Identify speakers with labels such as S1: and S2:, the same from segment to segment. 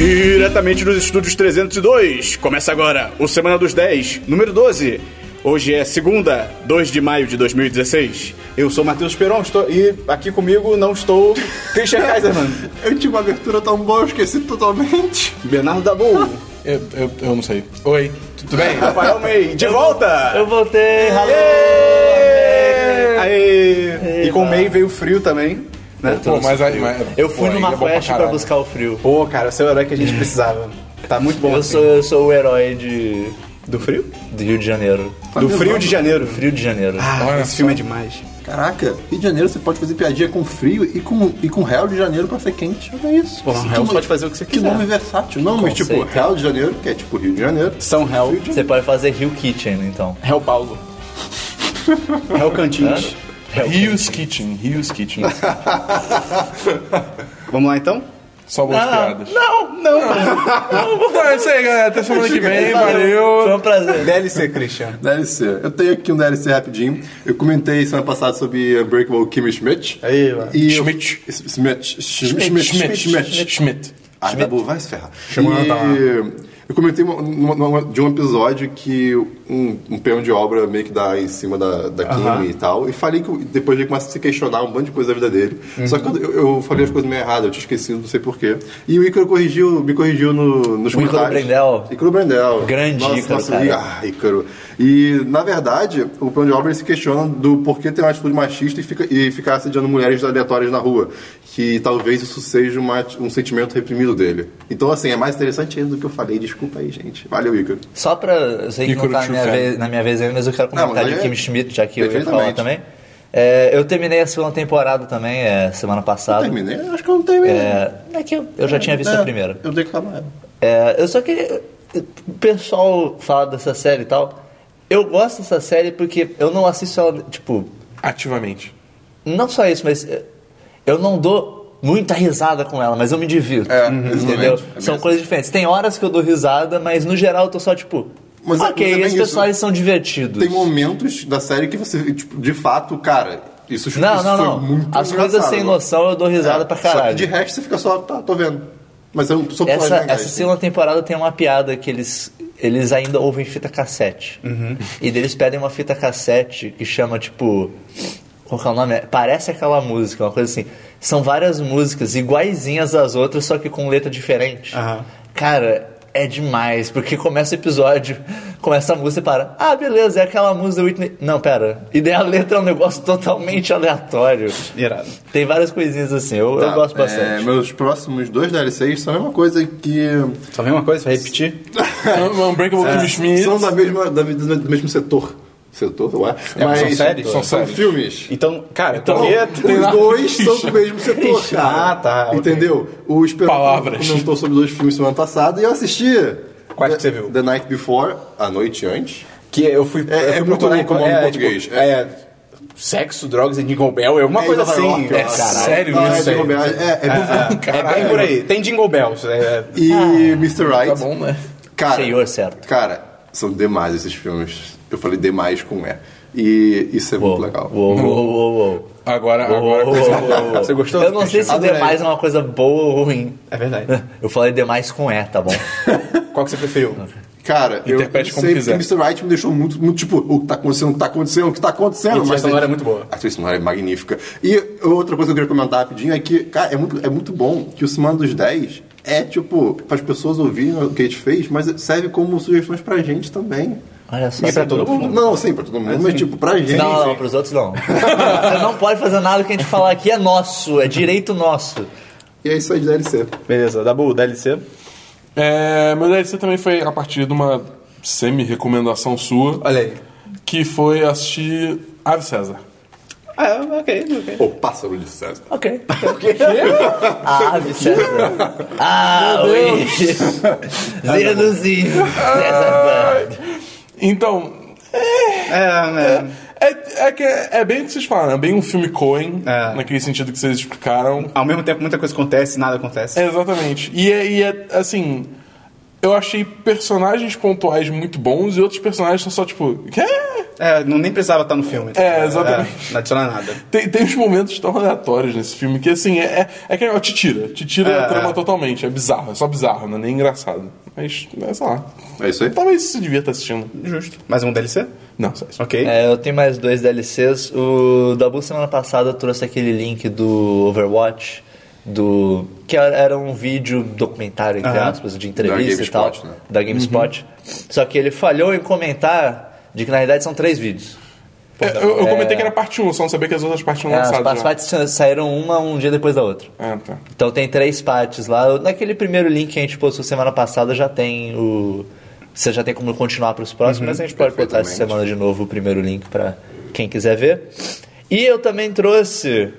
S1: diretamente dos estúdios 302. Começa agora o Semana dos 10, número 12. Hoje é segunda, 2 de maio de 2016. Eu sou Matheus Peron estou, e aqui comigo não estou Christian Kaiserman,
S2: Eu tinha uma abertura tão boa, eu esqueci totalmente.
S1: Bernardo Dabu,
S3: Eu, eu, eu não sei. Oi, tudo bem?
S1: Rafael May. De volta!
S4: Eu voltei,
S1: Aê! Aê! E com o May veio frio também, né?
S3: Pô, mas, aí- mas-
S4: Eu fui
S3: pô, aí
S4: numa
S3: é bom
S4: quest pra
S3: caralho.
S4: buscar o frio.
S1: Pô, cara, seu herói que a gente precisava. Tá muito bom.
S4: Eu
S1: assim.
S4: sou, eu sou o herói de.
S1: Do frio?
S4: do Rio de Janeiro.
S1: Do frio de janeiro.
S4: Frio de Janeiro.
S1: Ah,
S3: Olha
S1: esse
S3: só.
S1: filme é demais.
S2: Caraca, Rio de Janeiro você pode fazer piadinha com frio e com, e com Real de Janeiro pra ser quente. Olha isso.
S1: Porra,
S2: Que
S1: Real você
S2: nome-
S1: pode fazer o que você
S2: Que
S1: quiser.
S2: nome versátil. Não, mas tipo,
S4: Conceito.
S2: Real de Janeiro, que é tipo Rio de Janeiro.
S1: São Hel,
S4: Você pode fazer Rio Kitchen, então.
S1: Hel Paulo. Hel Cantins.
S3: Hughes é Kitchen, Hughes Kitchen.
S1: Vamos lá então?
S3: Só boas piadas.
S4: Ah, Não, não.
S3: Então é isso aí, galera. Até semana que vem.
S4: Foi
S3: Valeu.
S4: um prazer.
S1: DLC, Christian.
S2: DLC. Eu tenho aqui um DLC rapidinho. Eu comentei semana passada sobre Breakable Kim Schmidt.
S1: Aí, mano.
S2: E eu-
S3: Schmidt.
S2: Schmidt. Schmidt. Schmidt. Schmidt.
S3: Schmidt.
S2: Ah, Dabu, vai se ferrar.
S3: Chama
S2: e...
S3: ela pra lá.
S2: Eu comentei uma- numa- numa- de um episódio que um, um peão de obra meio que dá em cima da, da Kim e tal. E falei que depois ele começa a se questionar um monte de coisa da vida dele. Só que eu, eu falei as coisas meio erradas, eu tinha esquecido, não sei porquê. E o Ícaro corrigiu, me corrigiu no, nos
S4: O Ícaro
S2: comentários.
S4: Brendel.
S2: Ícaro Brendel.
S4: Grande
S2: nossa,
S4: Ícaro,
S2: nossa,
S4: cara.
S2: Í- Ah, Ícaro. E, na verdade, o peão de obra ele se questiona do porquê ter uma atitude machista e, fica, e ficar assediando mulheres aleatórias na rua. Que talvez isso seja uma ati- um sentimento reprimido dele. Então, assim, é mais interessante ainda do que eu falei. Desculpa aí, gente. Valeu, Ícaro.
S4: Só pra. Eu sei que não
S3: Ícaro
S4: tá na minha,
S3: Tchufé.
S4: vez, na minha vez ainda, mas eu quero
S2: Não,
S4: comentar
S2: mas
S4: de
S2: é-
S4: Kim Schmidt, já que eu ia falar
S2: perfeitamente.
S4: também. É, eu terminei a segunda temporada também, é, semana passada.
S2: Terminei? Acho que eu não terminei.
S4: É, é que eu, eu já tinha visto
S2: É,
S4: a primeira.
S2: Eu declamo ela.
S4: É, eu só queria. O pessoal fala dessa série e tal. Eu gosto dessa série porque eu não assisto ela, tipo.
S3: Ativamente.
S4: Não só isso, mas. é, Eu não dou muita risada com ela, mas eu me divirto.
S2: É,
S4: entendeu?
S2: exatamente. É
S4: São
S2: mesmo.
S4: coisas diferentes. Tem horas que eu dou risada, mas no geral eu tô só tipo.
S2: Mas é-
S4: ok,
S2: mas é bem
S4: esses
S2: isso.
S4: pessoais são divertidos.
S2: Tem momentos da série que você, tipo, de fato, cara, isso,
S4: Não,
S2: isso
S4: não,
S2: foi
S4: não.
S2: muito
S4: As coisas
S2: engraçado.
S4: sem noção eu dou risada
S2: É,
S4: pra
S2: Só que
S4: caralho.
S2: de resto você fica só, tá, tô vendo. Mas eu sou
S4: Essa, essa segunda temporada tem uma piada que eles, eles ainda ouvem fita cassete.
S1: Uhum.
S4: E deles pedem uma fita cassete que chama tipo. Qual que é o nome? É- Parece aquela música, uma coisa assim. São várias músicas iguaizinhas às outras, só que com letra diferente.
S1: Aham.
S4: Cara, é demais, porque começa o episódio, começa a música e para. Ah, beleza, é aquela música da Whitney. Não, pera. E daí a letra é um negócio totalmente aleatório.
S1: Irado. Tá, é,
S4: Tem várias coisinhas assim, eu, eu gosto bastante.
S2: Tá, é, meus próximos dois DLCs são a mesma coisa que.
S1: Só vem Tá uma coisa pra repetir.
S3: Um Breakable Kim Schmidt.
S4: É.
S2: São da mesma, da, da- do mesmo setor. Setor, ué.
S1: É, são séries?
S2: São,
S3: São séries.
S2: filmes.
S1: Então, cara,
S4: Então,
S1: eu queria-
S2: Os dois são do mesmo setor,
S1: Ixi,
S2: cara.
S1: ah, tá, ok.
S2: Entendeu? O Esperanto
S3: Palavras.
S2: comentou sobre dois filmes semana passada e eu assisti.
S1: Quais
S2: The-
S1: que você viu?
S2: The Night Before, A Noite Antes.
S1: que eu fui,
S2: É-
S1: eu
S2: é
S1: fui
S2: muito
S1: procurar
S2: louco o nome em português.
S1: Tipo, é. sexo, drogas e Jingle Bell, é alguma
S2: É
S1: coisa
S2: Nova
S1: assim.
S2: York, eu
S1: é,
S2: acho.
S3: sério
S2: Não, é,
S3: isso?
S2: Jingle Bell, é, é, é-
S1: É bem por aí. Tem Jingle Bells. É,
S2: E Mr. Right.
S3: Tá bom, né?
S2: Cara,
S4: Senhor certo.
S2: Cara, são demais esses filmes. Eu falei demais com E. E isso é muito legal.
S4: Uou, uou, uou, uou.
S3: Agora, agora.
S1: Você
S4: Você
S1: gostou?
S4: Eu não sei se
S2: Adorei.
S4: demais é uma coisa boa ou ruim.
S1: é verdade.
S4: Eu falei demais com E, tá bom?
S1: Qual que você preferiu?
S2: Cara, eu
S3: Interprete
S2: não
S3: como
S2: sei
S3: quiser.
S2: porque Mr. Right me deixou muito, muito tipo, o que tá acontecendo, o que tá acontecendo, o que tá acontecendo.
S1: E a trilha
S2: mas
S1: sonora é muito boa.
S2: A trilha sonora é magnífica. E outra coisa que eu queria comentar rapidinho é que, cara, é muito, é muito bom que o Semana dos 10 é, tipo, para as pessoas ouvirem o que a gente fez, mas serve como sugestões pra gente também.
S4: Olha só.
S1: E pra
S4: você-
S1: todo mundo?
S2: Não, sim, pra todo mundo, mas tipo, pra gente.
S4: É Não, não, não, pros outros não. Você não pode fazer nada que a gente falar aqui é nosso, é direito nosso.
S2: E é isso aí de DLC.
S1: Beleza, Dabu, DLC.
S3: É, meu DLC também foi a partir de uma semi-recomendação sua,
S1: Olha aí.
S3: que foi assistir Ave César.
S1: Ah, ok, ok.
S2: O Pássaro de César.
S4: Ok. A Ah, ave César. Ah, ui. Zenuzinho. César.
S3: Então,
S1: É, é.
S3: é, é, que é, é bem o que vocês falaram, é bem um filme Coen,
S1: É.
S3: naquele sentido que vocês explicaram.
S1: Ao mesmo tempo, muita coisa acontece, nada acontece.
S3: É, exatamente. E é, e é, assim. eu achei personagens pontuais muito bons e outros personagens são só tipo. "Quê?"
S1: É, não, nem precisava estar no filme.
S3: É, exatamente.
S1: É, não adiciona nada.
S3: Tem, tem uns momentos tão aleatórios nesse filme que, assim, é, é, é que ó, te tira. Te tira
S1: É,
S3: a trama
S1: é.
S3: totalmente. É bizarro, é só bizarro, não é nem engraçado. Mas, é, sei lá.
S2: É isso aí?
S3: Talvez se devia estar assistindo.
S1: Justo. Mais um DLC?
S3: Não, só isso.
S1: Ok.
S4: É, eu tenho mais dois DLCs. O Dabu semana passada trouxe aquele link do Overwatch, do que era- era um vídeo documentário, entre
S1: Aham.
S4: aspas, de entrevista
S2: Da
S4: e tal,
S2: GameSpot, né?
S4: da GameSpot. Só que ele falhou em comentar de que na realidade são três vídeos.
S3: É, eu, eu comentei que era parte 1, só não sabia que as outras partes tinham
S4: É, as
S3: lançado.
S2: né?
S3: já.
S4: partes sa- saíram uma um dia depois da outra.
S3: Ah, tá.
S4: Então tem três partes lá. Naquele primeiro link que a gente postou semana passada já tem o. Você já tem como continuar para os
S1: Uhum.
S4: próximos, mas a gente pode botar essa semana de novo o primeiro link para quem quiser ver. E eu também trouxe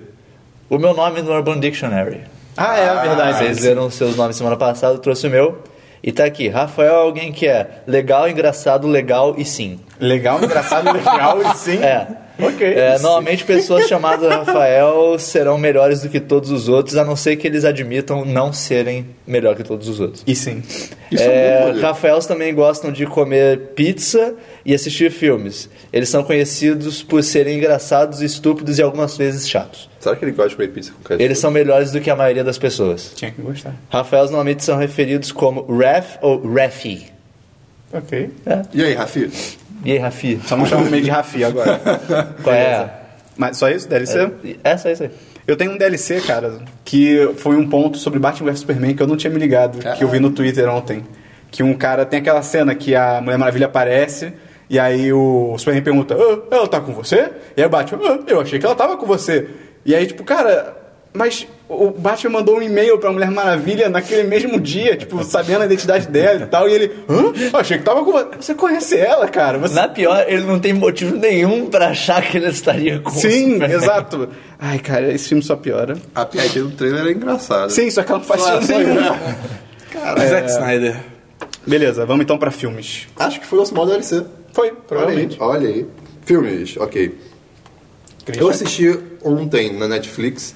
S4: o meu nome no Urban Dictionary.
S1: Ah, é, é verdade.
S4: Vocês viram os seus nomes semana passada, eu trouxe o meu. E tá aqui, Rafael é alguém que é legal, engraçado, legal e sim.
S1: Legal, engraçado, legal e sim.
S4: É.
S1: Ok.
S4: É, normalmente pessoas chamadas Rafael serão melhores do que todos os outros, a não ser que eles admitam não serem melhor que todos os outros.
S1: E sim.
S2: Isso
S4: É,
S2: é, muito legal.
S4: Rafaels também gostam de comer pizza e assistir filmes. Eles são conhecidos por serem engraçados, estúpidos e algumas vezes chatos.
S2: Será que ele gosta de comer pizza com ketchup?
S4: Eles são melhores do que a maioria das pessoas.
S1: Tinha que gostar.
S4: Rafaels normalmente são referidos como Raf ou Rafi.
S1: Ok.
S2: E aí, Rafi?
S4: E aí, Rafi?
S1: Só não chama meio de Rafi agora.
S4: Qual é?
S1: Mas só isso, DLC?
S4: Essa é isso aí.
S1: Eu tenho um DLC, cara, que foi um ponto sobre Batman vs Superman que eu não tinha me ligado, que eu vi no Twitter ontem. Que um cara tem aquela cena que a Mulher Maravilha aparece e aí o Superman pergunta: "Ah, ela tá com você? E aí o Batman: "Ah, eu achei que ela tava com você. E aí, tipo, cara, mas o Batman mandou um e-mail pra Mulher Maravilha naquele mesmo dia, tipo, sabendo a identidade dela e tal, e ele: "Hã? achei que tava com você. Você conhece ela, cara. Você
S4: Na pior, ele não tem motivo nenhum pra achar que ele estaria com o
S1: Sim,
S4: Superman.
S1: exato. Ai, cara, esse filme só piora.
S2: A piadinha do trailer é era engraçada.
S1: Sim, só que ela não faz
S2: Só- só-
S1: sentido nenhum. é.
S3: Zack Snyder.
S1: Beleza, vamos então pra filmes.
S2: Acho que foi o nosso maior DLC.
S1: Foi,
S2: Olha aí,
S1: provavelmente.
S2: olha aí. Filmes, ok. Eu assisti ontem na Netflix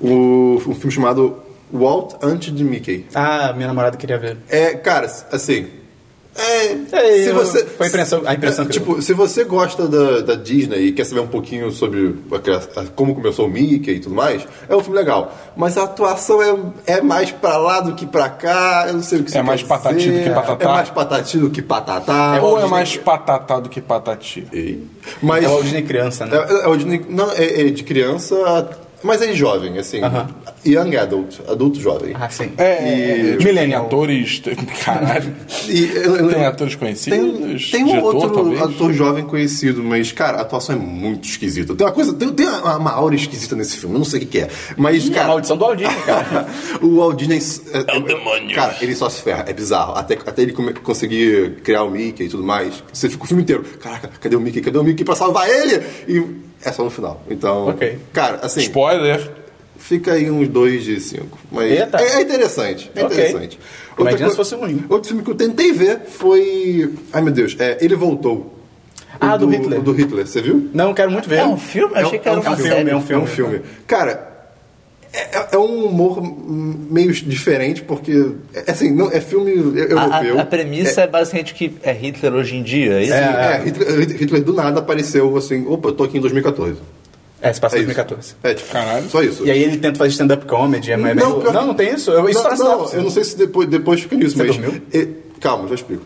S2: o, um filme chamado Walt Antes de Mickey.
S1: Ah, minha namorada queria ver.
S2: É, cara, assim. É,
S1: É,
S2: se
S1: eu-
S2: você,
S1: foi a impressão- a impressão
S2: é,
S1: que eu-
S2: tipo, se você gosta da, da Disney e quer saber um pouquinho sobre a cria- a- como começou o Mickey e tudo mais, é um filme legal. Mas a atuação é, é mais pra lá do que pra cá, eu não sei o que
S1: É
S2: você
S3: mais
S2: quer
S3: patati
S2: dizer.
S3: do que patatá.
S2: É mais patati do que patatá.
S3: Ou é
S2: Disney-
S3: mais patatá do que patati?
S2: Ei. Mas
S1: É o Disney criança, né?
S2: É, é o Disney- não, é, é de criança, mas é jovem, assim.
S1: Aham.
S2: Young adult, adulto jovem.
S1: Ah, sim.
S3: É, tem
S1: Millennial.
S3: atores. tem- Caralho.
S2: E eu- eu-
S3: Tem atores
S2: Tem,
S3: conhecidos?
S2: tem um
S3: diretor,
S2: outro
S3: talvez?
S2: ator jovem conhecido, mas, cara, a atuação é muito esquisita. Tem uma coisa, tem, tem uma, uma aura esquisita nesse filme, eu não sei o que, que é. Mas,
S1: A
S2: cara,
S1: maldição do Aldir, cara.
S2: o Walt Disney. É, o demônio. Cara, ele só se ferra, é bizarro. Até, até ele come- conseguir criar o Mickey e tudo mais, você fica o filme inteiro. Caraca, cadê o Mickey? Cadê o Mickey pra salvar ele? E é só no final. Então,
S1: Ok.
S2: cara, assim.
S3: Spoiler.
S2: Fica aí uns 2 de 5. Mas
S1: Eita.
S2: é, é interessante. É
S1: Ok.
S2: interessante.
S1: Imagina se
S2: co-
S1: fosse ruim.
S2: Outro filme que eu tentei ver foi. Ai meu Deus, é Ele Voltou.
S1: Ah,
S2: O
S1: do Hitler.
S2: o Do Hitler, você viu?
S1: Não, quero muito ver.
S4: É um filme? Achei
S1: é
S4: que era
S1: um
S4: uma
S1: filme,
S4: série.
S1: é um filme.
S2: É um filme. Cara, é, é- é um humor hum, meio diferente, porque. é, Assim, não, é filme eu-
S4: A,
S2: europeu.
S4: a- a premissa é, basicamente que é Hitler hoje em dia. é Isso?
S2: É, é,
S1: assim.
S2: Hitler, Hitler do nada apareceu assim, opa, eu tô aqui em 2014.
S1: É, se passa
S2: É
S1: em
S2: isso.
S1: 2014.
S2: É, tipo,
S3: Caralho.
S2: Só isso.
S1: E aí ele tenta fazer stand-up comedy, é meio...
S2: pior
S1: Não,
S2: que-
S1: não, tem isso? Eu, isso
S2: não, não,
S1: tá sinopse.
S2: eu não sei se depois, depois fica nisso,
S1: Você
S2: mas.
S1: dormiu?
S2: e- calma, já explico.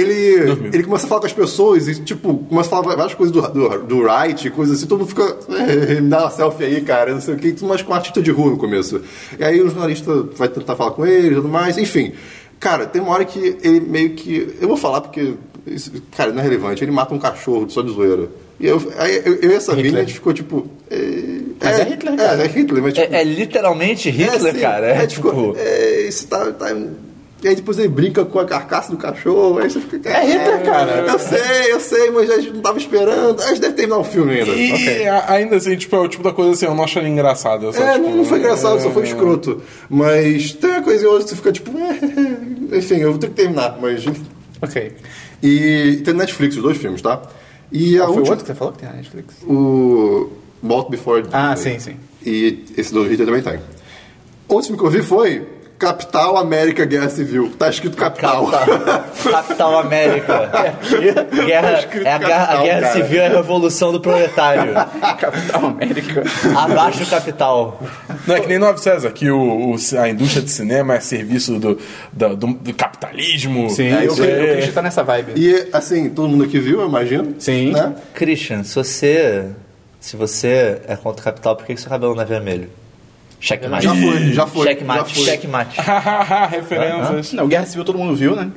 S2: Ele, ele, ele, ele começa a falar com as pessoas e, tipo, começa a falar várias coisas do, do, do right, coisas assim, todo mundo fica. "Eh, Me dá uma selfie aí, cara, não sei o que, tudo mais com um artista de rua no começo. E aí o jornalista vai tentar falar com ele e tudo mais, enfim. Cara, tem uma hora que ele meio que. Eu vou falar porque. isso, cara, não é relevante. Ele mata um cachorro só de zoeira. E eu, aí eu, eu e essa mina, a gente ficou tipo. eh,
S1: É Mas é Hitler, cara.
S2: É, é Hitler, mas tipo,
S4: É, é literalmente Hitler,
S2: assim,
S4: cara. É,
S2: tipo,
S4: tipo.
S2: é, isso tá, tá- E aí depois ele brinca com a carcaça do cachorro, aí você fica. É
S1: Hitler, cara.
S2: Eu sei, eu sei, mas a gente não tava esperando. A gente deve terminar o filme ainda.
S3: E a- ainda assim, tipo, é o tipo da coisa assim, eu não acho ele engraçado. eu só,
S2: É,
S3: tipo,
S2: não, não foi engraçado, só foi
S3: é,
S2: escroto. Mas tem uma coisa e outra que você fica tipo. "É". Enfim, eu vou ter que terminar, mas.
S1: Ok.
S2: E tem Netflix, os dois filmes, tá? E a
S1: Qual Ah, foi o
S2: última.
S1: outro que você falou que tem na Netflix?
S2: o Walt Before
S1: Ah,
S2: Disney.
S1: sim, sim.
S2: tá E esse do Hitler também tem. O último que eu vi foi Capital América Guerra Civil. Tá escrito capital.
S4: Capital, Capital América. Guerra, é a, guerra, a
S2: Capital,
S4: guerra
S2: cara.
S4: civil é a revolução do proletário.
S1: Capital América.
S4: Abaixo o capital.
S3: Não é que nem no Ave César, que o, o- a indústria de cinema é serviço do, da- do, do capitalismo.
S1: Sim,
S3: É,
S1: eu,
S3: isso é-
S1: o Christian tá nessa vibe.
S2: E assim, todo mundo aqui viu, eu imagino.
S1: Sim.
S2: Né?
S4: Christian, se você. Se você é contra o capital, por que, que seu cabelo não é vermelho? Checkmate.
S2: Já foi, já foi. já
S4: Checkmate,
S2: foi.
S4: checkmate.
S1: É,
S3: Referências.
S1: Não, Guerra Civil todo mundo viu, né?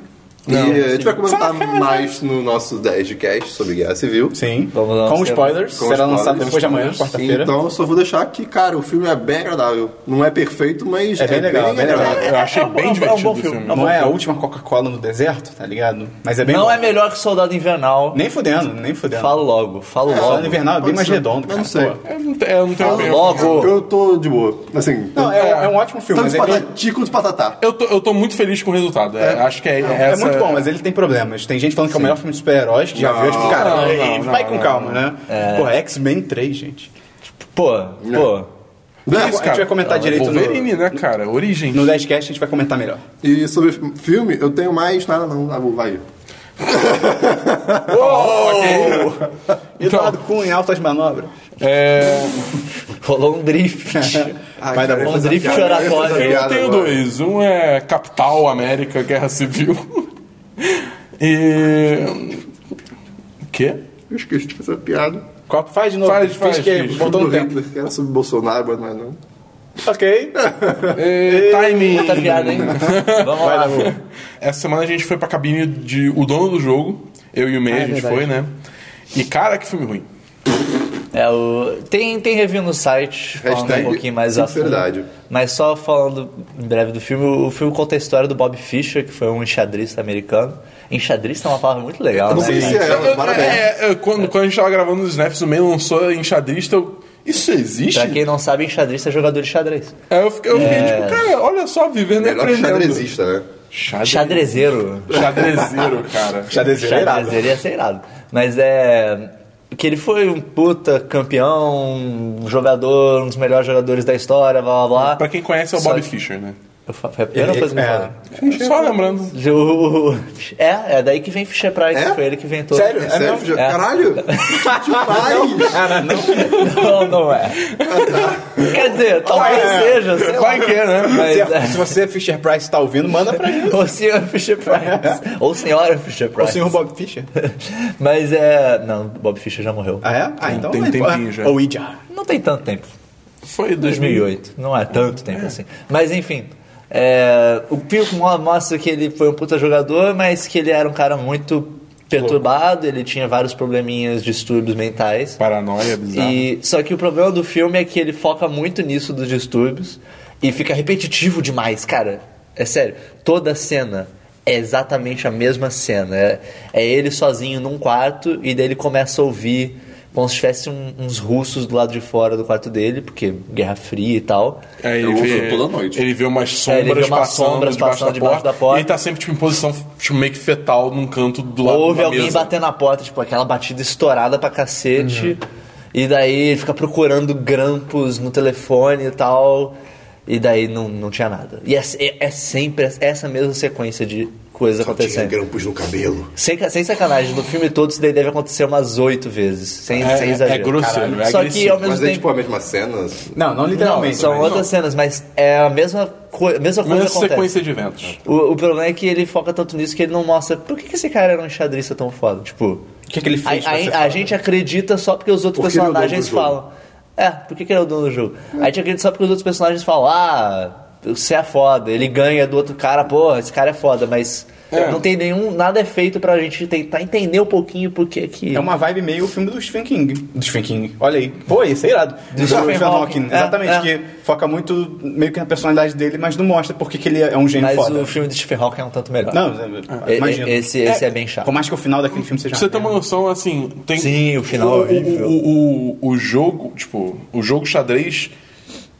S2: E a gente vai comentar mais no nosso 10 de cast sobre Guerra Civil.
S1: Sim.
S4: Vamos lá,
S1: com
S4: você-
S1: spoilers.
S2: Com
S1: será
S2: spoilers,
S1: lançado
S2: com
S1: depois de amanhã,
S2: spoilers.
S1: quarta-feira.
S2: Então eu só vou deixar que, cara, o filme é bem agradável. Não é perfeito, mas
S1: É bem legal, bem legal.
S2: agradável.
S3: Eu achei
S4: É um bom- é
S3: bem
S4: um
S3: divertido
S4: bom
S3: o
S4: filme.
S3: filme.
S1: não é a última Coca-Cola no deserto, tá ligado? Mas é bem
S4: Não
S1: bom.
S4: é melhor que Soldado Invernal.
S1: Nem fudendo, nem fudendo.
S4: Falo logo, falo
S2: É,
S1: Soldado
S4: logo.
S1: Invernal é bem
S2: Pode
S1: mais
S2: ser.
S1: redondo,
S2: Eu
S1: cara.
S2: não sei.
S1: pô.
S3: Eu não te- eu não tenho
S2: é
S4: Falo logo.
S2: Eu tô de boa. Assim,
S3: Então,
S1: Não, é, é um ótimo filme,
S2: tanto
S1: mas
S2: de
S1: ele tem-
S2: patati quanto de patatá.
S3: Eu tô, eu tô muito feliz com o resultado. É, acho que é, é
S1: É
S3: essa.
S1: muito bom, mas ele tem problemas. Tem gente falando que é o melhor filme de super-heróis, que já
S2: Não,
S1: viu, tipo, cara,
S3: não,
S1: aí,
S3: não,
S1: vai
S3: não,
S1: com
S3: não, É.
S1: calma, né? Porra, X-Men 3, gente.
S4: Pô, pô.
S1: a gente vai comentar direito no-
S3: Wolverine, né, cara? Origem.
S1: No 10cast a gente vai comentar melhor.
S2: E sobre filme, eu tenho mais nada não. Ah, vou- vai. Tá
S3: Então.
S1: Eduardo Cunha, altas manobras.
S3: É,
S4: Rolou um drift.
S1: vai dar bom.
S4: um drift
S2: piada,
S4: oratório.
S2: essa piada.
S3: eu tenho
S2: agora.
S3: dois. Um é Capital América Guerra Civil. e. O quê?
S2: Eu esqueci de fazer uma piada.
S1: Copo, faz de novo.
S3: Faz,
S1: Fiz
S3: faz,
S1: que
S3: fiz.
S1: botou
S2: Do
S1: no um tempo.
S2: Hitler, que Era sobre Bolsonaro, mas não é não.
S1: Ok.
S3: É, timing.
S4: Puta piada, hein? Vamos lá.
S3: Essa semana a gente foi pra cabine de O Dono do Jogo. Eu e o
S4: Ah,
S3: Meia, a gente foi, né? E cara, que filme ruim.
S4: É, o... tem, tem review no site, falando
S2: Hashtag
S4: um pouquinho mais a fundo.
S2: sinceridade.
S4: Mas só falando em breve do filme, o filme conta a história do Bob Fischer, que foi um enxadrista americano. Enxadrista é uma palavra muito legal,
S2: Eu não sei
S4: né? cara?
S2: se
S3: Eu- eu-
S2: é, parabéns.
S3: é, eu- quando, quando a gente tava gravando os snaps, o meio lançou enxadrista. Eu, isso existe?
S4: Pra quem É. não sabe, enxadrista é jogador de xadrez.
S3: Aí eu fiquei, eu fiquei tipo, cara, olha só, vivendo e
S2: Melhor que
S3: é aprendendo.
S2: xadrezista, né?
S3: Xadrez-
S4: Xadrezeiro.
S3: Xadrezeiro, cara.
S1: Já desejei.
S4: Xadrezeiro ia ser irado. Mas é. Que ele foi um puta campeão, um jogador, um dos melhores jogadores da história, blá blá blá.
S3: Pra quem conhece é o
S4: Só
S3: Bob
S4: que-
S3: Fischer, né?
S4: Eu fa- Foi a primeira coisa que me
S1: é.
S4: falaram.
S3: Só lembrando.
S4: O- É, é daí que vem Fisher Price,
S2: É?
S4: que foi ele que inventou.
S1: Sério? É
S2: Sério,
S1: mesmo?
S2: já- Caralho! Demais!
S1: Ah, não.
S4: Não, não é. Quer dizer, talvez seja, sei lá.
S3: Vai que, é, né?
S4: Mas,
S1: Se,
S4: é,
S1: a- se você, Fisher Price, tá ouvindo, manda pra gente.
S4: Ou senhor Fisher Price. Ou senhora Fisher Price.
S1: O senhor Bob Fisher.
S4: Mas é. Não, Bob Fisher já morreu.
S1: Ah, é? Ah, então.
S3: Tem um
S1: é,
S3: tempinho
S1: ah,
S3: já.
S1: Ou Ija.
S4: Não tem tanto tempo.
S3: Foi 2008.
S4: 2008. Não é tanto tempo assim. Mas enfim. é, o Pico mo- mostra que ele foi um puta jogador, mas que ele era um cara muito perturbado, ele tinha vários probleminhas, distúrbios mentais.
S3: Paranoia, é bizarro.
S4: E, só que o problema do filme é que ele foca muito nisso dos distúrbios e fica repetitivo demais, cara. É sério, toda cena é exatamente a mesma cena. É, é ele sozinho num quarto e daí ele começa a ouvir como se tivesse um- uns russos do lado de fora do quarto dele, porque Guerra Fria e tal.
S3: Aí É, ele
S2: Eu uso
S3: vê,
S2: toda noite.
S3: Ele vê umas
S4: É,
S3: sombras
S4: ele vê umas
S3: passando,
S4: sombras
S3: debaixo,
S4: passando
S3: da,
S4: debaixo
S3: porta,
S4: da porta.
S3: E ele tá sempre tipo, em posição tipo, meio que fetal num canto do lado
S4: Ouve
S3: da
S4: alguém
S3: mesa.
S4: batendo na porta, tipo, aquela batida estourada pra cacete.
S3: Uhum.
S4: E daí ele fica procurando grampos no telefone e tal. E daí não, não tinha nada. E é, é- é sempre essa mesma sequência de coisa
S2: Tinha
S4: acontecendo.
S2: grampos no cabelo.
S4: Sem, ca- sem sacanagem, no filme todo isso daí deve acontecer umas oito vezes. Sem, sem
S3: É, é, é
S4: exagero.
S3: grosseiro, é
S4: Só que
S3: agressivo.
S4: ao mesmo
S2: Mas é
S4: tempo.
S2: tipo a mesma cena.
S1: Não, não
S4: não,
S1: literalmente.
S4: são
S1: mas-
S4: outras cenas, mas é a mesma, coi- mesma coisa
S3: Mesma
S4: acontece.
S3: sequência de eventos.
S4: O, o problema é que ele foca tanto nisso que ele não mostra por que, que esse cara era um enxadrista tão foda. Tipo,
S1: O que que ele fez
S4: A,
S1: pra ser
S4: a, a
S1: foda?
S4: gente acredita só porque os outros
S2: Porque ele é o dono do
S4: personagens
S2: jogo.
S4: falam. É, por que, que ele é o dono do jogo? A gente acredita só porque os outros personagens falam. Ah, você é foda, ele ganha do outro cara, porra, esse cara é foda, mas
S3: É.
S4: não tem nenhum. Nada é feito pra gente tentar entender um pouquinho por que que.
S1: É uma vibe meio o filme do Stephen King. Do Stephen King. Olha aí. Pô, isso é irado. Do,
S4: Stephen Hawking. É,
S1: Exatamente.
S4: é.
S1: Que foca muito meio que na personalidade dele, mas não mostra porque que ele é um gênio
S4: mas
S1: foda.
S4: o Ah, filme de Stephen Hawking é um tanto melhor.
S1: Não,
S4: E-
S1: imagina.
S4: e- Esse, esse é, bem chato.
S1: Por mais que o final daquele filme seja.
S3: Pra você
S1: uma
S3: ter uma noção, assim, tem.
S4: Sim, o final é
S3: o,
S4: horrível.
S3: o, o, o, o jogo, tipo, o jogo xadrez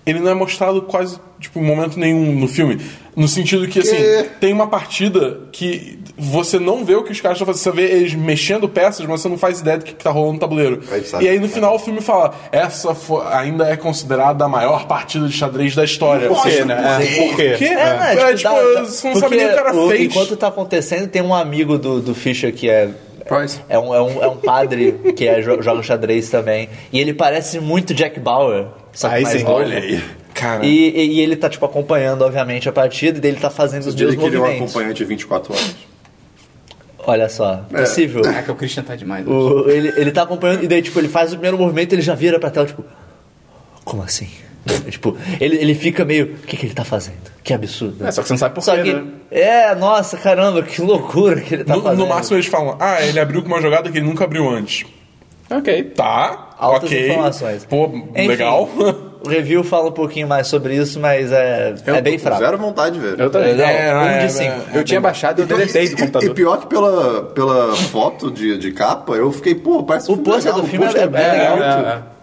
S3: ele não é mostrado quase, tipo, momento nenhum no filme. No sentido que, assim,
S2: Que?
S3: tem uma partida que você não vê o que os caras estão fazendo. Você vê eles mexendo peças, mas você não faz ideia do que, que tá rolando no tabuleiro.
S2: Aí sabe.
S3: E aí no final o filme fala: essa fo- ainda é considerada a maior partida de xadrez da história.
S1: Por
S3: Ou
S1: quê,
S3: seja,
S1: né? É, Por quê?
S3: quê?
S1: É.
S4: É, né?
S3: É, tipo,
S4: dá- dá-
S3: você não sabe
S4: porque
S3: nem o que o cara
S4: o-
S3: fez.
S4: Enquanto tá acontecendo, tem um amigo do, do Fischer que é.
S3: Price.
S4: É um, é, um, é um padre que é, jo- joga xadrez também. E ele parece muito Jack Bauer. Só que
S1: Aí
S4: mais
S1: sim.
S4: novo.
S3: Olha aí. Cara.
S4: E, e- e ele tá, tipo, acompanhando, obviamente, a partida e daí ele tá fazendo os
S2: Eu diria
S4: meus
S2: que ele é um
S4: movimentos.
S2: acompanhante de 24 horas.
S4: Olha só,
S2: É.
S4: possível.
S1: Caraca, o Christian tá demais. hoje.
S4: O- ele, ele tá acompanhando, e daí, tipo, ele faz o primeiro movimento ele já vira pra tela, tipo, como assim? É, tipo, ele, ele fica meio, o que, que ele tá fazendo? Que absurdo. né?"
S1: É, só que você não sabe por
S4: Só
S1: quê,
S4: que-
S1: né?
S4: É, nossa, caramba, que loucura que ele tá
S3: No, no
S4: fazendo.
S3: máximo eles falam: ah, ele abriu com uma jogada que ele nunca abriu antes.
S1: Ok.
S3: Tá,
S4: Altas
S3: ok.
S4: informações.
S3: Pô,
S4: Enfim,
S3: legal.
S4: O review fala um pouquinho mais sobre isso, mas é,
S2: Eu
S4: é bem
S2: tô com
S4: fraco.
S2: Zero vontade, velho.
S1: Eu também.
S4: Não,
S3: É,
S4: um
S3: é,
S4: de
S3: é,
S4: cinco.
S1: Eu tinha baixado e eu deletei do
S2: Então, e- e,
S1: computador.
S2: pior que pela, pela foto de, de capa, eu fiquei, pô, parece um
S4: O pôster do filme é- é legal.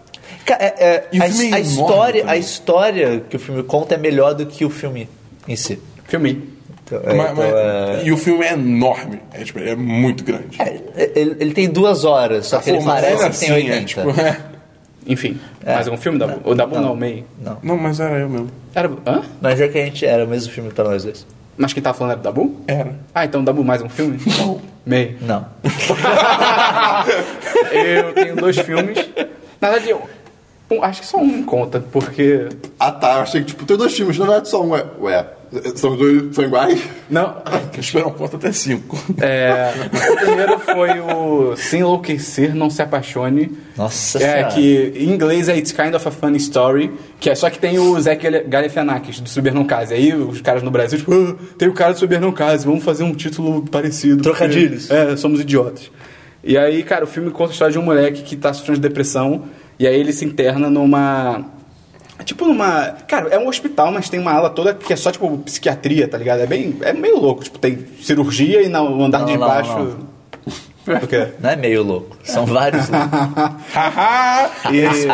S4: Ca- é- é,
S3: E o
S4: a,
S3: filme é
S4: a
S3: enorme
S4: história, a
S3: também.
S4: história que o filme conta é melhor do que o filme em si.
S1: Filme.
S4: Então, é,
S3: Mas-
S4: então,
S3: mas-
S4: é-
S3: E o filme é enorme. É, tipo, é muito grande.
S4: É, ele, ele tem duas horas, só que É, ele
S3: Formação
S4: parece que tem
S3: assim,
S4: 80.
S3: é, tipo, é.
S1: Enfim. Mais algum filme? Dabu? O Dabu não, o May.
S4: Não.
S3: Não, mas era eu mesmo.
S1: Era... Hã?
S4: Mas é que a gente era o mesmo filme pra nós dois.
S1: Mas quem tava falando era o Dabu?
S3: Era.
S1: Ah, então Dabu mais um filme? Não. May.
S4: Não.
S1: Eu tenho dois filmes. Na verdade, eu... um- acho que só um conta, porque...
S2: Ah tá, eu achei que tipo, tem dois filmes, na verdade só um é. Ué, são dois são iguais?
S1: Não,
S3: Esperam conta até 5.
S1: É, o primeiro foi o Se Enlouquecer, Não Se Apaixone.
S4: Nossa
S1: É,
S4: Senhora.
S1: que em inglês é It's Kind of a Funny Story, que é só que tem o Zé Gale- Galifianakis do Case. Aí os caras no Brasil, tipo, "Ah, tem o cara do Case, vamos fazer um título parecido. porque,
S4: Trocadilhos.
S1: É, somos idiotas. E aí, cara, o filme conta a história de um moleque que tá sofrendo de depressão, e aí ele se interna numa. Tipo numa. Cara, é um hospital, mas tem uma ala toda que é só, tipo, psiquiatria, tá ligado? É bem. É meio louco. Tipo, tem cirurgia e na- no andar
S4: Não,
S1: de
S4: não,
S1: baixo. O quê?
S4: Não é meio louco. São vários loucos.
S1: E ele, e ele se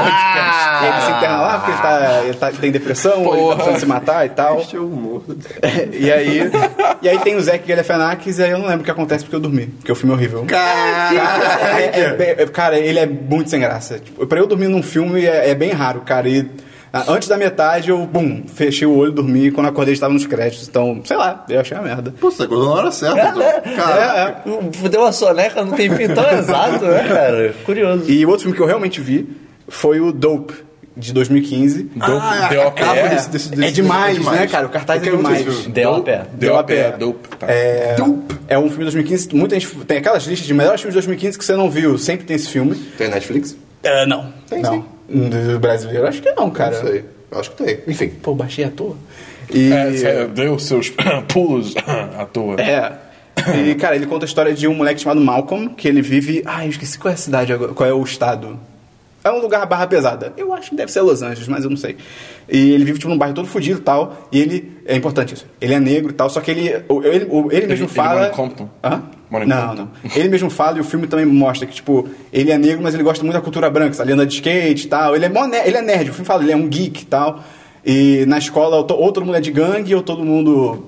S1: interna lá porque ele, tá, ele tá- tem depressão, ele tá precisando se matar e tal.
S2: Este é o humor.
S1: E aí, e aí tem o Zack Galifianakis e aí eu não lembro o que acontece porque eu dormi, porque o filme é horrível. Cara, é- é bem- é- cara, ele é muito sem graça. Tipo, pra eu dormir num filme é, é bem raro, cara. E ah, antes da metade eu, bum, fechei o olho, dormi e quando acordei estava nos créditos. Então, sei lá, eu achei uma merda.
S2: Pô, você acordou na hora certa, então. Cara,
S1: É, é.
S4: Deu uma soneca num tempinho tão exato, né, cara? Curioso.
S1: E o outro filme que eu realmente vi foi o Dope, de 2015.
S2: Ah,
S3: deu a
S2: acaba
S3: pé.
S2: desse- desse- desse-
S1: é demais,
S2: é demais.
S1: né, cara? O
S2: Eu
S1: cartaz é
S2: quero muito
S1: demais.
S2: esse filme.
S4: Deu a pé.
S3: Deu a pé. Dope. Tá.
S1: É, é um filme de 2015. Muita gente tem aquelas listas de melhores filmes de 2015 que você não viu. Sempre tem esse filme.
S2: Tem Netflix?
S1: É, não. Tem
S2: sim.
S1: não. Do brasileiro, acho que não, cara.
S2: Não sei. Eu Acho que tem. Enfim.
S1: Pô, baixei à toa. E...
S3: É, cê deu seus pulos à toa.
S1: É. E, cara, ele conta a história de um moleque chamado Malcolm, que ele vive. Ai, eu esqueci qual é a cidade agora, qual é o estado. É um lugar barra pesada. Eu acho que deve ser Los Angeles, mas eu não sei. E ele vive, tipo, num bairro todo fudido e tal. E ele. É importante isso. Ele é negro e tal, só que ele. o- Ele, o- ele mesmo
S3: ele
S1: fala.
S3: mora em Compton?
S1: Hã?
S3: Mora em
S1: não,
S3: Compton.
S1: não. Ele mesmo fala e o filme também mostra que, tipo, ele é negro, mas ele gosta muito da cultura branca, sabe? Ele anda de skate e tal. Ele é, mó ne- ele é nerd, o filme fala, ele é um geek e tal. E na escola, ou to- ou todo mundo é de gangue, ou todo mundo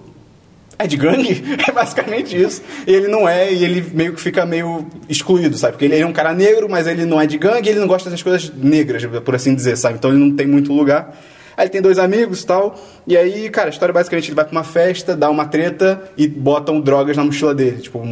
S1: é de gangue, é basicamente isso. E ele não é, e ele meio que fica meio excluído, sabe? Porque ele é um cara negro, mas ele não é de gangue, ele não gosta das coisas negras, por assim dizer, sabe? Então ele não tem muito lugar. Aí ele tem dois amigos e tal. E aí, cara, a história é basicamente ele vai pra uma festa, dá uma treta e botam drogas na mochila dele. Tipo, um-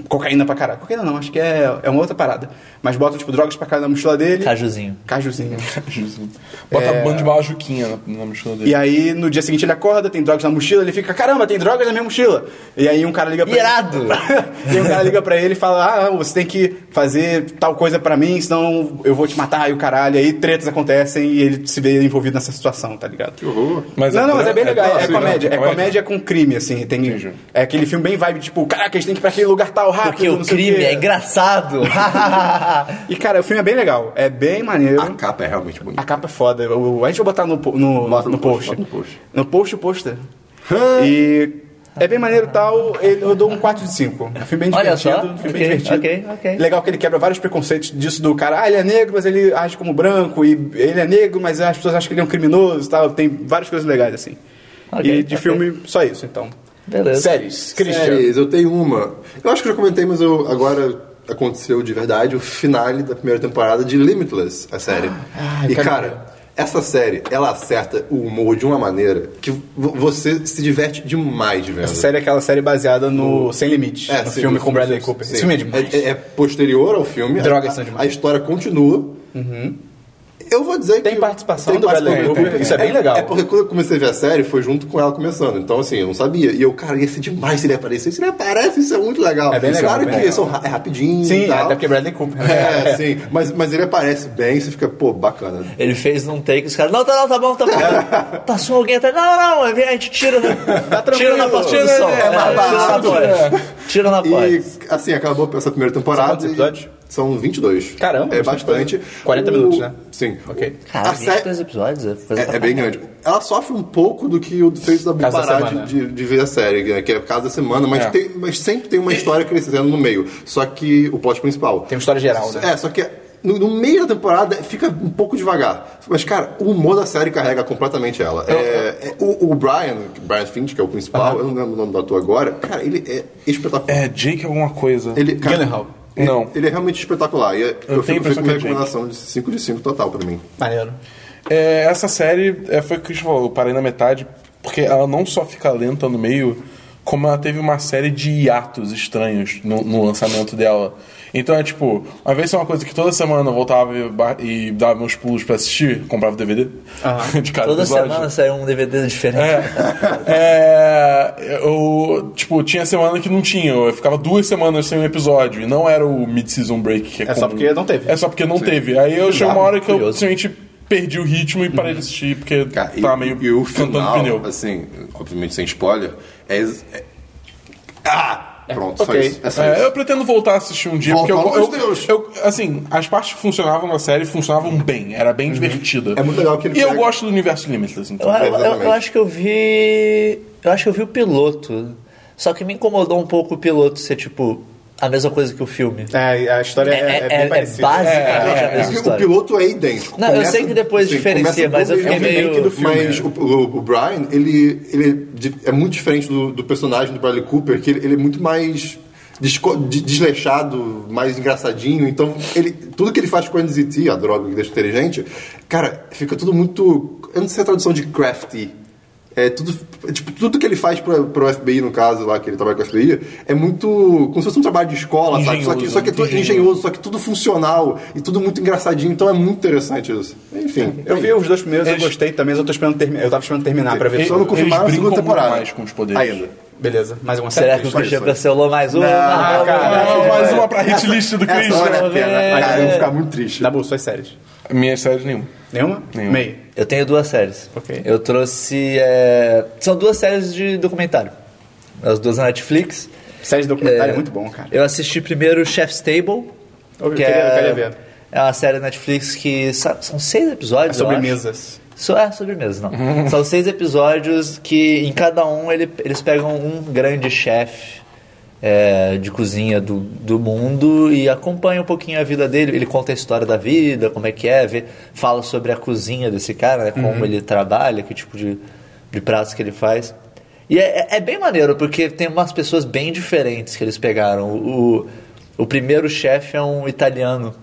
S1: um- cocaína pra caralho. Cocaína não, acho que é, é uma outra parada. Mas botam, tipo, drogas pra caralho na mochila dele.
S4: Cajuzinho.
S1: Cajuzinho.
S3: Jesus. Bota a banda de bala Juquinha na, na mochila dele.
S1: E aí, no dia seguinte, ele acorda, tem drogas na mochila, ele fica, caramba, tem drogas na minha mochila. E aí um cara liga pra
S4: Irado!
S1: ele. e um cara liga pra ele e fala: Ah, você tem que fazer tal coisa pra mim, senão eu vou te matar e o caralho. E aí tretas acontecem e ele se vê envolvido nessa situação, tá ligado?
S2: Que horror.
S3: Mas
S1: não, não,
S3: dra-
S1: mas é bem legal.
S3: dra-
S1: É,
S3: sim,
S1: comédia.
S3: né?
S1: É comédia com crime, assim. Tem,
S3: Entendi.
S1: é aquele filme bem vibe, tipo, caraca, a gente tem que ir pra aquele lugar tal rápido.
S4: Porque o
S1: não sei
S4: crime
S1: quê."
S4: é engraçado.
S1: E, cara, o filme é bem legal. É bem maneiro.
S4: Ah.
S2: A capa é realmente bonita.
S1: A capa é foda. O- A gente vai botar no, po- no,
S2: Bota
S1: no,
S2: no
S1: post.
S2: post, bota no post.
S1: No post o pôster. e. É bem maneiro e tal, ele- eu dou um 4 de 5. Um filme bem
S4: Olha
S1: divertido.
S4: só.
S1: um filme bem
S4: Ok,
S1: divertido.
S4: ok, ok.
S1: Legal que ele quebra vários preconceitos disso do cara, ah, ele é negro, mas ele age como branco, e ele é negro, mas as pessoas acham que ele é um criminoso e tal. Tem várias coisas legais, assim.
S4: Ok,
S1: e de
S4: ok.
S1: filme, só isso, então.
S4: Beleza.
S1: Séries, Christian.
S2: Séries, eu tenho uma. Eu acho que eu já comentei, mas eu, agora aconteceu de verdade o finale da primeira temporada de Limitless, a série. e
S1: cara.
S2: cara, essa série, ela acerta o humor de uma maneira que vo- você se diverte demais vendo.
S1: Essa série é aquela série baseada no Sem Limites,
S2: É,
S1: no
S2: sim,
S1: filme
S2: sim,
S1: com Bradley
S2: sim,
S1: Cooper.
S2: sim.
S1: Esse filme é demais.
S2: É, é posterior ao filme.
S1: Drogas
S2: a,
S1: são demais. Uhum.
S2: A história continua. Eu vou dizer que...
S1: Tem participação
S2: tem
S1: do Bradley
S2: participação
S1: Cooper, isso é bem legal.
S2: É porque quando eu comecei a ver a série, foi junto com ela começando. Então, assim, eu não sabia. E eu, cara, ia ser demais se ele aparecesse. Se ele aparece, isso é muito legal.
S1: É bem legal,
S2: Claro
S1: bem
S2: que
S1: legal.
S2: são ra- é rapidinho e
S1: Sim,
S2: tal.
S1: até porque Bradley Cooper.
S2: É, sim. Mas, mas ele aparece bem, você fica, pô, bacana.
S4: Ele fez num take, os caras, não, tá, não, tá bom, tá bom. Passou alguém até, não, não, não, a gente tira, né?
S1: tranquilo,
S4: tira na pós-produção.
S1: tira, é mais
S2: barato,
S4: Tira na pós. Tira na
S2: E,
S4: pós.
S2: assim, acabou essa primeira
S1: São
S2: temporada.
S1: quantos
S2: e-
S1: episódios?
S2: São 22.
S1: Caramba,
S2: É
S1: bastante
S2: bastante.
S1: coisa. 40 minutos, né?
S2: Sim.
S1: Ok.
S4: Cara,
S2: a série,
S4: 22 episódios, é coisa
S2: É,
S4: pra
S2: é bem grande. Ela sofre um pouco do que o feito da
S1: Casa da
S2: parar
S1: Semana.
S2: de, de- de ver a série, né, que é Casa da Semana, mas,
S1: É.
S2: tem- mas sempre tem uma história crescendo no meio. Só que o plot principal.
S1: Tem uma história geral, né?
S2: É, só que no, no meio da temporada fica um pouco devagar. Mas, cara, o humor da série carrega completamente ela. É, é- o, o Brian, Brian Finch, que é o principal, eu não lembro o nome do ator agora, cara, ele é espetacular.
S3: É Jake alguma coisa.
S2: Ele, cara,
S1: Gyllenhaal.
S3: Não.
S2: Ele é realmente espetacular. E é- eu,
S3: tenho a
S2: fico, fico com
S3: impressão que é Jake.
S2: recomendação de 5 de 5 total pra mim.
S1: Maneiro.
S3: É, essa série, é, foi o que o Christian falou, eu parei na metade, porque ela não só fica lenta no meio, como ela teve uma série de hiatos estranhos no, no lançamento dela. Então é tipo, uma vez é uma coisa que toda semana eu voltava e, ba- e dava meus pulos pra assistir, comprava o DVD de cada
S4: Toda
S3: episódio.
S4: semana saiu um DVD diferente.
S3: É, é, eu, tipo, tinha semana que não tinha. Eu ficava duas semanas sem um episódio. E não era o mid-season break. Que é,
S1: só
S3: quando-
S1: porque não teve.
S3: É só porque não teve. Aí eu chegou uma hora que eu
S4: curioso.
S3: simplesmente perdi o ritmo e parei de assistir, porque
S2: Cara,
S3: tava Tá meio
S2: Tá, e o
S3: cantando
S2: final,
S3: pneu.
S2: assim, obviamente sem spoiler, é... ex- é- Ah! Pronto, só
S1: ok.
S2: isso. É só
S3: É, eu
S2: isso.
S3: pretendo voltar a assistir um dia,
S2: Volta,
S3: porque eu,
S2: pelo amor
S3: eu,
S2: de Deus.
S3: eu- Assim, as partes que funcionavam na série funcionavam bem, era bem divertida.
S2: É muito legal que ele
S3: E eu
S2: pega-
S3: gosto do universo Limitless, então.
S4: Eu, eu- eu- eu
S2: Exatamente.
S4: acho que eu vi. Eu acho que eu vi o piloto. Só que me incomodou um pouco o piloto ser, tipo, a mesma coisa que o filme.
S1: É, a história é, é, bem parecida.
S4: basicamente a
S2: É,
S4: mesma
S2: porque o
S4: história.
S2: piloto é idêntico.
S4: Não, eu sei que depois diferencia,
S2: começa
S4: mas eu
S2: igual
S4: fiquei
S2: mesmo.
S4: meio-
S2: Mas o, o- o Brian, ele, ele é di- é muito diferente do, do personagem do Bradley Cooper, que ele, ele é muito mais desco- de- desleixado, mais engraçadinho. Então, ele, tudo que ele faz com a NZT, a droga que deixa inteligente, cara, fica tudo muito... Eu não sei a tradução de crafty. É tudo, é, tipo, tudo que ele faz pra, pro FBI, no caso, lá que ele trabalha com o FBI, é muito. como se fosse um trabalho de escola, sabe? Só que,
S3: Engenhoso,
S2: só que é tudo
S3: muito
S2: engenhoso gostoso, só que tudo funcional e tudo muito engraçadinho, então é muito interessante isso. Enfim,
S4: É,
S1: Eu vi os dois primeiros,
S3: Eles-
S1: eu gostei também, mas eu, tô esperando terminar, eu tava esperando terminar pra ver
S3: Eles-
S2: só
S1: tudo.
S2: não confirmaram a
S3: brincam
S2: segunda
S3: muito
S2: temporada.
S3: mais com os poderes.
S2: Ainda.
S1: Beleza, mais
S2: é
S1: uma série.
S4: Será que o
S1: Christian.
S4: Christian
S2: isso.
S4: cancelou mais um? Ah, uma?
S1: Não, cara.
S3: Ah,
S1: é,
S3: mais
S1: é.
S3: uma pra hit list do
S2: Essa
S3: Christian.
S2: hora é pena. Cara, eu vou
S4: É.
S2: ficar muito triste.
S1: Dabu, suas séries.
S3: Minhas séries nenhuma.
S1: Nenhuma?
S3: Nenhuma.
S1: Meio.
S4: Eu tenho duas séries.
S1: Ok.
S4: Eu trouxe. é, São duas séries de documentário. As duas na Netflix.
S1: Série de documentário é, muito bom, cara.
S4: Eu assisti primeiro Chef's Table.
S1: Eu queria- eu queria ver.
S4: É uma série Netflix que sa- são seis episódios.
S1: É sobre
S4: eu acho.
S1: mesas.
S4: So, é, sobremesa, não. São seis episódios que em cada um ele- eles pegam um grande chefe é, de cozinha do, do mundo e acompanha um pouquinho a vida dele. Ele conta a história da vida, como é que é, vê- fala sobre a cozinha desse cara, né, como ele trabalha, que tipo de, de pratos que ele faz. E é, é- é bem maneiro, porque tem umas pessoas bem diferentes que eles pegaram. O, o primeiro chefe é um italiano,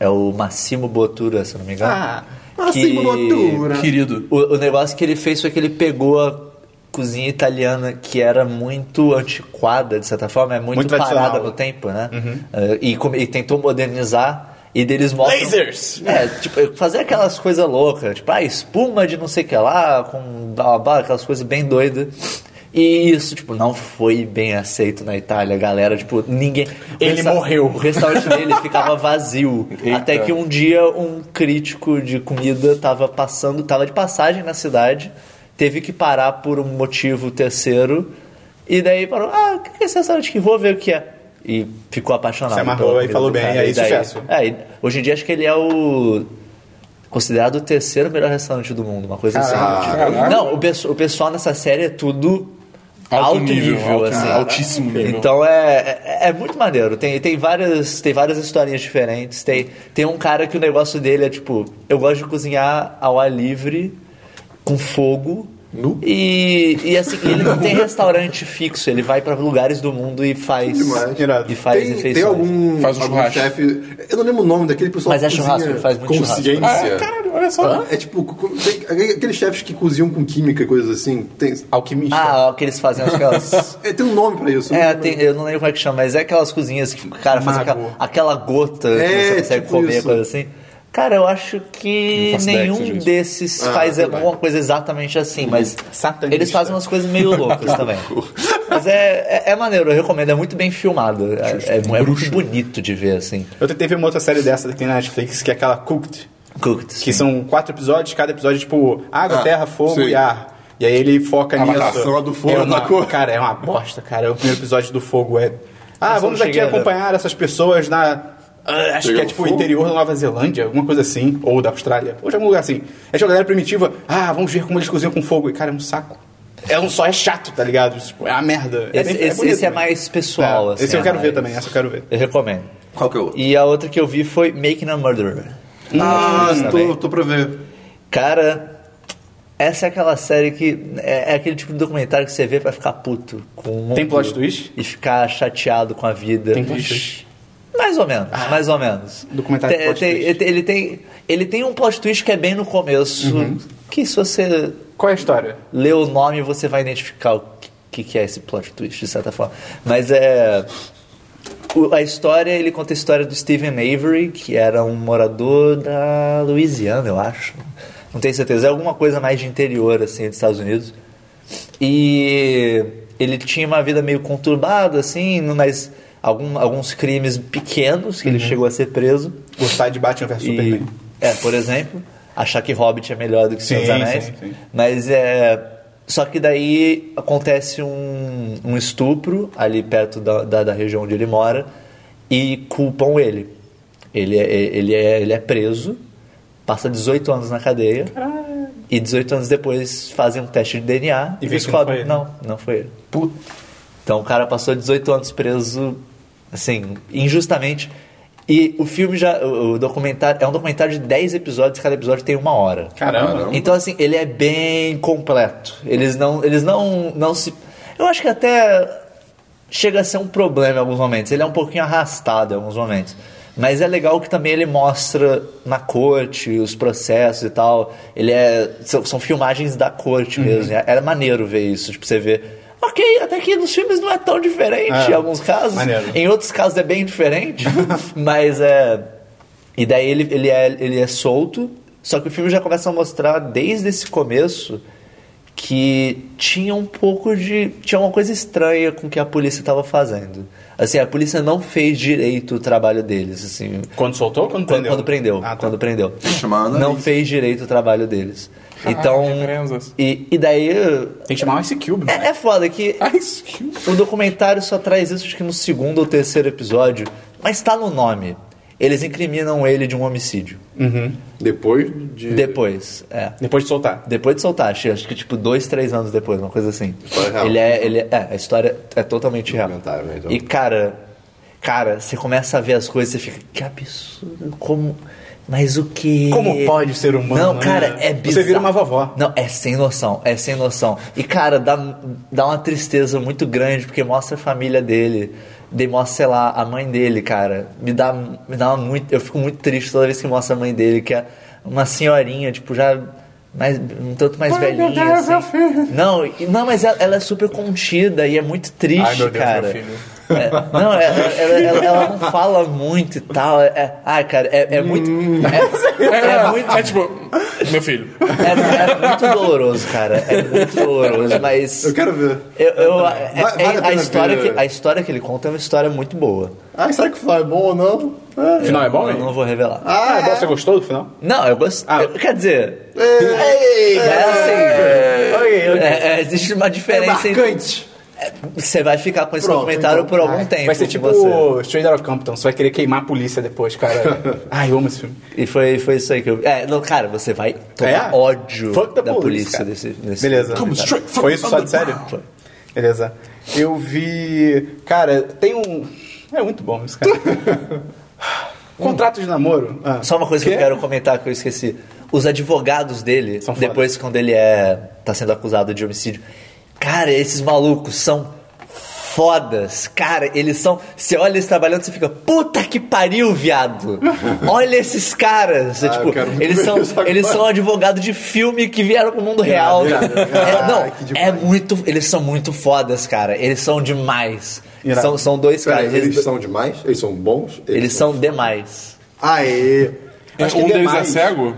S4: é o Massimo Bottura, se eu não me engano.
S1: Ah,
S2: Massimo Bottura.
S3: Querido.
S4: O, o negócio que ele fez foi que ele pegou a cozinha italiana que era muito antiquada, de certa forma, é muito,
S1: Muito tradicional. Uhum.
S4: parada no tempo, né? Eh, e, come- e tentou modernizar. E deles mostram.
S1: Lasers!
S4: É, tipo, fazer aquelas coisas loucas, tipo, ah, espuma de não sei o que lá, com babá, aquelas coisas bem doidas. E isso, tipo, não foi bem aceito na Itália, galera. Tipo, ninguém.
S1: Ele
S4: Resta-
S1: morreu.
S4: O restaurante dele ficava vazio.
S3: Eita.
S4: Até que um dia um crítico de comida tava passando, tava de passagem na cidade, teve que parar por um motivo terceiro. E daí parou, ah, o que é esse restaurante que vou ver o que é? E ficou apaixonado.
S1: Se amarrou
S4: pela
S1: e
S4: comida
S1: falou
S4: do
S1: bem,
S4: cara.
S1: e aí
S4: daí-
S1: sucesso.
S4: É, e hoje em dia acho que ele é o. Considerado o terceiro melhor restaurante do mundo, uma coisa assim.
S2: Caraca.
S4: Não, o, pesso- o pessoal nessa série é tudo
S3: Alto
S4: alto,
S3: nível,
S4: nível,
S3: alto
S4: assim.
S3: nível, altíssimo nível.
S4: Então é, é, é muito maneiro. Tem, tem, várias, tem várias historinhas diferentes. Tem, tem um cara que o negócio dele é tipo: eu gosto de cozinhar ao ar livre, com fogo.
S2: Nu?
S4: E, e assim, ele não tem restaurante fixo, ele vai pra lugares do mundo e faz.
S2: Demais.
S1: Irado.
S4: E faz
S2: tem,
S4: refeições.
S2: tem algum,
S3: Faz um
S2: algum
S3: churrasco.
S2: chefe. Eu não lembro o nome daquele pessoal
S4: Mas
S2: que
S4: é churrasco,
S2: cozinha
S4: ele faz muito churrasco.
S2: consciência.
S3: Ah, caralho, olha só.
S2: É tipo, cu- cu- tem aqueles chefes que cozinham com química e coisas assim. Tem,
S1: Alquimista.
S4: Ah, o que eles fazem aquelas.
S2: é, tem um nome pra isso.
S4: É,
S2: não-
S4: tem- eu não lembro como é que chama, mas é aquelas cozinhas que o cara faz
S1: Mago.
S4: aquela, aquela gota que
S2: É,
S4: você consegue
S2: tipo
S4: comer,
S2: isso.
S4: coisa assim. Cara, eu acho
S3: Não
S4: que
S3: faço ideia que seja
S4: nenhum
S3: isso.
S4: desses
S2: Ah,
S4: faz
S2: tudo bem.
S4: alguma coisa exatamente assim, mas
S1: Satanista.
S4: eles fazem umas coisas meio loucas também. Mas é, é, é maneiro, eu recomendo, é muito bem filmado. É, é- é muito bonito de ver, assim.
S1: Eu tentei ver uma outra série dessa aqui na Netflix, que é aquela Cooked.
S4: Cooked.
S1: Que
S4: sim.
S1: são quatro episódios, cada episódio é tipo água,
S2: Ah,
S1: terra, fogo
S2: sim.
S1: e ar. E aí ele foca
S2: A
S1: nisso.
S2: marcação do fogo,
S1: é uma,
S2: sacou?
S1: Cara, é uma bosta, cara. O primeiro episódio do fogo é. Ah,
S4: Eu
S1: vamos
S4: não
S1: aqui
S4: cheguei a ver.
S1: acompanhar essas pessoas na. Ah, acho que é
S2: Pegando
S1: tipo
S2: fogo?
S1: interior da Nova Zelândia, alguma coisa assim, ou da Austrália, ou de algum lugar assim. É tipo a galera primitiva, ah, vamos ver como eles cozinham com fogo. E cara, é um saco. É um só, é chato, tá ligado? Tipo, É uma merda.
S4: Esse,
S1: bem-
S4: esse-
S1: bonito,
S4: esse é
S1: né?
S4: mais pessoal,
S1: É,
S4: assim.
S1: Esse eu
S4: é
S1: quero ver
S4: mais-
S1: também, essa eu quero ver.
S4: Eu recomendo.
S2: Qual que é o outro?
S4: E a outra que eu vi foi Making a Murderer.
S2: Ah, tô,
S4: também.
S2: tô pra ver.
S4: Cara, essa é aquela série que. É, é aquele tipo de documentário que você vê pra ficar puto com o mundo
S1: Tem plot twist?
S4: E ficar chateado com a vida.
S1: Tem plot twist? Ah,
S4: Mais ou menos, mais ou menos.
S1: documentário
S4: tem,
S1: de plot
S4: tem-
S1: twist.
S4: Ele tem, ele tem um plot twist que é bem no começo.
S1: Uhum.
S4: Que se você
S1: Qual é a história?
S4: ler o nome você vai identificar o que, que é esse plot twist, de certa forma. Mas é. o- a história, ele conta a história do Stephen Avery, que era um morador da Louisiana, eu acho. Não tenho certeza. É alguma coisa mais de interior, assim, dos Estados Unidos. E ele tinha uma vida meio conturbada, assim, mas algum- alguns crimes pequenos que ele chegou a ser preso.
S1: Gostar de Batman vs Superman.
S4: É, por exemplo, achar que Hobbit é melhor do que Senhor dos
S1: Sim,
S4: Anéis.
S1: sim, sim.
S4: Mas é. Só que daí acontece um, um estupro ali perto da, da, da região onde ele mora e culpam ele. Ele é, ele é, ele é preso, passa 18 anos na cadeia e 18 anos depois fazem um teste de DNA e,
S1: E vê que não foi
S4: descobrem.
S1: ele.
S4: não, não foi ele. Então o cara passou 18 anos preso, assim, injustamente. E o filme já. O, o documentário. É um documentário de 10 episódios, cada episódio tem uma hora.
S1: Caramba.
S4: Então, assim, ele é bem completo. Eles não. Eles não. não se. Eu acho que até chega a ser um problema em alguns momentos. Ele é um pouquinho arrastado em alguns momentos. Mas é legal que também ele mostra na corte, os processos e tal. Ele é. São, são filmagens da corte
S1: Uhum.
S4: mesmo. Era maneiro ver isso. Tipo, você vê. Ok, até que nos filmes não é tão diferente
S1: É,
S4: em alguns casos.
S1: maneiro.
S4: Em outros casos é bem diferente. mas é. E daí ele, ele, é, ele é solto, só que o filme já começa a mostrar desde esse começo que tinha um pouco de. tinha uma coisa estranha com o que a polícia estava fazendo. Assim, a polícia não fez direito o trabalho deles, assim.
S1: Quando soltou ou quando
S4: Quando,
S1: prendeu?
S4: quando prendeu.
S1: Ah, tá.
S4: Quando prendeu.
S2: chamar a Ana
S4: Não
S2: Alice.
S4: fez direito o trabalho deles.
S3: Ah,
S4: Então.
S3: referências.
S4: E, e daí.
S1: Tem que chamar o Ice Cube. né?
S4: É, é foda que
S3: Ice Cube.
S4: o documentário só traz isso acho que no segundo ou terceiro episódio, mas tá no nome. Eles incriminam ele de um homicídio.
S2: Depois de.
S4: Depois, é.
S1: Depois de soltar.
S4: Depois de soltar, acho, acho que tipo dois, três anos depois, uma coisa assim.
S2: História real.
S4: Ele é, ele é, é, a história é totalmente real.
S2: Documentário, né, então.
S4: E cara, cara, você começa a ver as coisas, você fica, que absurdo, como... Mas o que?
S1: Como pode o ser humano,
S4: Não,
S1: né?
S4: cara, é
S1: Você
S4: bizarro.
S1: vira uma vovó.
S4: Não, é sem noção, é sem noção. E, cara, dá, dá uma tristeza muito grande, porque mostra a família dele, demonstra, sei lá, a mãe dele, cara. Me dá, me dá uma muito. Eu fico muito triste toda vez que mostra a mãe dele, que é uma senhorinha, tipo, já. Mais, um tanto mais velhinha. Assim. Não, e- não, mas ela, ela é super contida e é muito triste,
S1: Ai, meu Deus,
S4: cara.
S1: meu filho.
S4: É, não, é- é- ela, ela- ela não fala muito e tal. É, é- ai, cara, é, é muito. é-
S3: É,
S4: é muito
S3: muito... é tipo, meu filho.
S4: é, é muito doloroso, cara. É muito doloroso, mas.
S2: Eu quero ver.
S4: Eu, eu- é- é-
S2: Vale a pena
S4: a, história
S2: ver.
S4: que, a história que ele conta é uma história muito boa.
S2: Ah, será que o final é bom ou não? É.
S1: final é
S4: Eu
S1: bom, hein?
S4: não vou revelar.
S1: Ah, é bom. Você gostou do final?
S4: Não, eu gosto.
S1: Ah.
S4: eu- quer dizer.
S1: Ei,
S4: É assim.
S1: Ok, ok.
S4: é- é- existe uma diferença entre. Você vai ficar com esse
S2: Pronto,
S4: documentário
S2: então.
S4: por algum tempo.
S1: Vai ser
S4: com
S1: tipo
S4: você.
S1: Straight Outta Compton. Você vai querer queimar a polícia depois, cara. Ai, eu amo esse filme.
S4: E foi, foi isso aí que eu. É, não, cara, você vai tomar
S1: É?
S4: ódio
S1: Fuck the
S4: da
S1: police,
S4: polícia
S1: cara.
S4: desse, desse.
S1: Beleza.
S4: documentário.
S1: Foi isso só de sério?
S4: Foi.
S1: Beleza. Eu vi. Cara, tem um. É muito bom isso, cara. Contrato de namoro. Ah.
S4: Só uma coisa que eu quero comentar que eu esqueci. Os advogados dele,
S1: São foda.
S4: depois quando ele é tá sendo acusado de homicídio, cara, esses malucos são fodas. Cara, eles são, você olha eles trabalhando, você fica, puta que pariu, viado. Olha esses caras, É,
S2: Ah, eu
S4: tipo,
S2: quero muito
S4: eles
S2: ver
S4: são,
S2: isso agora.
S4: eles são advogados de filme que vieram pro mundo real, cara. É, não,
S2: que demais.
S4: é muito, eles são muito fodas, cara. Eles são demais.
S1: Irado.
S4: São, são dois
S2: Pera,
S4: caras,
S2: eles
S4: eles,
S2: são demais? Eles são bons?
S4: eles são demais.
S2: Aê!
S3: É,
S1: Acho que
S3: um deles
S1: demais.
S3: é cego?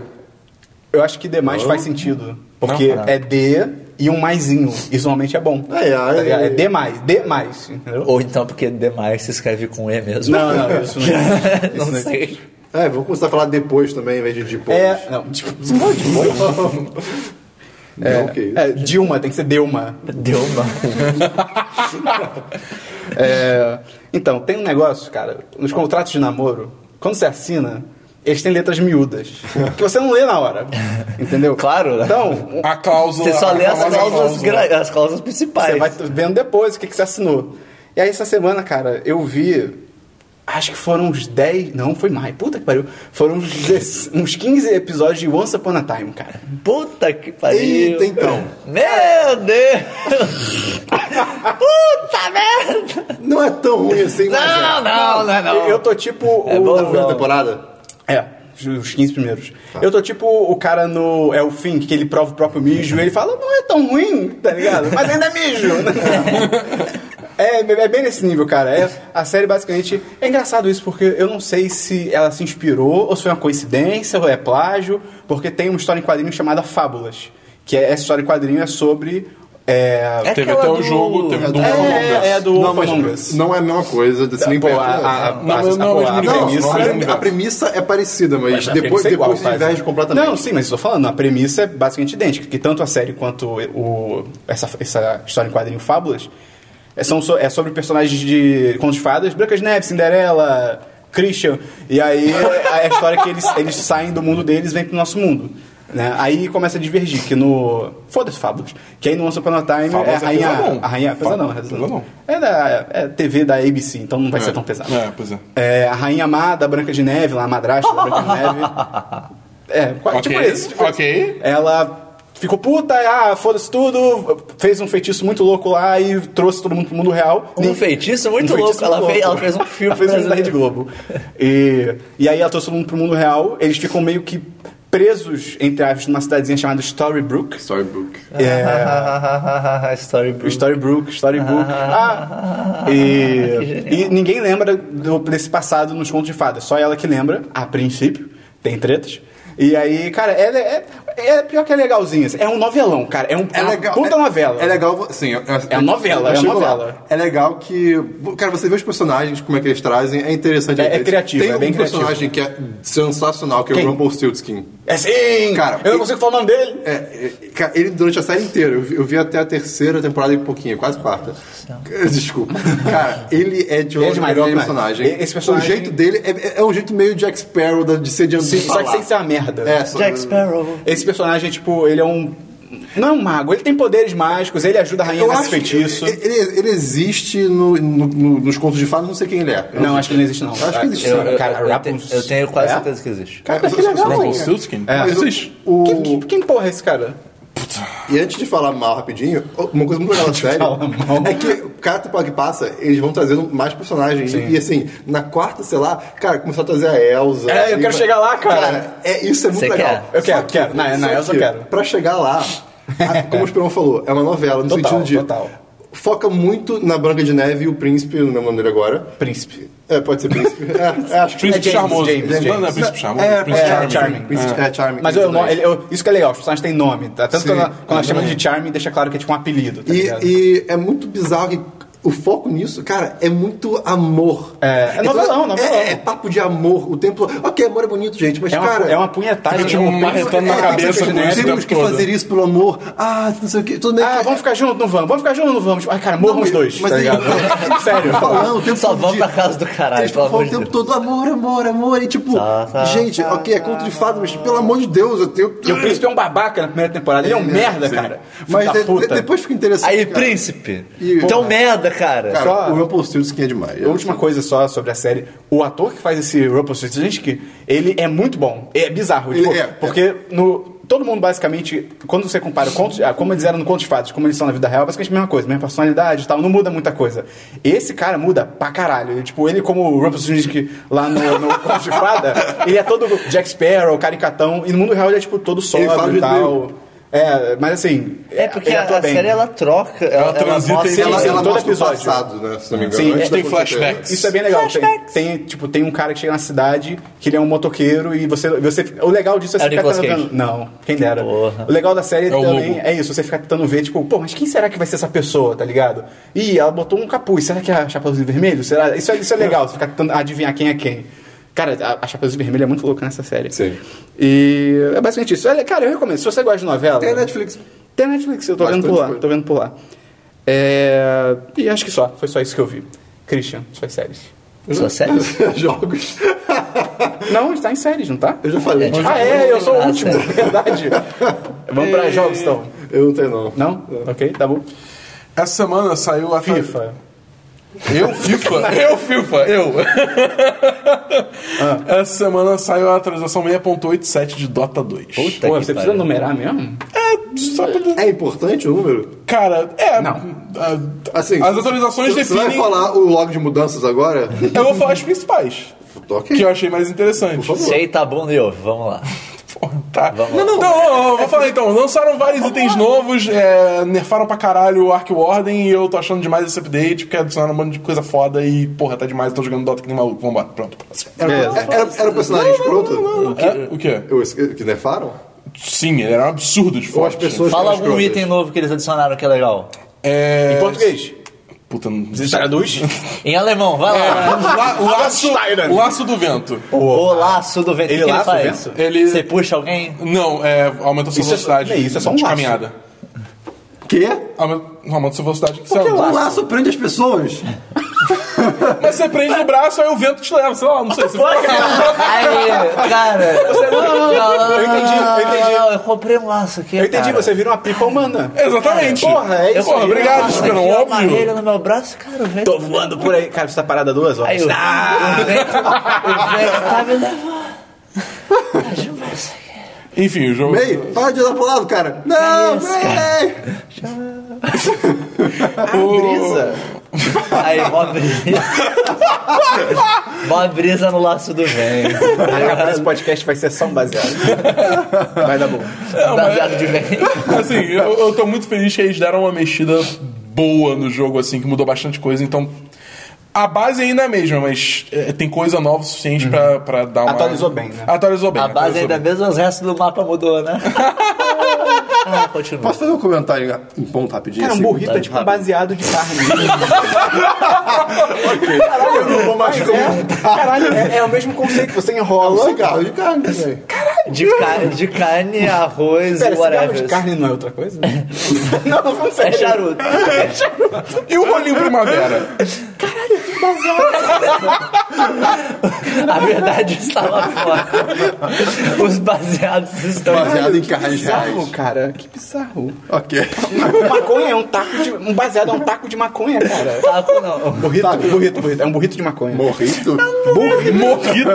S1: Eu acho que demais faz sentido. Porque
S4: Não? Ah.
S1: é D e um maisinho. Isso normalmente é bom.
S2: Ai, ai,
S1: Tá ligado?
S2: ai.
S1: é D mais, D mais, entendeu?
S4: Ou então porque demais se escreve com E mesmo.
S1: Não, não, isso não.
S4: não
S1: Isso não
S4: sei.
S2: É, vamos começar a falar depois também, em vez de depois.
S1: É. Não, tipo, não pode
S2: Não, que isso.
S1: É, Dilma, tem que ser Dilma.
S4: Deu uma.
S1: É, então, tem um negócio, cara, nos contratos de namoro, quando você assina, eles têm letras miúdas. que você não lê na hora. Entendeu?
S4: Claro, né?
S1: Então,
S3: A cláusula.
S4: Você só
S3: a
S4: lê as
S3: famosa
S4: cláusulas, gra- é as cláusulas
S1: Você
S4: principais.
S1: vai vendo depois o que, que você assinou. E aí, essa semana, cara, eu vi. Acho que foram uns 10. Não, foi mais. Puta que pariu. Foram uns, 10 uns 15 episódios de Once Upon a Time, cara.
S4: Puta que pariu.
S2: Eita, então.
S4: Meu Deus! Puta merda!
S2: Não é tão ruim assim, mas.
S4: Não,
S2: é.
S4: não, não, não.
S1: Eu, eu tô tipo.
S4: É
S1: o-
S4: bom,
S2: Na primeira
S4: não.
S2: temporada?
S1: É, os- os 15 primeiros. Eu tô tipo o cara no. É o fim, que ele prova o próprio mijo e ele fala, não é tão ruim, tá ligado? Mas ainda é mijo. É, é bem nesse nível, cara. É, a série basicamente. É engraçado isso, porque eu não sei se ela se inspirou, ou se foi uma coincidência, ou é plágio, porque tem uma história em quadrinho chamada Fábulas. Que é, essa história em quadrinho é sobre. É,
S4: É
S3: Teve
S4: aquela
S3: até o
S4: do-
S3: jogo, teve do
S1: é, é, é do
S2: não,
S1: Wolf
S2: mas
S1: Among Us.
S2: não é a mesma coisa desse nem
S1: Pô,
S2: perto.
S1: a, a, a,
S3: Não,
S1: a-
S3: não,
S1: pô,
S3: mas não
S1: a
S2: Não,
S1: premissa-
S2: a,
S3: é
S2: premi- a premissa é parecida, mas,
S1: Mas a
S2: depois,
S1: premissa é igual,
S2: depois se
S1: quase.
S2: diverge
S3: né?
S2: completamente.
S1: Não, sim, mas estou falando, a premissa é basicamente idêntica, que tanto a série quanto o, essa, essa história em quadrinho Fábulas é, são so- é sobre personagens de contos de fadas, Brancas Neves, Cinderela, Christian, e aí é a história que eles, eles saem do mundo deles e vêm pro nosso mundo. Né? Aí começa a divergir, que no. Foda-se, Fábulas. Que aí no Once Upon a Time
S3: Fábulas
S1: é
S3: é
S1: a rainha.
S3: pesadão.
S1: a rainha. Pesadão,
S3: Fábulas é
S1: pesadão.
S3: pesadão.
S1: É da é TV da ABC, então não vai ser tão pesado.
S3: É, pois é.
S1: É, a Rainha Má da Branca de Neve, lá, a madrasta da Branca de Neve. É, quase
S3: Ok,
S1: tipo esse. Tipo
S3: ok.
S1: esse. Ela ficou puta, ah, foda-se tudo, fez um feitiço muito louco lá e trouxe todo mundo pro mundo real.
S4: Um
S1: Nem-
S4: feitiço muito
S1: um
S4: louco.
S1: feitiço
S4: ela,
S1: muito
S4: Fez,
S1: louco.
S4: ela fez um filme
S1: Ela fez um filme da Rede
S4: brasileiro.
S1: Globo. E, e aí ela trouxe todo mundo pro mundo real, eles ficam meio que presos, entre aspas, numa cidadezinha chamada Storybrooke.
S2: Storybook.
S1: É,
S4: Storybook.
S1: Storybrooke, Storybook. Ah,
S4: que
S1: e,
S4: genial.
S1: e ninguém lembra do- desse passado nos contos de fadas. Só ela que lembra, a princípio. Tem tretas. E aí, cara, ela é, é, é pior que é legalzinha. assim. É um novelão, cara. É, um,
S2: É legal.
S1: puta
S2: é,
S1: novela.
S2: É legal, sim. É,
S1: É novela, é
S2: chego lá.
S1: novela.
S2: É legal que. Cara, você vê os personagens, como é que eles trazem, é interessante.
S1: É- é criativo,
S2: Tem
S1: é bem
S2: um
S1: criativo.
S2: personagem que é sensacional, que
S1: Quem?
S2: é o Rumpelstiltskin.
S1: É sim!
S2: Cara,
S1: eu não
S2: ele-
S1: consigo falar o nome dele.
S2: É, é, cara, ele durante a série inteira, eu vi, eu vi até a terceira temporada e pouquinho, quase quarta.
S1: Então.
S2: Desculpa. Cara, ele é de
S1: Ele é
S2: outro
S1: demais,
S2: nível
S1: ele é
S2: de
S1: demais.
S2: personagem.
S1: Esse personagem-
S2: O jeito dele é, é um jeito meio Jack Sparrow da- de ser de
S1: Sim, só que sem ser uma merda.
S2: É, só-
S4: Jack Sparrow.
S1: Esse personagem, tipo, ele é um. Não é um mago, ele tem poderes mágicos, ele ajuda a rainha
S2: Eu
S1: nesse
S2: acho que
S1: feitiço.
S2: ele, ele- ele existe no- no- no- nos contos de fadas, não sei quem ele é.
S1: Não, acho que não existe, não.
S2: Acho que existe,
S4: Eu,
S2: sim.
S4: eu-
S1: Cara,
S4: eu te-
S1: Rapunzel.
S4: eu tenho quase
S1: É?
S4: certeza que existe.
S2: Cara,
S1: que legal,
S2: eu- eu-
S1: hein?
S3: Rumpelstiltskin?
S1: É.
S3: Existe.
S2: O-
S1: Quem, quem- quem porra é esse cara?
S2: E antes de falar mal rapidinho, uma coisa muito legal da série
S1: falar mal.
S2: é que cada temporada que passa, eles vão trazendo mais personagens. E assim, na quarta, sei lá, cara, começou a trazer a Elsa.
S1: É, eu
S2: E
S1: quero
S2: vai-
S1: chegar lá, cara.
S2: é, isso é muito
S4: Você
S2: legal.
S4: quer?
S1: Eu quero,
S2: que-
S1: quero. Na- na
S2: só
S1: Elsa eu
S2: que,
S1: quero.
S2: Pra chegar lá, a- como o Esperão falou, é uma novela, no
S1: Total,
S2: sentido de.
S1: total.
S2: Foca muito na Branca de Neve e o Príncipe, não lembro o nome dele agora.
S1: Príncipe.
S2: É, pode ser Príncipe. É, é, acho que
S3: Príncipe
S1: James,
S3: Charmoso.
S1: James,
S3: Não, não é
S1: James.
S3: Príncipe Charmoso.
S2: É,
S3: Príncipe
S1: é,
S3: Charming.
S1: Charming.
S2: Príncipe- é, Charming.
S1: Mas eu, não-
S2: Príncipe
S1: ele- eu- isso que é legal, os personagens têm nome. Tá? Tanto
S2: Sim.
S1: quando, quando nós chamamos de Charming, deixa claro que é tipo um apelido. Tá
S2: E,
S1: ligado?
S2: e é muito bizarro que o foco nisso, cara, é muito amor.
S1: É, é novelão, novelão.
S2: É, é papo de amor o tempo todo. Ok, amor é bonito, gente, mas
S1: É uma,
S2: cara...
S1: é uma punhetada.
S3: Fica, tipo,
S1: né?
S3: marretando na
S2: é,
S3: cabeça
S2: tem que-
S3: com isso o
S2: Temos
S3: tempo
S2: que
S3: todo.
S2: fazer isso pelo amor. Ah, não sei o que. Tudo bem.
S1: Ah, vamos ficar junto, não vamos. Vamos ficar junto, não vamos. Ai, cara, morram os dois,
S2: mas
S1: tá
S2: aí-
S1: ligado? Sério.
S2: falando o tempo
S4: Só
S2: todo
S4: vão
S2: de-
S4: pra casa do caralho,
S2: Eles
S4: pelo
S2: falam
S4: amor
S2: o
S4: de
S2: tempo
S4: Deus.
S2: todo amor, amor, amor. E tipo,
S4: Tá, tá,
S2: gente,
S4: tá,
S2: ok, é conto de fada, mas pelo amor de Deus, eu tenho.
S1: E o príncipe é um babaca na primeira temporada. Ele é um merda, cara.
S2: Mas
S1: Filho da
S2: de-
S1: puta.
S2: depois fica interessante.
S4: Aí,
S2: cara.
S4: príncipe.
S2: E-
S4: Então, merda, cara.
S2: Cara,
S1: Só-
S2: o Rumpelstiltskin é demais.
S1: A última coisa só sobre a série. O ator que faz esse Rumpelstiltskin, ele é muito bom. É bizarro.
S2: Ele
S1: tipo,
S2: é.
S1: Porque no... Todo mundo, basicamente, quando você compara o conto, ah, como eles eram no Contos de Fatos, como eles são na vida real, é basicamente a mesma coisa, mesma personalidade e tal, não muda muita coisa. Esse cara muda pra caralho. Ele, tipo, ele como o Rumpelstiltskin lá no, no Contos de Fada, ele é todo Jack Sparrow, caricatão, e no mundo real ele é, tipo, todo
S2: fala
S1: sóbrio e
S2: de
S1: tal. É, mas assim...
S4: É porque
S1: ele
S4: a,
S1: atua
S4: a
S1: bem.
S4: série ela troca, ela, ela,
S3: transita
S4: mostra-
S3: entre-
S2: ela,
S1: sim,
S2: ela
S1: todo
S2: mostra
S1: episódio.
S2: o passado, né? Se não me engano.
S1: Sim, é,
S2: antes
S1: tem
S2: da acontecer.
S3: flashbacks.
S1: Isso é bem legal. Tem, tem, tipo, tem um cara que chega na cidade que ele é um motoqueiro e você. você o legal disso
S4: É o
S1: é você ficar
S4: Nicolas
S1: tentando.
S4: Cage.
S1: Não, quem dera.
S4: Porra.
S1: O legal da série
S3: o
S1: também
S3: lobo.
S1: é isso, você ficar tentando ver, tipo, pô, mas quem será que vai ser essa pessoa, tá ligado? Ih, ela botou um capuz, será que é a Chapeuzinho Vermelho? Será? Isso, é- isso é legal, você ficar tentando adivinhar quem é quem. Cara, a, a Chapeuzinho Vermelho é muito louca nessa série.
S2: Sim.
S1: E é basicamente isso. Olha, Cara, eu recomendo. Se você gosta de novela.
S2: Tem a É Netflix.
S1: Tem a Netflix, eu tô
S2: Bastante
S1: vendo por lá.
S2: coisa.
S1: Tô vendo por lá. É, E acho que só. Foi só isso que eu vi. Christian, suas séries.
S4: Sua série?
S2: Jogos.
S1: Não, está em séries, não tá?
S2: Eu já falei.
S4: É,
S1: Ah, é, eu sou o
S4: Ah,
S1: último,
S4: sério.
S1: verdade. Vamos pra jogos, então.
S2: Eu não tenho, não.
S1: Não? Ok, tá bom.
S3: Essa semana saiu a
S1: FIFA.
S3: Eu, FIFA? eu, FIFA, eu. Essa semana saiu a atualização 6.87 de Dota 2.
S4: Puta
S1: Pô,
S4: que
S1: você precisa
S4: pariu.
S1: numerar mesmo?
S3: É, só pra...
S2: É importante o número?
S3: Cara, é.
S1: Não.
S3: a-
S2: Assim,
S3: as
S2: se-
S3: atualizações
S2: se- Você vai
S3: definem.
S2: falar o log de mudanças agora?
S3: Eu vou falar as principais.
S2: ok.
S3: Que eu achei mais interessante.
S2: Por favor.
S4: Se aí tá bom, deu. Vamos lá.
S3: Porra, tá. Não,
S4: lá.
S3: não, não, não, não, vou falar então. Lançaram vários itens novos, é, nerfaram pra caralho o Ark Warden e eu tô achando demais esse update, porque adicionaram um monte de coisa foda e, porra, tá demais, eu tô jogando Dota que nem maluco. Vambora, pronto. próximo.
S2: Era, era, era o personagem escroto?
S3: É, o quê?
S2: Eu, que é nerfaram?
S3: Sim, ele era um absurdo de
S2: Ou as
S3: forte.
S2: pessoas
S4: Fala
S2: que eram
S4: algum
S2: escrotas?
S4: item novo que eles adicionaram que é legal.
S3: É...
S1: Em português.
S3: Puta, não...
S1: Você traduz?
S4: Em alemão, vai
S3: É,
S4: lá.
S3: la- laço,
S1: Steiner.
S3: laço do vento.
S4: O laço do vento. O que
S1: Ele
S4: ele
S1: laça o
S4: faz?
S1: vento?
S3: Ele-
S4: Você puxa alguém?
S3: Não, é, aumenta a sua
S1: Isso é-
S3: velocidade.
S1: é isso, é só um
S3: de
S1: laço.
S3: caminhada.
S2: Quê?
S3: Aumenta, não, aumenta a sua velocidade que você
S2: Porque
S3: anda.
S2: o laço prende as pessoas.
S3: Mas você prende no braço, aí o vento te leva, sei lá, não sei. Você
S4: Aí, cara.
S1: Eu entendi, eu entendi.
S4: Não, eu comprei um laço aqui.
S1: Eu entendi,
S4: cara.
S1: você vira uma pipa humana.
S3: Exatamente.
S1: Porra, é
S4: Eu
S3: Porra,
S1: isso aí.
S4: comprei um
S3: obrigado,
S4: laço
S3: Esperão,
S4: aqui, uma
S3: óbvio.
S4: amarrei no meu braço, cara, o vento.
S1: Tô voando por aí. Cara, você tá parado há duas horas.
S4: Aí o,
S1: Ah,
S4: o vento, o vento tá me levando. Deixa eu ver isso aqui.
S3: Enfim, o jogo.
S2: Ei, para de andar pro lado, cara. Não,
S4: Isso,
S2: ei.
S3: o-
S4: Aí, mó brisa. mó brisa no laço do vento.
S1: Acabar esse podcast vai ser só um baseado. Vai dar bom.
S4: Baseado de vento.
S3: Assim, eu, eu tô muito feliz que eles deram uma mexida boa no jogo, assim, que mudou bastante coisa, então. A base ainda é a mesma, mas é, tem coisa nova o suficiente pra, pra dar uma.
S1: Uhum. Atualizou bem, né?
S3: Atualizou bem.
S4: A base
S3: atualizou
S4: ainda é
S3: bem.
S4: mesmo, os restos do mapa mudou, né? ah, continua. Tá,
S2: Posso fazer um comentário em ponto rapidinho?
S1: Cara, um
S2: assim?
S1: burrito é tipo um baseado de carne.
S2: Caralho, eu não vou mais
S1: É, caralho, é, é o mesmo conceito. Você enrola.
S2: Cigarro de carne, velho.
S4: De, car de carne, arroz
S1: Pera,
S4: e
S1: cigarro
S4: whatever.
S1: de carne não é outra coisa? não, não falando
S4: É
S1: sério.
S4: charuto.
S1: é
S3: E o rolinho primavera?
S4: A verdade está lá fora. Os baseados estão.
S2: Baseado em
S1: Que
S2: carnes
S1: bizarro,
S2: reais.
S1: cara. Que bizarro.
S2: Ok.
S1: maconha é um taco de... Um baseado é um taco de maconha, cara.
S4: Taco não.
S1: Burrito, burrito, burrito. É um burrito de maconha. é.
S2: Morrito?
S3: Morrito!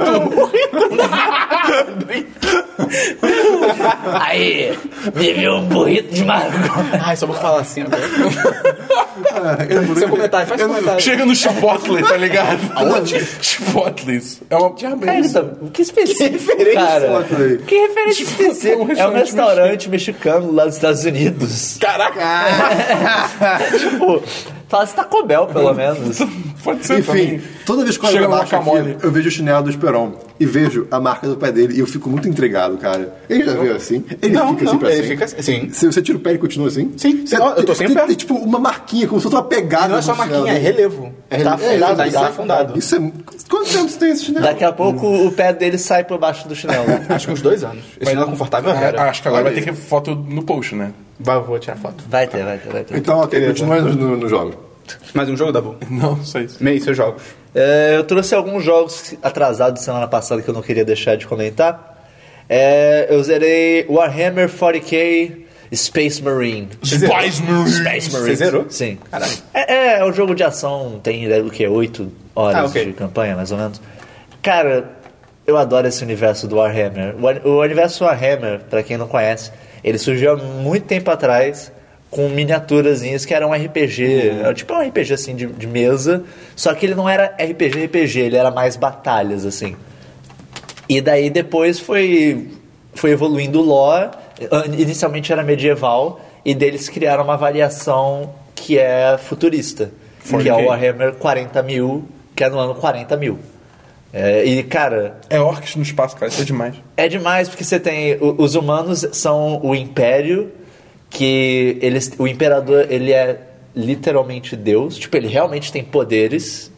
S4: Aí, viveu um burrito de maconha.
S1: Ai, só vou falar assim agora. Seu comentário, Tá, faz comentário.
S3: Chega no Chipotle, tá ligado? Aonde? Chipotles. É uma.
S4: Cara, que específico,
S1: referência,
S4: cara.
S2: Morrito.
S4: Que referência
S3: um
S4: específica. É um
S3: restaurante
S4: restaurante mexicano lá dos Estados Unidos.
S1: Caraca.
S4: Tipo, fala se Taco Bell, pelo menos.
S3: Pode ser
S2: Enfim,
S3: também.
S2: toda vez que eu
S3: Chega
S2: olho
S3: no
S2: abaixo aqui,
S3: guacamole.
S2: eu vejo o chinelo do Esperon. e vejo a marca do pé dele e eu fico muito entregado, cara. Ele já veio assim? Ele
S1: Não,
S2: fica
S1: não,
S2: assim pra
S1: ele
S2: sempre?
S1: fica assim.
S2: Se você tira o pé, ele continua assim?
S1: Sim,
S2: Você-
S1: não, eu tô sem
S2: tem-
S1: pé.
S2: Tem tipo uma marquinha, como se fosse uma pegada.
S1: Não é só
S2: no chinelo
S1: marquinha, é
S2: dele.
S1: relevo.
S2: É,
S1: Tá
S2: é,
S1: afundado,
S2: exato,
S1: tá afundado.
S2: Isso é. Quanto tempo você tem esse chinelo?
S4: Daqui a pouco o pé dele sai por baixo do chinelo.
S1: Acho que uns dois anos. Esse não é confortável,
S3: Ah,
S1: cara.
S3: acho que agora
S2: Olha
S3: vai ter que foto no post, né?
S1: Vai, vou tirar foto.
S4: Vai ter, vai ter, vai ter.
S2: Então, ok, continua no, no, no jogo.
S1: Mais um jogo, Dabu?
S3: Não, só isso.
S1: Meio seus jogos.
S4: É, eu trouxe alguns jogos atrasados semana passada que eu não queria deixar de comentar. É, eu zerei Warhammer 40k Space Marine.
S3: Spice Marines.
S4: Space Marine.
S1: Você zerou?
S4: Sim.
S1: Caralho.
S4: É, é, é um jogo de ação, tem né, o que? oito horas
S1: Ah, ok.
S4: de campanha, mais ou menos. Cara, eu adoro esse universo do Warhammer. O, uni- o universo Warhammer, pra quem não conhece, ele surgiu há muito tempo atrás com miniaturazinhas que eram um RPG. era Tipo um RPG assim de, de mesa. Só que ele não era RPG RPG, ele era mais batalhas, assim. E daí depois foi, foi evoluindo o lore. An- Inicialmente era medieval, e deles criaram uma variação que é futurista. Que é o
S3: 40K.
S4: Warhammer 40 mil, que é no ano 40 mil. É, e, cara,
S3: É orcs no espaço, cara, isso é demais.
S4: é demais porque você tem o- os humanos são o império que eles o imperador ele é literalmente Deus, tipo ele realmente tem poderes.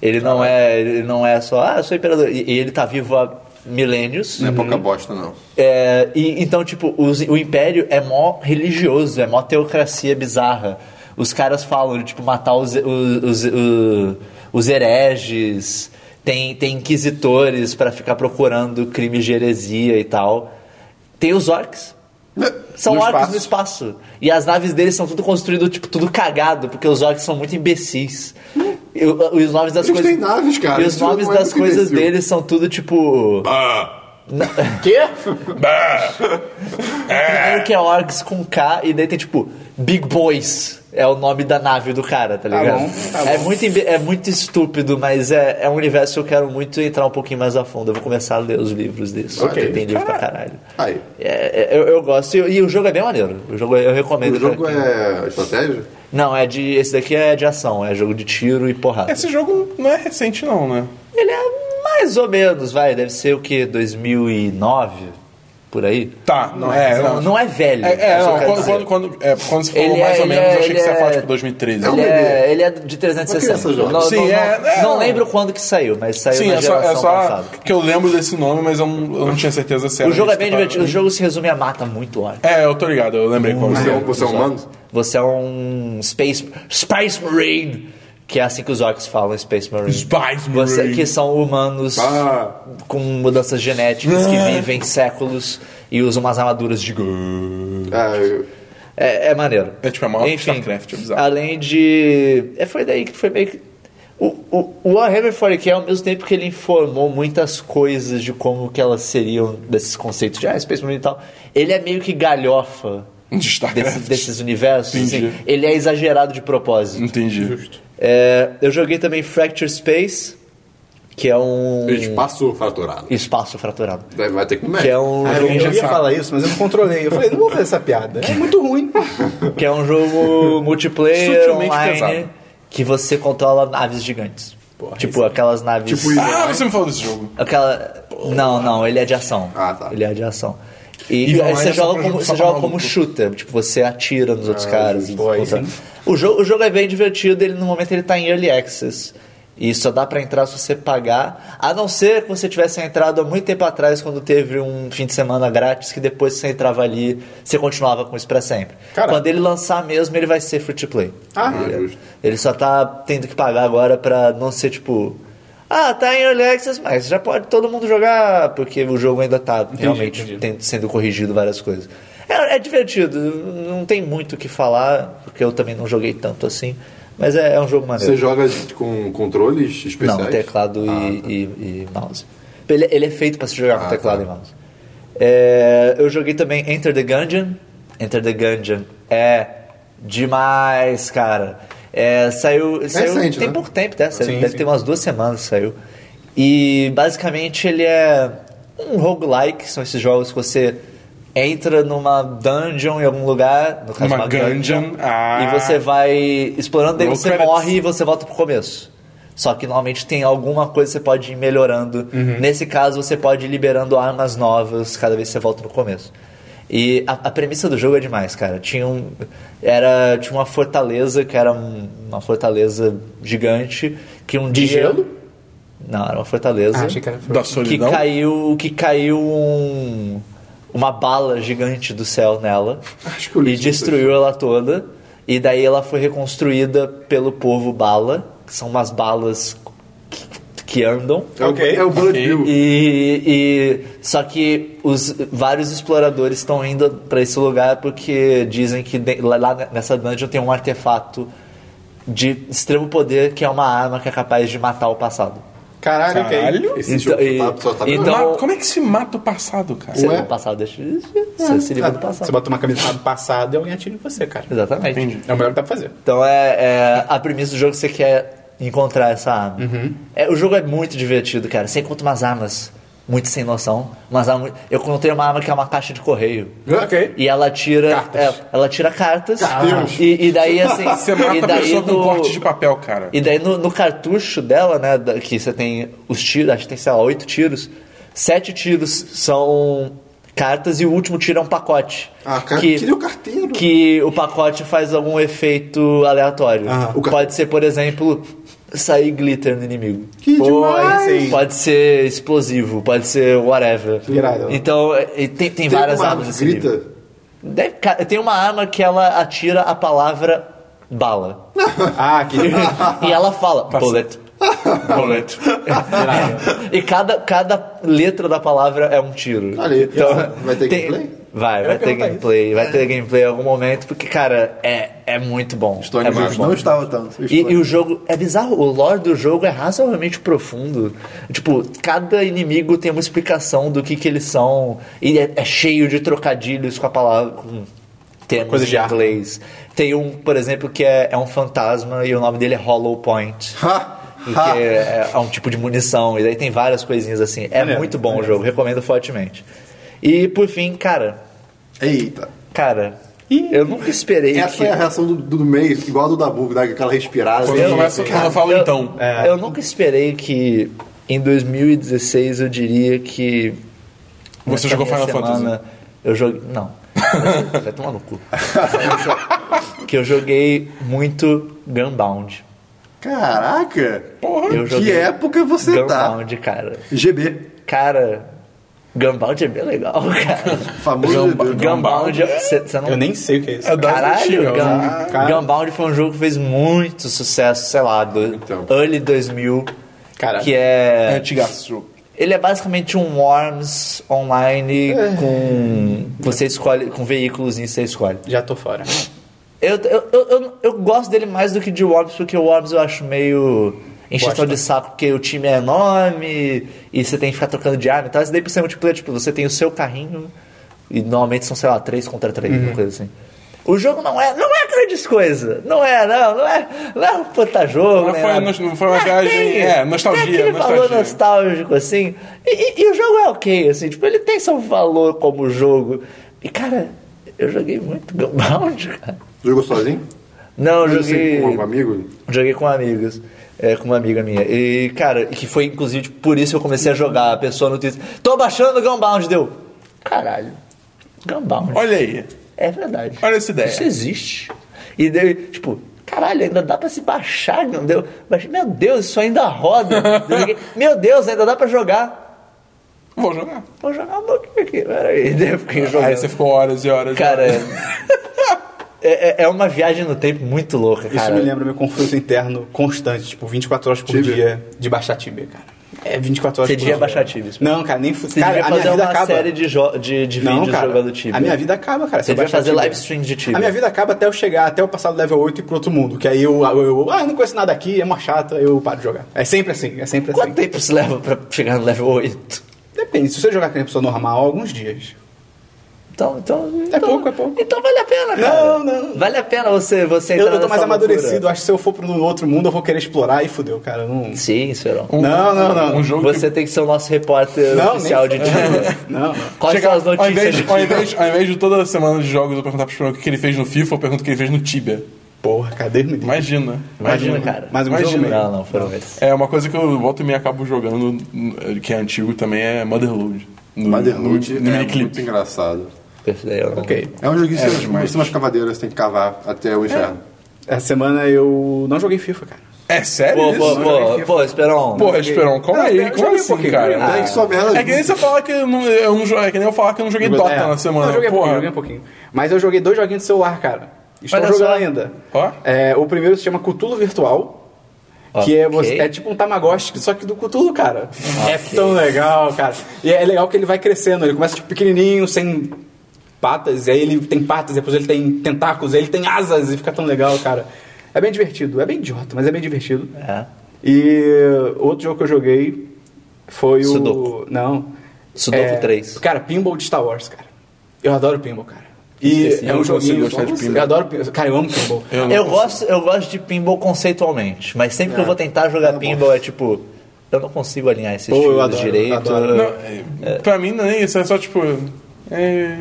S4: Ele não é ele não é só ah, eu sou imperador e, e ele tá vivo há milênios.
S2: Não é pouca bosta, não.
S4: É, e, então, tipo, os- o Império é mó religioso, é mó teocracia bizarra. Os caras falam, tipo, matar os, os, os, o- os hereges, tem, tem inquisitores pra ficar procurando crimes de heresia e tal. Tem os orcs.
S2: Né?
S4: São
S1: No
S4: orcs
S1: espaço.
S4: no espaço. E as naves deles são tudo construído, tipo, tudo cagado, porque os orcs são muito imbecis. E, o- os nomes das
S2: Eles
S4: coisas.
S2: têm naves, cara,
S4: E os
S2: isso não
S4: nomes
S2: é
S4: das
S2: muito
S4: coisas
S2: imbecil.
S4: deles são tudo, tipo.
S1: Quê?
S4: Primeiro que é Orgs com K e daí tem tipo Big Boys. É o nome da nave do cara, tá ligado?
S1: bom, tá
S4: é,
S1: bom.
S4: Muito, imbe- é muito estúpido, mas é, é um universo que eu quero muito entrar um pouquinho mais a fundo. Eu vou começar a ler os livros disso.
S2: Ok.
S4: porque Tem livro pra caralho.
S2: Aí.
S4: É, é, eu, eu gosto. E, e o jogo é bem maneiro. O jogo é- eu recomendo.
S2: O jogo
S4: pra quem-
S2: é estratégia?
S4: Não, é de. Esse daqui é de ação, é jogo de tiro e porrada.
S3: Esse jogo não é recente, não, né?
S4: Ele é mais ou menos, vai, deve ser o que? 2009? Por aí?
S3: Tá, não é.
S4: não, não é velho.
S3: É, é,
S4: isso que eu
S3: não,
S4: quero
S3: quando, quando,
S4: dizer.
S3: quando, é, quando você falou
S4: Ele é-
S3: mais ou
S4: ele
S3: menos,
S4: é-
S3: eu achei que você ia
S4: ele
S3: falar
S4: é-
S3: tipo 2013.
S4: Ele é, ele é de
S2: Uma criança
S4: 360.
S2: jovem.
S4: Não,
S3: Sim, é,
S4: não, não-
S3: é,
S4: não
S3: não.
S4: lembro quando que saiu, mas saiu
S3: Sim,
S4: na
S3: é só,
S4: geração
S3: é só
S4: passada.
S3: que eu lembro desse nome, mas eu não, eu não tinha certeza se era
S4: O jogo é
S3: isso
S4: bem
S3: que eu tava-
S4: divertido. Uhum. O jogo se resume a mata muito hora.
S3: É, eu tô ligado, eu lembrei qual
S2: Você é, um-
S3: é.
S2: você é um humano?
S4: Você é um Space, Space Marine, que é assim que os orcs falam, Space Marine.
S3: Spice
S4: Você, que são humanos
S2: Ah.
S4: com mudanças genéticas
S3: Ah.
S4: que vivem séculos e usam umas armaduras gigantes.
S2: Ah, eu-
S4: É, é maneiro.
S3: É tipo, é maior que StarCraft, é bizarro.
S4: Além de. É, foi daí que foi meio que. O, o, o Warhammer 40k, ao mesmo tempo que ele informou muitas coisas de como que elas seriam, desses conceitos de ah, Space Marine e tal, ele é meio que galhofa
S3: De StarCraft.
S4: desse- desses universos.
S3: Entendi.
S4: assim. ele é exagerado de propósito.
S3: Entendi.
S4: É, eu joguei também Fracture Space, que é um.
S2: Espaço fraturado.
S4: Espaço fraturado.
S2: Daí Vai ter que comer.
S4: Que é um
S1: Ah, eu
S4: jogo de
S1: eu ia falar isso, mas eu não controlei. Eu falei, não vou fazer essa piada. É muito ruim.
S4: que é um jogo multiplayer
S3: Sutilmente
S4: online
S3: pesado. é
S4: que você controla naves gigantes. tipo, aquelas naves.
S2: Tipo isso.
S3: Ah, você me falou desse jogo.
S4: aquela. Não, não, ele é de ação.
S2: Ah, tá.
S4: Ele é de ação.
S3: E
S4: E, aí
S3: online
S4: você
S3: é só
S4: joga
S3: pra
S4: como,
S3: jogo-
S4: você
S3: só pra
S4: joga como
S3: maluco. Ah,
S4: shooter, tipo, você atira nos outros caras.
S1: boa, aí sim.
S4: O jogo, o jogo é bem divertido, ele no momento ele tá em early access. E só dá pra entrar se você pagar. A não ser que você tivesse entrado há muito tempo atrás, quando teve um fim de semana grátis, que depois que você entrava ali, você continuava com isso pra sempre.
S1: Caraca.
S4: Quando ele lançar mesmo, ele vai ser free to play.
S1: Ah,
S4: ele, ele só tá tendo que pagar agora pra não ser tipo. Ah, tá em early access, mas já pode todo mundo jogar, porque o jogo ainda tá realmente
S1: entendi.
S4: tendo- sendo corrigido várias coisas. É, é divertido, não tem muito o que falar, porque eu também não joguei tanto assim, mas é, é um jogo maneiro.
S2: Você joga com controles especiais? Ah, tá.
S4: Não, teclado e, e- e mouse. Ele, ele é feito pra se jogar com
S2: Ah,
S4: teclado
S2: tá.
S4: e mouse. É, eu joguei também Enter the Gungeon. Enter the Gungeon é demais, cara. É, saiu, saiu
S2: Recente,
S4: tem
S2: né?
S4: pouco tempo, né? Saiu-
S1: Sim,
S4: deve
S1: sim.
S4: ter umas duas semanas que saiu. E basicamente ele é um roguelike, são esses jogos que você entra numa dungeon em algum lugar, no caso
S3: Uma
S4: uma,
S3: gungeon, ah.
S4: e você vai explorando, daí
S3: Roll
S4: você
S3: credits.
S4: morre e você volta pro começo. Só que normalmente tem alguma coisa que você pode ir melhorando.
S5: Uhum.
S4: Nesse caso, você pode ir liberando armas novas cada vez que você volta no começo. E a, a premissa do jogo é demais, cara. Tinha, um, era, tinha uma fortaleza que era um- uma fortaleza gigante que um
S5: De
S4: dia.
S5: gelo?
S4: Não, era uma fortaleza.
S5: Ah, achei que era
S3: Da
S4: que
S3: solidão?
S4: caiu, que caiu um, uma bala gigante do céu nela
S2: Acho que eu li
S4: e
S2: isso, não sei.
S4: destruiu ela toda. E daí ela foi reconstruída pelo povo bala, que são umas balas que, que andam.
S2: É,
S1: Ok.
S2: o, é o Bullet Bill.
S4: E, e- só que os vários exploradores estão indo pra esse lugar porque dizem que de- lá- lá nessa dungeon tem um artefato de extremo poder que é uma arma que é capaz de matar o passado.
S1: Caralho, ok. é
S3: Caralho.
S2: Esse jogo
S4: e-
S2: tá- só tá
S4: então-
S3: Ma- Como é que se mata o passado, cara?
S4: Você
S2: Ué?
S4: é do passado deixa
S3: É.
S2: é
S4: Você se
S3: Ah,
S4: livra do
S1: Você
S4: passado.
S1: bota uma camisa do passado e alguém atira em você, cara.
S4: Exatamente.
S1: É o melhor que dá pra fazer.
S4: Então é, é a premissa do jogo que você quer encontrar essa arma.
S3: Uhum.
S4: É, o jogo é muito divertido, cara. Você encontra umas armas muito sem noção. Umas armas, eu encontrei uma arma que é uma caixa de correio.
S1: Ok.
S4: E ela tira.
S1: Cartas.
S4: é, ela tira cartas.
S2: Cartas.
S4: E, e daí assim.
S3: Você
S4: e
S3: mata a
S4: daí
S3: pessoa com um
S4: no-
S3: corte de papel, cara.
S4: e daí no, no cartucho dela, né, da- que você tem os tiros, acho que tem, sei lá, oito tiros, sete tiros são cartas e o último tiro é um pacote.
S2: Ah, cara, tira o carteiro.
S4: Que o pacote faz algum efeito aleatório.
S2: Ah, O car-
S4: Pode ser, por exemplo, sair glitter no inimigo.
S2: Que
S1: Pô,
S2: demais!
S1: aí sim.
S4: Pode ser explosivo, pode ser whatever.
S1: Irado.
S4: Então, é, tem, tem,
S2: Tem
S4: várias
S2: uma
S4: armas nesse livro.
S2: grita.
S4: Deve- cara, Tem uma arma que ela atira a palavra bala.
S1: Ah, que
S4: e ela fala,
S1: Tá
S4: boleto.
S3: Boleto.
S4: E cada, cada letra da palavra é um tiro. Então,
S2: Olha aí. Vai ter gameplay?
S4: Vai,
S1: Eu
S4: vai
S1: ia
S4: ter
S1: perguntar
S4: gameplay. Vai ter gameplay em algum momento, porque, cara, é, é muito bom.
S2: Tony
S4: é
S2: Hawk
S4: muito bom.
S2: não estava tanto.
S4: E, e o jogo é bizarro, o lore do jogo é razoavelmente profundo. Tipo, cada inimigo tem uma explicação do que que eles são, e é, é cheio de trocadilhos com a palavra, com termos
S1: Coisa de
S4: em
S1: arte.
S4: inglês. Tem um, por exemplo, que é, é um fantasma e o nome dele é Hollow Point.
S2: Ah.
S4: Porque é, é um tipo de munição, e daí tem várias coisinhas assim. É
S1: Maneiro,
S4: muito bom
S1: maneiro.
S4: o jogo, recomendo fortemente. E por fim, cara,
S2: Eita.
S4: cara, eu nunca esperei
S2: Essa
S4: que.
S2: é a reação do, do meio, igual a do Dabu, dá aquela respirada.
S3: Quando eu, começo, quando eu falo
S4: eu,
S3: então.
S4: Eu nunca esperei que em 2016 eu diria que.
S3: Você
S4: nessa
S3: jogou
S4: minha
S3: Final Fantasy?
S4: Eu joguei. Não. Vai tomar no cu. que eu joguei muito Gunbound.
S2: Caraca!
S3: Porra.
S4: Eu
S2: que
S4: joguei
S2: época você
S4: Gunbound, cara.
S2: tá? GB.
S4: Cara, Gunbound é bem legal, cara.
S2: Famoso
S3: Gamba-
S2: GB.
S4: Gunbound, você não.
S1: Eu nem sei o que é isso.
S3: É da-
S4: Caralho,
S3: Resident Evil,
S4: Gun-
S1: cara.
S4: Gunbound foi um jogo que fez muito sucesso, sei lá, do
S2: Então.
S4: early 2000.
S1: Caralho.
S4: Que
S3: É
S4: é.
S3: antigaço jogo.
S4: Ele é basicamente um Worms online
S1: É.
S4: com. Você escolhe. Com veículos e você escolhe.
S1: Já tô fora.
S4: Eu, eu, eu, eu, eu gosto dele mais do que de Worms, porque o Worms eu acho meio. Encheção
S1: Bosta.
S4: de saco, porque o time é enorme e você tem que ficar trocando de arma e tal. Isso daí pra ser multiplayer, tipo, você tem o seu carrinho e normalmente são, sei lá, 3 contra 3,
S3: Uhum.
S4: uma coisa assim. O jogo não é, não é grandes coisas. Não é, não, não é, não é um puta jogo.
S3: Não
S4: nem
S3: foi
S4: nada.
S3: nos- não foi uma
S4: Mas
S3: viagem-
S4: tem-
S3: é, nostalgia,
S4: Tem aquele valor
S3: nostalgia.
S4: nostálgico, assim. E, e- e o jogo é ok, assim, tipo, ele tem seu valor como jogo. E, cara, eu joguei muito Gunbound, cara.
S2: Jogou sozinho?
S4: Não, eu
S2: Jogou assim,
S4: joguei.
S2: com um amigo?
S4: Joguei com amigos. É, com uma amiga minha. E, cara, que foi inclusive tipo, por isso que eu comecei a jogar. A pessoa no Twitter. Tô baixando o Gunbound, deu. Caralho. Gunbound.
S3: Olha aí.
S4: É verdade.
S3: Olha essa ideia.
S4: Isso existe. E daí, tipo, caralho, ainda dá pra se baixar, não deu? Baixei, meu Deus, isso ainda roda. Eu joguei, meu Deus, ainda dá pra jogar.
S3: Vou jogar.
S4: Vou jogar um pouquinho aqui, peraí. E daí eu fiquei jogando.
S3: Aí você ficou horas e horas.
S4: Cara, é, é- é uma viagem no tempo muito louca,
S1: Isso
S4: cara.
S1: me lembra meu conflito interno constante, tipo, 24 horas por
S2: Tibia.
S1: dia de baixar Tibia, cara. É 24 horas
S4: Você
S1: por
S4: devia
S1: dia.
S4: baixar Tibia.
S1: Não, cara, nem fu-
S4: Você
S1: cara,
S4: devia
S1: a minha
S4: fazer
S1: vida
S4: uma
S1: acaba.
S4: série de, jo- de, de
S1: não,
S4: vídeos
S1: cara.
S4: jogando Tibia.
S1: A minha vida acaba, cara. se
S4: Você
S1: eu
S4: devia
S1: baixar
S4: fazer
S1: Tibia.
S4: live stream de Tibia.
S1: A minha vida acaba até eu chegar até eu passar do level 8 e ir pro outro mundo. Que aí eu, eu, eu- ah, eu não conheço nada aqui, é uma chata, eu paro de jogar. É sempre assim, é sempre
S4: Quanto
S1: assim.
S4: tempo se leva pra chegar no level 8?
S1: Depende, se você jogar com uma pessoa normal, alguns dias.
S4: Então, então, então,
S1: pouco, é pouco.
S4: Então vale a pena, cara.
S1: Não, não.
S4: Vale a pena você, você
S1: Eu,
S4: entrar
S1: eu tô
S4: nessa
S1: mais
S4: loucura.
S1: amadurecido, acho que se eu for pro outro mundo eu vou querer explorar e fudeu, cara. eu Não,
S4: Sim, Serão.
S3: Um-
S1: Não, não, não.
S3: Um jogo
S4: Você tem que ser o nosso repórter
S1: Não,
S4: oficial de
S1: nem-
S4: Tibia.
S1: não.
S4: Quais
S3: Chega-
S4: são as notícias
S3: Ao invés,
S4: do
S3: ao,
S4: Tibia?
S3: invés, ao invés de toda semana de jogos eu perguntar pro Esperão o que ele fez no FIFA, eu pergunto o que ele fez no Tibia.
S1: Porra, cadê o menino?
S3: Imagina.
S4: Imagina, cara.
S1: Mais um
S3: Imagina.
S1: jogo,
S4: Não, não, foram eles.
S3: É uma coisa que eu volto e me acabo jogando, n- que é antigo também, é Motherload. No,
S2: Motherload
S3: no, no
S2: é
S3: miniclip.
S2: muito engraçado.
S4: Perfeito. eu não-
S1: Ok.
S2: É um joguinho que
S3: É
S2: você,
S3: demais.
S2: você umas cavadeiras, tem que cavar até o inferno.
S1: Essa semana eu não joguei FIFA, cara.
S3: É sério
S4: Pô,
S3: isso?
S4: pô, pô, pô, Esperon.
S3: Porra, Esperão, como,
S1: Ah,
S3: aí,
S1: espera,
S3: como
S1: joguei um
S3: assim,
S1: pouquinho,
S3: cara?
S1: joguei.
S2: É que só merda.
S3: É que nem você falar que eu não, eu não jo- é que nem eu falar que eu não joguei Dota
S1: É.
S3: na semana.
S1: Não, eu joguei um
S3: porra.
S1: pouquinho, joguei um pouquinho. Mas eu joguei dois joguinhos de celular, cara. Estou
S4: Olha
S1: jogando
S4: só.
S1: ainda.
S3: Ó.
S1: É, o primeiro se chama Cutulo Virtual. Que é, você-
S4: Ok.
S1: é tipo um Tamagotchi, só que do Cutulo, cara. É tão legal, cara. E é legal que ele vai crescendo. Ele começa tipo, pequenininho, sem patas. E aí ele tem patas, depois ele tem tentáculos, aí ele tem asas. E fica tão legal, cara. É bem divertido. É bem idiota, mas é bem divertido.
S4: É.
S1: E outro jogo que eu joguei foi
S4: Sudoku.
S1: o... Não. É,
S4: Sudoku 3.
S1: Cara, Pinball de Star Wars, cara. Eu adoro Pinball, cara. E
S3: Esqueci,
S1: é
S3: eu não
S1: um
S3: consigo
S1: joguinho...
S3: gostar de Pinball.
S1: Eu adoro Pinball. Cara, eu amo Pinball.
S3: Eu não
S4: Eu
S3: consigo.
S4: gosto, eu gosto de pinball conceitualmente, mas sempre que
S1: É.
S4: eu vou tentar jogar pinball é tipo, eu não consigo alinhar esses
S1: Pô, eu
S4: tiros
S1: adoro,
S4: direito.
S1: adoro.
S3: Não, é- Pra mim não é isso, é só tipo. é-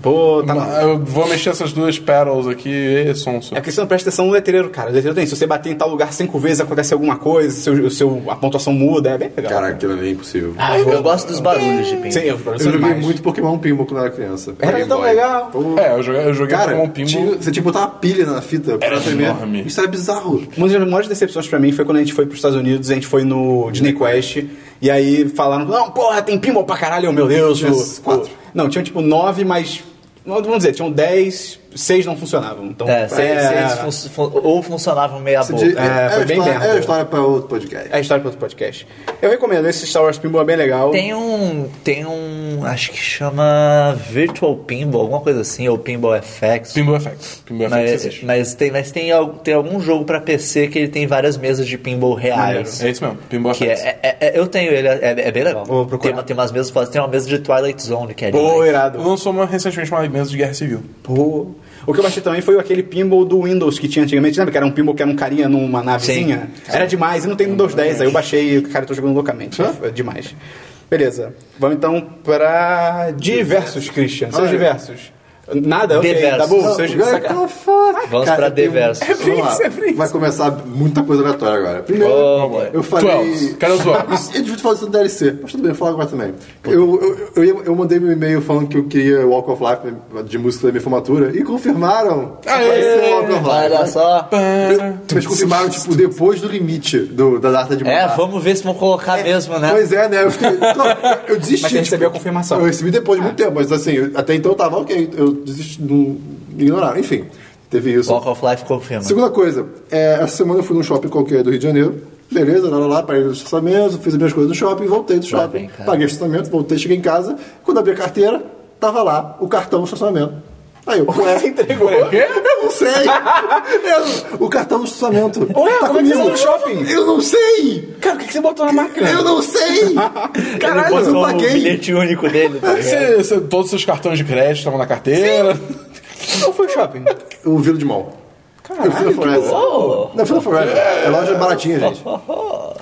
S1: Pô, tá...
S3: Ma- Eu vou mexer essas duas pérolas aqui, e sonso.
S1: É que você não presta atenção no letreiro, cara. O letreiro tem. Se você bater em tal lugar cinco vezes, acontece alguma coisa, seu, seu, a pontuação muda, é bem legal.
S2: Caraca, aquilo ali é impossível.
S4: Ah, eu gosto dos barulhos de pinball.
S1: Sim, eu,
S2: eu joguei muito Pokémon Pinball quando eu era criança.
S1: é Era
S2: Game
S1: tão
S2: Boy.
S1: legal.
S3: É, eu joguei, eu joguei
S2: Cara,
S3: com um pinball.
S2: tinha- você tinha que botar uma pilha na fita pra tremer.
S3: enorme.
S2: Isso era bizarro.
S1: Uma das maiores decepções pra mim foi quando a gente foi pros Estados Unidos, a gente foi no Disney Quest, e aí falaram, não, porra, tem pinball pra caralho, eu, meu Deus.
S2: Tinha
S1: o-
S2: uns quatro.
S1: o- Não, tinham tipo nove, mas, vamos dizer, tinham dez, seis não funcionavam. Então,
S4: É, se- se eles fun- fun- ou funcionavam meia
S2: Você
S4: boca.
S2: tinha-
S1: é, foi
S2: a
S1: bem
S2: história,
S1: merda.
S2: É a história pra outro podcast.
S1: É a história para outro podcast. Eu recomendo, esse Star Wars Pinball é bem legal.
S4: Tem um. Tem um. Acho que chama Virtual Pinball, alguma coisa assim, ou Pinball FX.
S3: Pinball Effects. Pinball Effects
S4: mas,
S3: existe.
S4: mas tem, mas tem, al- tem algum jogo pra PC que ele tem várias mesas de pinball reais.
S3: É isso mesmo, Pinball
S4: Que é,
S3: Effects.
S4: é- é- eu tenho ele, é, é bem legal.
S1: Vou procurar.
S4: Tem, uma- tem umas mesas, tem uma mesa de Twilight Zone que é
S1: Pô,
S4: demais.
S1: irado.
S3: Lançou uma, recentemente uma mesa de guerra civil.
S1: Pô. O que eu baixei também foi aquele pinball do Windows que tinha antigamente. Lembra que era um pinball que era um carinha numa navezinha? Era demais. E não tem no 210. Aí eu baixei e, cara, eu tô jogando loucamente. É demais. Beleza. Vamos então pra diversos, Christian. Seus
S2: Olha.
S1: diversos. Nada? Ok.
S4: Diversos.
S1: Tá bom?
S4: Não,
S1: Seus...
S2: Agora
S1: saca-
S2: tá fora.
S4: Vamos
S2: Cara,
S4: pra
S2: tem um-
S4: D-Versus.
S1: É
S2: Vamos lá.
S1: Prince, é Prince.
S2: Vai começar muita coisa aleatória agora. Primeiro,
S4: Oh, boy.
S2: eu falei...
S3: Twelves. Cadê os Twelves?
S2: Eu devia te falar isso no DLC, mas tudo bem, eu vou falar agora também. Eu, eu, eu, ia- eu mandei meu e-mail falando que eu queria Walk of Life de música da minha formatura e confirmaram que vai ser Walk of Life.
S4: Olha só.
S2: Mas confirmaram, tipo, depois do limite do- da data de mandar.
S4: É, vamos ver se vão colocar mesmo, né?
S2: Pois é, né? Eu, fiquei, não, eu desisti.
S1: Mas você recebeu a
S2: tipo,
S1: confirmação.
S2: Eu recebi depois de muito tempo, mas assim, eu- até então eu tava ok, eu desisti, não, me ignoraram. Enfim, teve isso.
S4: Walk of Life confirma.
S2: Segunda coisa, é, essa semana eu fui num shopping qualquer do Rio de Janeiro. Beleza, lá, lá, lá, paguei o estacionamento, fiz as minhas coisas no shopping, voltei do shopping.
S4: bem, cara.
S2: paguei o estacionamento, voltei, cheguei em casa. Quando abri a carteira, tava lá o cartão do estacionamento. Aí eu, ué,
S1: Você entregou?
S2: eu não sei. Eu- o cartão do estacionamento. tá
S1: Ué, como é que você foi no shopping?
S2: Eu não sei.
S1: Cara, o que que você botou na máquina?
S2: Eu não sei.
S4: Ele
S2: Caralho, mas eu
S4: botou o
S2: paguei.
S4: bilhete único
S2: É.
S4: dele. tá ligado?
S3: Você- você- todos os seus cartões de crédito estavam na carteira.
S1: Não foi shopping.
S2: O Vila Um de Mão. eu fui na Forever.
S4: bom.
S2: Não, eu fui na Forever. É loja baratinha, gente.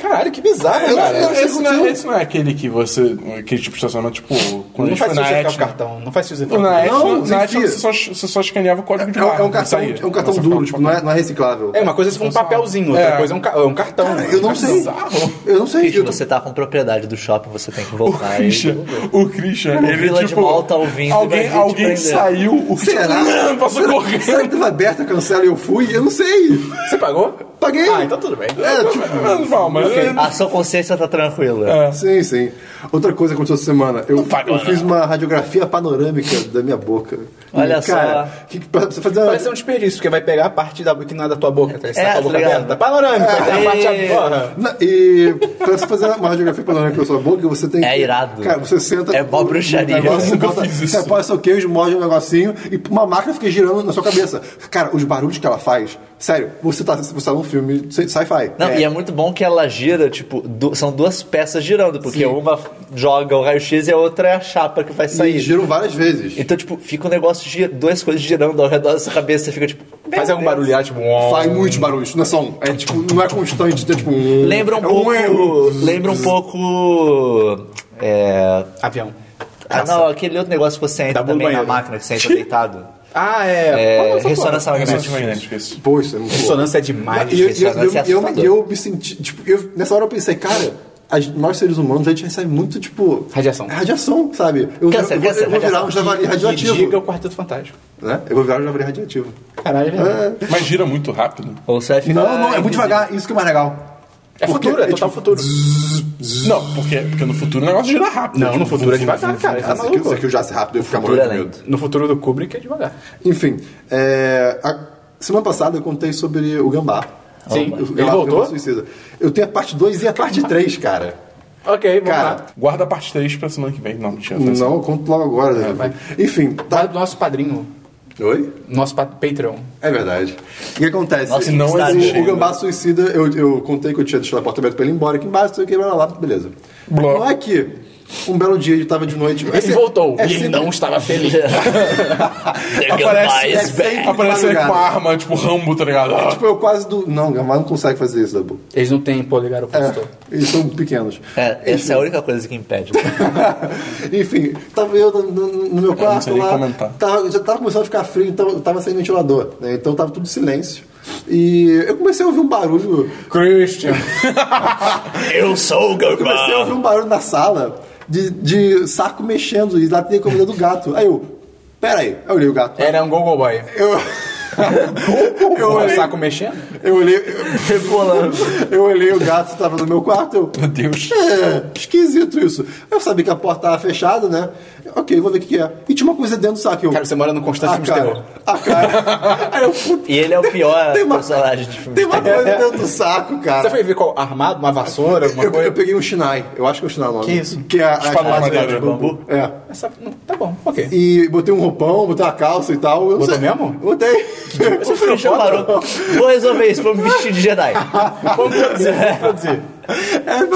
S1: Caralho, que bizarro, cara.
S2: eu não sei
S3: esse, não é,
S2: contigo.
S3: esse não é aquele que você. Aquele tipo de estacionamento, tipo. Quando a
S1: Não
S3: gente
S1: faz
S3: foi na
S1: sentido ficar o
S3: Etna.
S1: cartão. Não faz sentido
S3: Pô, Na
S1: ficar
S3: Etna,
S2: Não,
S3: na Etna
S2: existia.
S3: você, só, você só escaneava o código de
S2: É um,
S3: barra.
S2: é um cartão,
S3: saía.
S2: é um cartão
S3: Você
S2: duro,
S3: ficava,
S2: tipo, não é, não é reciclável.
S1: É, uma coisa é se for um papelzinho, outra
S3: É.
S1: coisa é um, ca- é um cartão. né?
S2: Eu não sei. Eu não sei.
S1: é
S4: Christian,
S2: Eu-
S4: você tá com propriedade do shopping, você tem que
S3: O
S4: voltar. aí.
S3: Christian, é o Christian,
S4: O
S3: ele
S4: Village
S3: tipo,
S4: Mall tá ouvindo, vai vir
S3: alguém,
S4: te
S3: alguém
S4: prender.
S3: saiu, o Christian
S2: Será? Será,
S3: passou
S2: será que
S3: correndo.
S2: tava aberta, cancela e eu fui? Eu não sei.
S1: Você pagou?
S2: Paguei.
S1: Ah, então tudo bem.
S2: É, tipo,
S3: Não, não, mas
S4: A sua consciência tá tranquila.
S2: sim, sim. Outra coisa que aconteceu essa semana, eu, eu fiz uma radiografia panorâmica da minha boca.
S4: Olha só.
S2: cara, Que, que- pra você fazer uma-
S1: Parece um desperdício, porque vai pegar a parte da, que não é da tua boca, tá? Você
S4: É,
S1: tá com a boca
S4: tá ligado?
S1: aberta. Panorâmica, tem a parte
S4: É.
S1: agora.
S2: Na- e pra você fazer uma radiografia panorâmica da sua boca, você tem
S4: É
S2: que-
S4: irado.
S2: Cara, você senta.
S4: É mó bruxaria.
S2: no negócio,
S4: Eu
S2: você,
S3: nunca
S2: bota,
S3: fiz isso.
S2: você apoia seu queijo, morde um negocinho e uma máquina fica girando na sua cabeça. Cara, os barulhos que ela faz, sério, você tá, você tá num filme sci-fi.
S4: Não, e é muito bom que ela gira, tipo, du- são duas peças girando, porque uma joga o raio-x e a outra é a chapa que vai
S2: E
S4: sair.
S2: giram várias vezes.
S4: Então, tipo, fica um negócio, gi- duas coisas girando ao redor da sua cabeça, você fica tipo.
S1: Faz algum barulho, tipo... uau.
S2: Faz muitos barulhos, não é só um. É tipo, não é constante, é tipo um.
S4: Lembra um
S2: é
S4: pouco.
S2: erro.
S4: lembra um pouco. É.
S1: Avião.
S4: Ah, não, aquele outro negócio que você entra
S1: Dá bom
S4: também na
S1: banheiro.
S2: né?
S4: máquina, que você entra deitado.
S1: Ah, é.
S4: É,
S1: Qual essa
S4: ressonância
S1: porra?
S3: Ressonância
S4: magnética.
S3: magnética, isso.
S2: Pô, isso é muito louco.
S1: Ressonância é demais.
S2: E eu, e eu,
S4: Ressonância
S2: e
S1: é
S2: eu- e eu-
S4: assustadora.
S2: e eu me senti, tipo, eu- nessa hora eu pensei, cara, a gente- nós seres humanos, a gente recebe muito, tipo...
S1: Radiação.
S2: Radiação, sabe? Eu,
S4: Câncer,
S2: eu, vou-
S4: câncer,
S2: eu vou virar um
S4: radiação.
S2: javali
S1: Que
S2: radioativo.
S1: diga o Quarteto Fantástico.
S2: Né? Eu vou virar um javali radioativo.
S1: Caralho, é verdade.
S2: É.
S3: Mas gira muito rápido.
S4: Ou você vai ficar
S2: Não, não, é muito
S4: invisível.
S2: devagar. Isso que é mais legal.
S1: É
S2: Porque
S1: futuro, é total
S2: tipo,
S1: futuro.
S3: Não, porque, porque no futuro o negócio gira rápido.
S1: Não, no
S3: Tipo,
S1: futuro é
S3: vum,
S1: devagar, cara. Tá
S2: Ah, se aquilo, se
S1: maluco?
S2: aquilo já ser rápido, eu ia ficar
S4: Futuro
S2: morrendo
S4: é
S2: de
S4: lento.
S2: medo.
S1: No futuro do Kubrick é devagar.
S2: Enfim, é, a- semana passada eu contei sobre o Gambá.
S1: Sim.
S2: O
S1: Ele
S2: Gambá-
S1: voltou?
S2: Gambá Suicida. Eu tenho a parte 2 e a parte 3, cara.
S1: Ok, vamos
S2: Cara,
S1: lá.
S3: Guarda a parte 3 pra semana que vem. Não, mentira. faz
S2: não, eu conto logo agora. né?
S1: É, vai.
S2: Enfim,
S1: Tá
S2: tá.
S1: do nosso padrinho,
S2: Oi?
S1: nosso pa- Patreon.
S2: É verdade. O que acontece?
S4: Nossa,
S3: não
S2: o,
S3: existe.
S2: o Gambá um Suicida, eu, eu contei que eu tinha deixado o apartamento pra ele ir embora aqui embaixo, eu quebrei lá, beleza.
S3: Blá.
S2: Não é que um belo dia ele tava de noite.
S1: Ele voltou
S2: É
S1: e ele
S2: sempre-
S1: não estava feliz.
S4: The
S3: Aparece-
S4: goodbye
S2: é
S4: is back.
S2: sempre
S3: Aparece
S1: Tá
S3: ele com
S2: madrugada.
S3: a arma, tipo Rambo, tá ligado?
S1: É
S3: Ah,
S2: Tipo, eu quase do. Não, o Gambá não consegue fazer isso, Dabu.
S1: Eles não têm polegar opositor.
S2: É, eles são pequenos.
S4: É, essa é a única coisa que impede.
S2: Enfim, tava eu no- no no meu quarto
S3: sei nem
S2: lá,
S3: comentar.
S2: tava- já tava começando a ficar frio, então eu tava sem ventilador, né? Então tava tudo silêncio. E eu comecei a ouvir um barulho,
S1: Christian.
S4: Eu sou o
S2: comecei a ouvir um barulho na sala de, de saco mexendo e lá tem a comida do gato. Aí eu, peraí, eu olhei o gato.
S1: Era um Google Boy.
S2: Eu, eu
S1: O
S2: olhei,
S1: saco mexendo?
S2: eu olhei, eu olhei o gato que tava no meu quarto, eu,
S3: Meu Deus.
S2: É, esquisito isso. Eu sabia que a porta tava fechada, né? Ok, vou ver o que, que é. E tinha uma coisa dentro do saco. Eu,
S1: Cara, você mora no Constância
S2: ah,
S1: de
S2: cara,
S1: Terror.
S2: ah, cara. Aí eu, puta,
S4: E ele é o pior
S2: Tem uma-
S4: personagem de filme.
S2: tem uma coisa dentro do saco, cara.
S1: Você foi ver qual? Armado? Uma vassoura? Uma
S2: eu, eu
S1: coisa?
S2: peguei um chinai, eu acho que é o chinai o nome.
S1: Que isso?
S2: Que é a, a
S3: Espada de madeira de
S4: bambu?
S2: É.
S1: Essa- não, Tá bom, ok.
S2: E botei um roupão, botei uma calça e tal. Eu não
S1: Botou
S2: sei-
S1: mesmo?
S2: Botei.
S4: O Christian parou. Vou resolver isso, vou me vestir de Jedi.
S1: Vamos produzir, vamos produzir.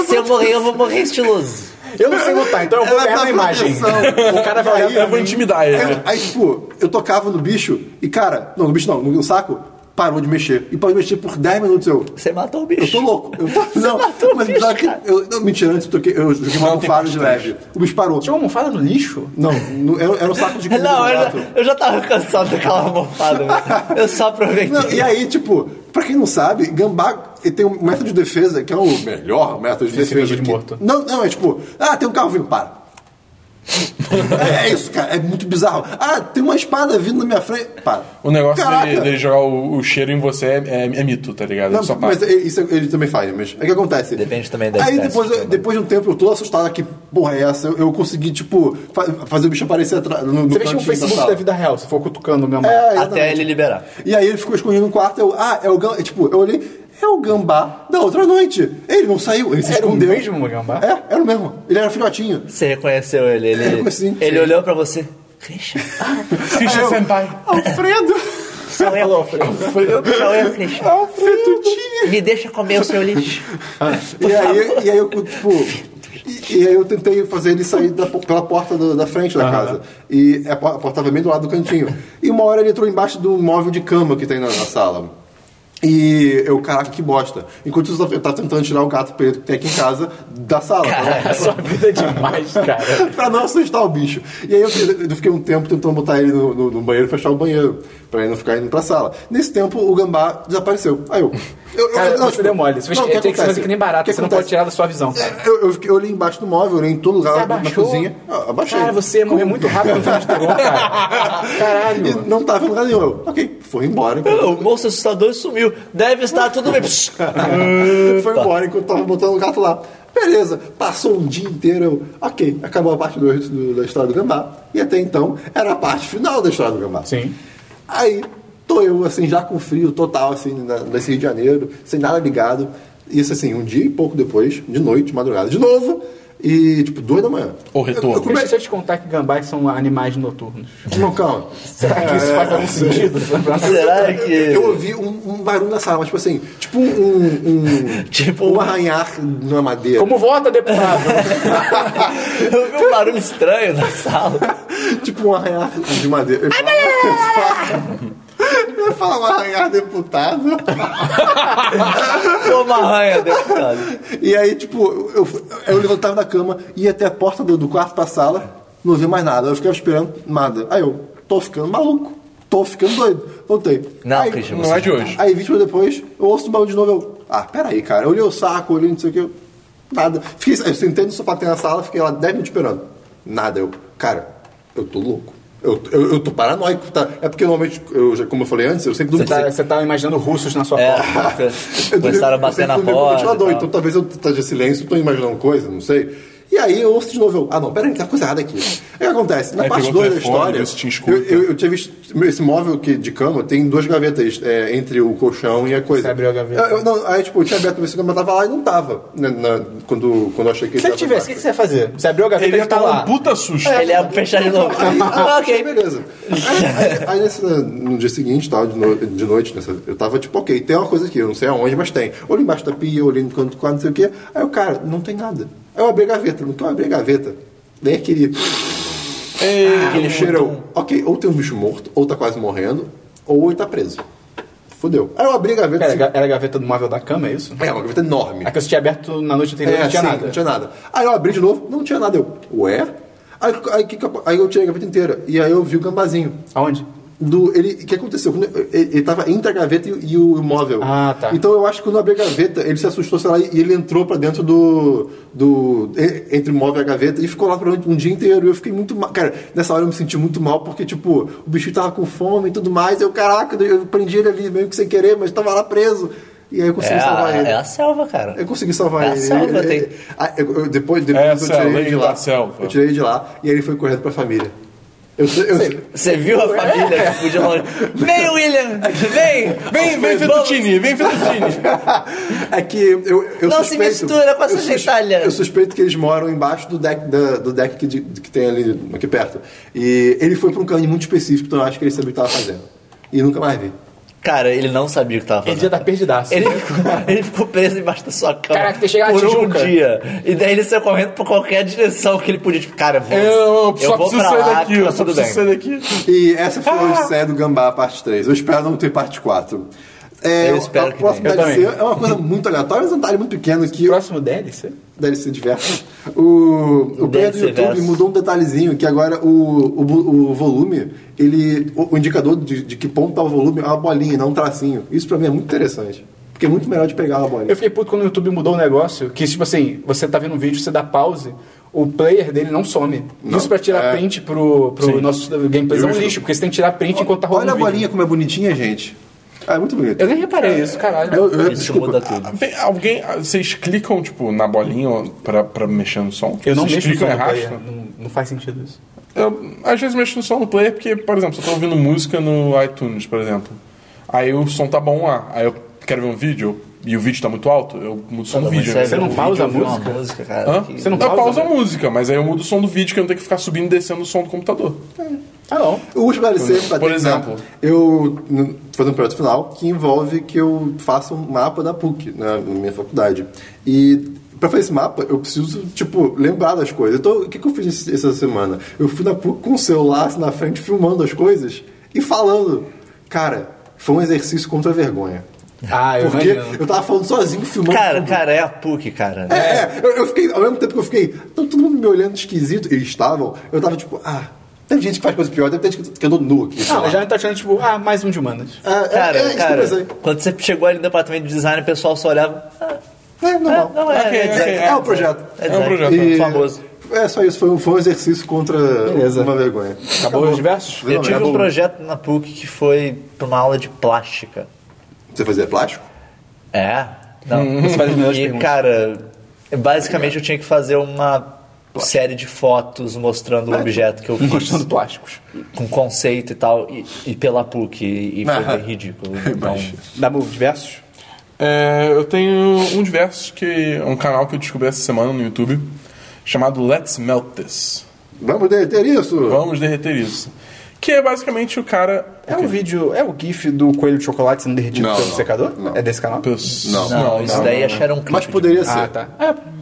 S4: Se eu morrer, eu vou morrer estiloso.
S1: Eu não sei lutar, então eu vou
S2: Ela
S1: ganhar
S2: tá
S1: na imagem.
S2: proteção.
S1: O cara vai olhar
S2: Aí,
S1: pra
S3: Eu vou
S1: mim.
S3: intimidar ele.
S2: Aí,
S3: né?
S2: aí, tipo, eu tocava no bicho e, cara, não, no bicho não, no saco, parou de mexer. E parou de mexer por 10 minutos. Eu,
S4: Você matou o bicho.
S2: Eu tô louco. Eu tô... Não, mas
S4: bicho,
S2: sabe que.
S4: cara.
S2: Eu, não, mentira, antes eu toquei. Eu joguei uma
S3: Não, tem
S2: almofada de
S3: bastante.
S2: leve. O bicho parou.
S1: Tinha uma almofada no lixo?
S2: Não, não, era, era um saco de comida
S4: Não,
S2: do
S4: eu já,
S2: gato.
S4: eu já tava cansado daquela almofada. mano. Eu só aproveitei.
S2: Não, e aí, tipo, pra quem não sabe, gambá ele tem um método de defesa que é o melhor método de
S1: Você se
S2: defesa.
S1: finge de
S2: que-
S1: morto.
S2: Não, não, é tipo, ah, tem um carro vindo, para. é, é isso, cara, é muito bizarro. Ah, tem uma espada vindo na minha frente, para.
S3: O negócio
S2: Caraca.
S3: dele, dele jogar o, o cheiro em você é, é- é mito, tá ligado?
S2: Não,
S3: Só
S2: mas
S3: passa.
S2: ele- isso ele também faz, mas é que acontece.
S4: Depende também da
S2: Aí
S4: espécie,
S2: depois,
S4: também.
S2: depois de um tempo eu tô assustado que porra é essa? Eu, eu consegui, tipo, fa- fazer o bicho aparecer atrás. No, no
S1: Você mexeu
S2: cantinho
S1: no
S2: da
S1: Facebook
S2: sala.
S1: da vida real, se for cutucando o meu
S2: É,
S1: mãe.
S2: exatamente.
S4: Até ele liberar.
S2: E aí ele ficou escondido no quarto, eu, ah, é o gambá. Tipo, eu olhei, é o gambá da outra noite. Ele não saiu, ele se
S1: Era o
S2: escondeu.
S1: mesmo gambá?
S2: É, era o mesmo. Ele era filhotinho.
S4: Você reconheceu ele. Ele,
S2: Eu, sim,
S4: ele
S2: sim.
S4: olhou pra você. Christian.
S3: Christian Senpai.
S2: Alfredo!
S4: Sou eu. Sou eu, é Christian.
S2: Alfredutinho!
S4: Me deixa comer o seu lixo.
S2: E aí, e aí eu, tipo. E, e aí eu tentei fazer ele sair da po- pela porta do- da frente da casa. E a po- a porta estava bem do lado do cantinho. E uma hora ele entrou embaixo do móvel de cama que tem na, na sala. E eu, caraca, que bosta. Enquanto isso, eu tava tentando tirar o gato preto que tem aqui em casa da sala.
S1: A sua vida é demais, cara.
S2: pra não assustar o bicho. E aí eu, eu fiquei um tempo tentando botar ele no, no- no banheiro e fechar o banheiro, pra ele não ficar indo pra sala. Nesse tempo, o gambá desapareceu. Aí eu. eu, eu-
S1: Cara,
S2: não,
S1: você
S2: tipo,
S1: deu mole. Você
S2: não, o
S1: tem que ser
S2: acontece?
S1: que nem
S2: O que
S1: barato, você não pode
S2: acontece? É,
S1: tirar da sua visão, cara.
S2: Eu, eu, fiquei- eu olhei embaixo do móvel, olhei em todo lugar,
S1: Você
S2: na- na
S1: abaixou?
S2: cozinha. Ah, abaixei.
S1: Cara, você morreu muito rápido no filme de terror, cara.
S2: E
S1: Caralho.
S2: não tava em lugar nenhum. Eu, ok, foi embora. então. enquanto-
S4: O moço assustador sumiu. Deve estar tudo bem. Psh.
S2: foi embora enquanto eu tava botando o gato lá. Beleza, passou um dia inteiro, eu, ok, acabou a parte 2 da história do gambá. E até então, era a parte final da história do gambá.
S1: Sim.
S2: Aí, tô eu, assim, já com frio total, assim, na- nesse Rio de Janeiro, sem nada ligado. Isso, assim, um dia e pouco depois, de noite, de madrugada, de novo. E, tipo, duas da manhã.
S3: O retorno.
S2: Eu, eu
S1: Deixa
S2: comecei...
S1: eu te contar que gambás são animais noturnos.
S2: Não, calma.
S1: Será que isso faz algum sentido?
S4: Será
S2: Eu,
S4: que.
S2: eu ouvi um, um barulho na sala, mas, tipo assim, tipo um... um-
S4: Tipo
S2: um
S4: um-
S2: arranhar na madeira.
S1: Como vota, deputado?
S4: Eu ouvi um barulho estranho na sala.
S2: tipo um arranhar de madeira. Eu falo- Eu ia falar um arranhar deputado.
S4: Toma arranha, deputado.
S2: E aí, tipo, eu, eu levantava da cama, ia até a porta do, do quarto pra sala, não via mais nada. Eu ficava esperando nada. Aí eu, tô ficando maluco. Tô ficando doido. Voltei.
S4: Não,
S2: aí,
S4: Christian,
S3: Não é
S1: tá
S3: de hoje.
S2: Aí 20 minutos depois, eu ouço o barulho de novo. Eu, ah, peraí, cara. Eu olhei o saco, olhei não sei o que. eu- Nada. Fiquei, eu sentei no sofá, tem na sala, fiquei lá 10 minutos esperando. Nada. Eu, cara, eu tô louco. Eu, eu, eu tô paranoico, tá? É porque normalmente, eu, já- como eu falei antes, eu sempre
S1: Você
S2: durmo.
S1: tá, você tá imaginando russos na sua
S4: É,
S1: porta.
S2: Eu dormi-
S4: começaram a
S2: eu sempre
S4: bater na
S2: dormi com
S4: porta. e
S2: ventilador,
S4: tal.
S2: então talvez eu esteja em silêncio, tô imaginando coisa, não sei. E aí eu ouço de novo, eu, ah não, peraí, tem uma coisa errada aqui. Aí o que acontece? Na
S3: Aí
S2: parte
S3: pegou o
S2: 2 da
S3: telefone,
S2: história,
S3: vê se tinha escuta.
S2: eu, eu, eu tinha visto esse móvel que, de cama, tem duas gavetas é, entre o colchão e a coisa.
S1: Você abriu a gaveta.
S2: Eu- eu não, aí tipo, eu tinha aberto esse cama, tava lá e não tava, né, na- quando, quando eu achei que
S1: Se ele
S2: tava
S1: tivesse, o que, que
S2: embaixo.
S1: você ia fazer? Você abriu a gaveta
S3: Ele
S1: e
S3: ia
S1: tá
S3: tomar
S1: lá. É.
S3: um puta susto.
S4: Ele ia fechar de novo.
S2: Aí, ah,
S4: ok.
S2: beleza. Aí, aí- aí nesse- né, no dia seguinte, tal, de, no- de noite, nessa- eu tava tipo, ok, tem uma coisa aqui, eu não sei aonde, mas tem. Olhei embaixo da pia, olhei no canto do quadro, não sei o quê. Aí o cara, não tem nada. Aí eu abri a gaveta, no que eu abri a gaveta, vem aquele,
S1: Ah, um
S2: aquele cheirão. Ok, ou tem um bicho morto, ou tá quase morrendo, ou ele tá preso. Fudeu. Aí eu abri a gaveta.
S1: Era,
S2: assim,
S1: era é a gaveta do móvel da cama, é isso?
S2: é, uma gaveta enorme.
S1: A que você tinha aberto na noite anterior
S2: É,
S1: não tinha
S2: sim,
S1: nada.
S2: Não tinha nada. Aí eu abri de novo, não tinha nada. Eu, ué? Aí, aí, que que eu- aí eu tirei a gaveta inteira. E aí eu vi o gambazinho.
S1: Aonde?
S2: Do, ele, o que aconteceu? Quando eu- Ele, ele tava entre a gaveta e, e o móvel.
S1: Ah, tá.
S2: Então eu acho que quando eu abri a gaveta, ele se assustou, sei lá, e ele entrou pra dentro do. do e- entre o móvel e a gaveta e ficou lá durante um dia inteiro. E eu fiquei muito mal. Cara, nessa hora eu me senti muito mal porque, tipo, o bichinho tava com fome e tudo mais. Eu, caraca, eu prendi ele ali meio que sem querer, mas tava lá preso. E aí eu consegui
S4: É
S2: salvar
S4: a,
S2: ele.
S4: é a selva, cara.
S2: Eu consegui salvar
S4: É a
S2: ele.
S4: selva,
S2: Ele-
S4: tem-
S2: ele- Ah, eu- eu- depois depois
S3: É a
S2: eu tirei
S3: selva,
S2: ele de
S3: lei
S2: lá.
S3: da selva.
S2: Eu tirei ele de lá e ele foi correndo pra família. Eu, sei- eu, sei-
S4: Você viu a família que podia falar, Vem, William! Vem!
S3: Vem, vem,
S4: Vamos."
S3: Fettuccine, vem, Fettuccine.
S2: é que eu, eu
S4: Não se
S2: suspeito,
S4: mistura com essa
S2: eu
S4: gente italiana.
S2: Eu suspeito que eles moram embaixo do deck, da- do deck que, de- que tem ali aqui perto. E ele foi pra um caminho muito específico, então eu acho que ele sabia o que tava fazendo. E nunca mais vi.
S4: Cara, ele não sabia o que tava
S1: Ele já
S4: fazendo.
S1: tá perdidaço.
S4: Ele ficou, ele ficou preso embaixo da sua cama
S1: Caraca, tem que chegar na
S4: por um
S1: Tijuca.
S4: dia. E daí ele saiu correndo pra qualquer direção que ele podia. Tipo, cara, eu vou,
S3: Eu
S4: eu
S3: só
S4: vou
S3: preciso
S4: pra
S3: sair
S4: lá,
S3: daqui,
S4: que tá
S3: eu só
S4: tudo
S3: preciso
S4: bem.
S3: sair daqui.
S2: E essa foi a Odisseia do Gambá, parte 3. Eu espero não ter parte 4. É,
S4: Eu espero
S2: a
S4: que
S2: próxima
S1: tenha. Eu
S2: DLC é uma coisa muito aleatória, mas é um detalhe muito pequeno que eu
S1: Próximo DLC?
S2: DLC diversos. O, o player do
S4: DLC
S2: YouTube
S4: verso.
S2: mudou um detalhezinho que agora o, o, bu- o volume, ele, o, o indicador de, de que ponto tá o volume é uma bolinha, não um tracinho. Isso pra mim é muito interessante. Porque é muito melhor de pegar uma bolinha.
S1: Eu fiquei puto quando o YouTube mudou o negócio, que tipo assim, você tá vendo um vídeo, você dá pause, o player dele não some.
S2: Não.
S1: Isso pra tirar
S2: É.
S1: print pro, pro nosso gameplay é um
S2: Justo.
S1: lixo, porque você tem que tirar print enquanto tá rolando
S2: Olha
S1: o
S2: a
S1: vídeo.
S2: bolinha como é bonitinha, gente. Ah, é muito bonito.
S1: Eu nem reparei isso, caralho.
S2: Eu- eu-
S4: Isso
S2: desculpa.
S4: muda tudo.
S3: Vem, alguém, vocês clicam, tipo, na bolinha ó, pra, pra mexer no som?
S1: Eu não
S3: vocês
S1: mexo no
S3: clicam
S2: é
S1: som
S3: e
S1: do player.
S3: arrastam?
S1: Não, não faz sentido isso.
S3: Eu, às vezes mexo no som no player porque, por exemplo, se eu tô ouvindo música no iTunes, por exemplo, aí o som tá bom lá, aí eu quero ver um vídeo e o vídeo tá muito alto, eu mudo o
S1: é
S3: som do
S4: Mas
S3: vídeo.
S1: você
S3: né?
S1: não
S4: viu um
S1: pausa
S4: vídeo,
S1: a
S4: viu uma
S1: música?
S4: cara,
S3: Hã?
S4: que-
S1: Você não
S3: eu
S1: pausa,
S3: pauso a
S1: né?
S3: música, mas aí eu mudo o som do vídeo que eu não tenho que ficar subindo e descendo o som do computador.
S1: Ah, não.
S2: O último DLC, pra
S3: Por
S2: terminar,
S3: exemplo.
S2: eu n- fazer um projeto final que envolve que eu faça um mapa da PUC né, na, na minha faculdade. E pra fazer esse mapa, eu preciso, tipo, lembrar das coisas. Então, o que, que eu fiz esse- essa semana? Eu fui na PUC com o celular assim, na frente, filmando as coisas e falando. Cara, foi um exercício contra a vergonha.
S1: Ah, eu
S2: Porque
S1: imagino.
S2: eu tava falando sozinho, filmando.
S4: Cara,
S2: tudo.
S4: cara, é a PUC, cara.
S2: É, é, eu, eu fiquei, ao mesmo tempo que eu fiquei, tava todo mundo me olhando esquisito, eles estavam, eu tava tipo, ah, tem gente que faz coisa pior, tem gente que, que eu dou nu aqui. sei
S1: Ah,
S2: lá.
S1: eu já tá achando, tipo, ah, mais um de humanas.
S2: É, é,
S4: Cara,
S2: é, isso que eu
S4: cara,
S2: pensei.
S4: quando você chegou ali no departamento de design, o pessoal só olhava. "Ah,
S2: É normal.
S4: não, é,
S3: Ok,
S4: é, design,
S3: ok,
S2: é, o projeto.
S4: É, design."
S3: É um projeto.
S2: E-
S4: famoso.
S2: É só isso, foi um, foi um exercício contra
S1: Beleza.
S2: uma vergonha.
S1: Acabou, os diversos?
S4: Eu tive
S2: Acabou.
S4: um projeto na PUC que foi pra uma aula de plástica.
S2: Você fazia plástico?
S4: É? Não.
S1: Hum. Você faz as melhores
S4: e,
S1: perguntas.
S4: cara, basicamente eu tinha que fazer uma série de fotos mostrando o objeto que eu fiz.
S1: Mostrando plásticos.
S4: Com conceito e tal, e, e pela PUC, e, e foi bem ridículo. Então,
S1: Dabu, diversos?
S3: É, eu tenho um diverso que é um canal que eu descobri essa semana no YouTube, chamado Let's Melt This.
S2: Vamos derreter isso?
S3: Vamos derreter isso. Que é basicamente o cara.
S1: É um vídeo, é o GIF do coelho de chocolate sendo derretido
S2: Não,
S1: pelo
S2: não,
S1: secador?
S2: não.
S1: É desse canal?
S4: Então,
S3: Pes-
S2: Não.
S4: não, isso daí acharam um clipe.
S5: Ah,
S2: Mas poderia ser.
S1: Ah, tá. É,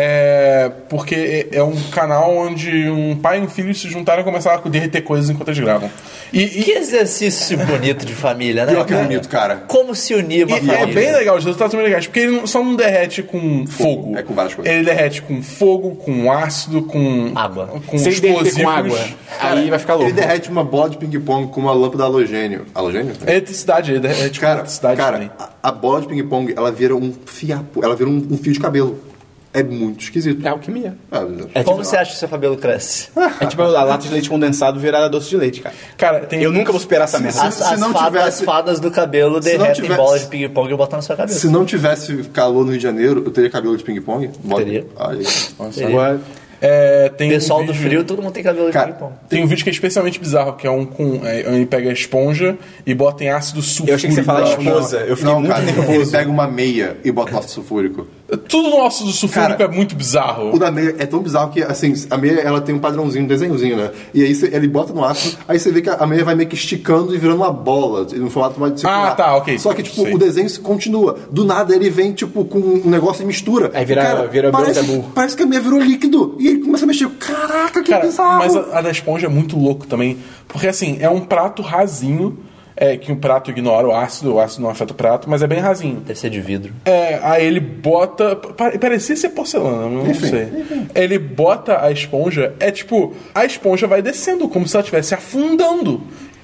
S3: É, porque é é um canal onde um pai e um filho se juntaram e começaram a derreter coisas enquanto eles gravam. E, e-
S4: Que exercício bonito de família, né?
S2: Pior que é
S4: cara?
S2: bonito, cara.
S4: Como se unir uma
S3: E é
S4: família.
S3: bem legal, os resultados são bem legais, porque ele não- só não derrete com fogo.
S2: é com várias coisas.
S3: Ele derrete com fogo, com ácido, com.
S4: Água.
S3: Com
S5: Sem
S3: explosivos.
S5: DT com água. Aí vai ficar louco.
S2: Ele derrete uma bola de ping-pong com uma lâmpada halogênio. Halogênio?
S3: Eletricidade, ele derrete com
S2: Cara,
S3: eletricidade
S2: cara
S3: É, também.
S2: a, a bola de ping-pong, ela vira um fiapo, ela vira um, um fio de cabelo. É muito esquisito.
S5: É alquimia.
S2: Ah,
S4: É Como
S2: sei
S4: você
S2: lá.
S4: acha que seu cabelo cresce?
S5: É tipo a lata de leite condensado virada doce de leite, cara.
S3: Cara, tem. um
S5: Eu nunca vou superar essa merda.
S4: As,
S2: Ah, se
S4: as
S2: não
S4: fadas,
S2: tivesse-
S4: fadas do cabelo
S2: se não
S4: derretem
S2: tivesse-
S4: bola de ping-pong e botam na sua cabeça.
S2: Se não tivesse calor no Rio de Janeiro, eu teria cabelo de ping-pong? Bola-
S4: Teria.
S2: Olha aí.
S5: Agora,
S3: É, tem um
S4: Pessoal do
S3: vídeo-
S4: frio, todo mundo tem cabelo de
S2: Cara,
S4: ping-pong.
S3: Tem um vídeo que é especialmente bizarro, que é um com. É, ele pega a esponja e bota em ácido sulfúrico.
S5: eu achei que você ia falar de esposa. Eu fiquei
S2: não,
S5: muito
S2: cara, ele
S5: nervoso.
S2: pega uma meia e bota ácido sulfúrico.
S3: Tudo no ácido sulfúrico
S2: Cara,
S3: é muito bizarro.
S2: O da meia é tão bizarro que, assim, a meia ela tem um padrãozinho, um desenhozinho, né? E aí cê- ele bota no ácido, aí você vê que a meia vai meio que esticando e virando uma bola, no formato mais circular.
S3: Ah, tá, ok.
S2: Só que, tipo,
S3: Sei.
S2: o desenho se continua. Do nada ele vem, tipo, com um negócio e mistura.
S5: Aí vira-
S2: cara,
S5: vira
S2: parece,
S5: Beelzebub.
S2: parece que a meia virou líquido. E ele começa a mexer. Caraca, que
S3: Cara,
S2: bizarro.
S3: mas a, a da esponja é muito louco também. Porque assim, é um prato rasinho, é, que o prato ignora o ácido, o ácido não afeta o prato, mas é bem rasinho.
S4: Deve ser de vidro.
S3: É, aí ele bota. pa- Parecia ser porcelana, eu não sei. Ele bota a esponja, é tipo, a esponja vai descendo, como se ela estivesse afundando.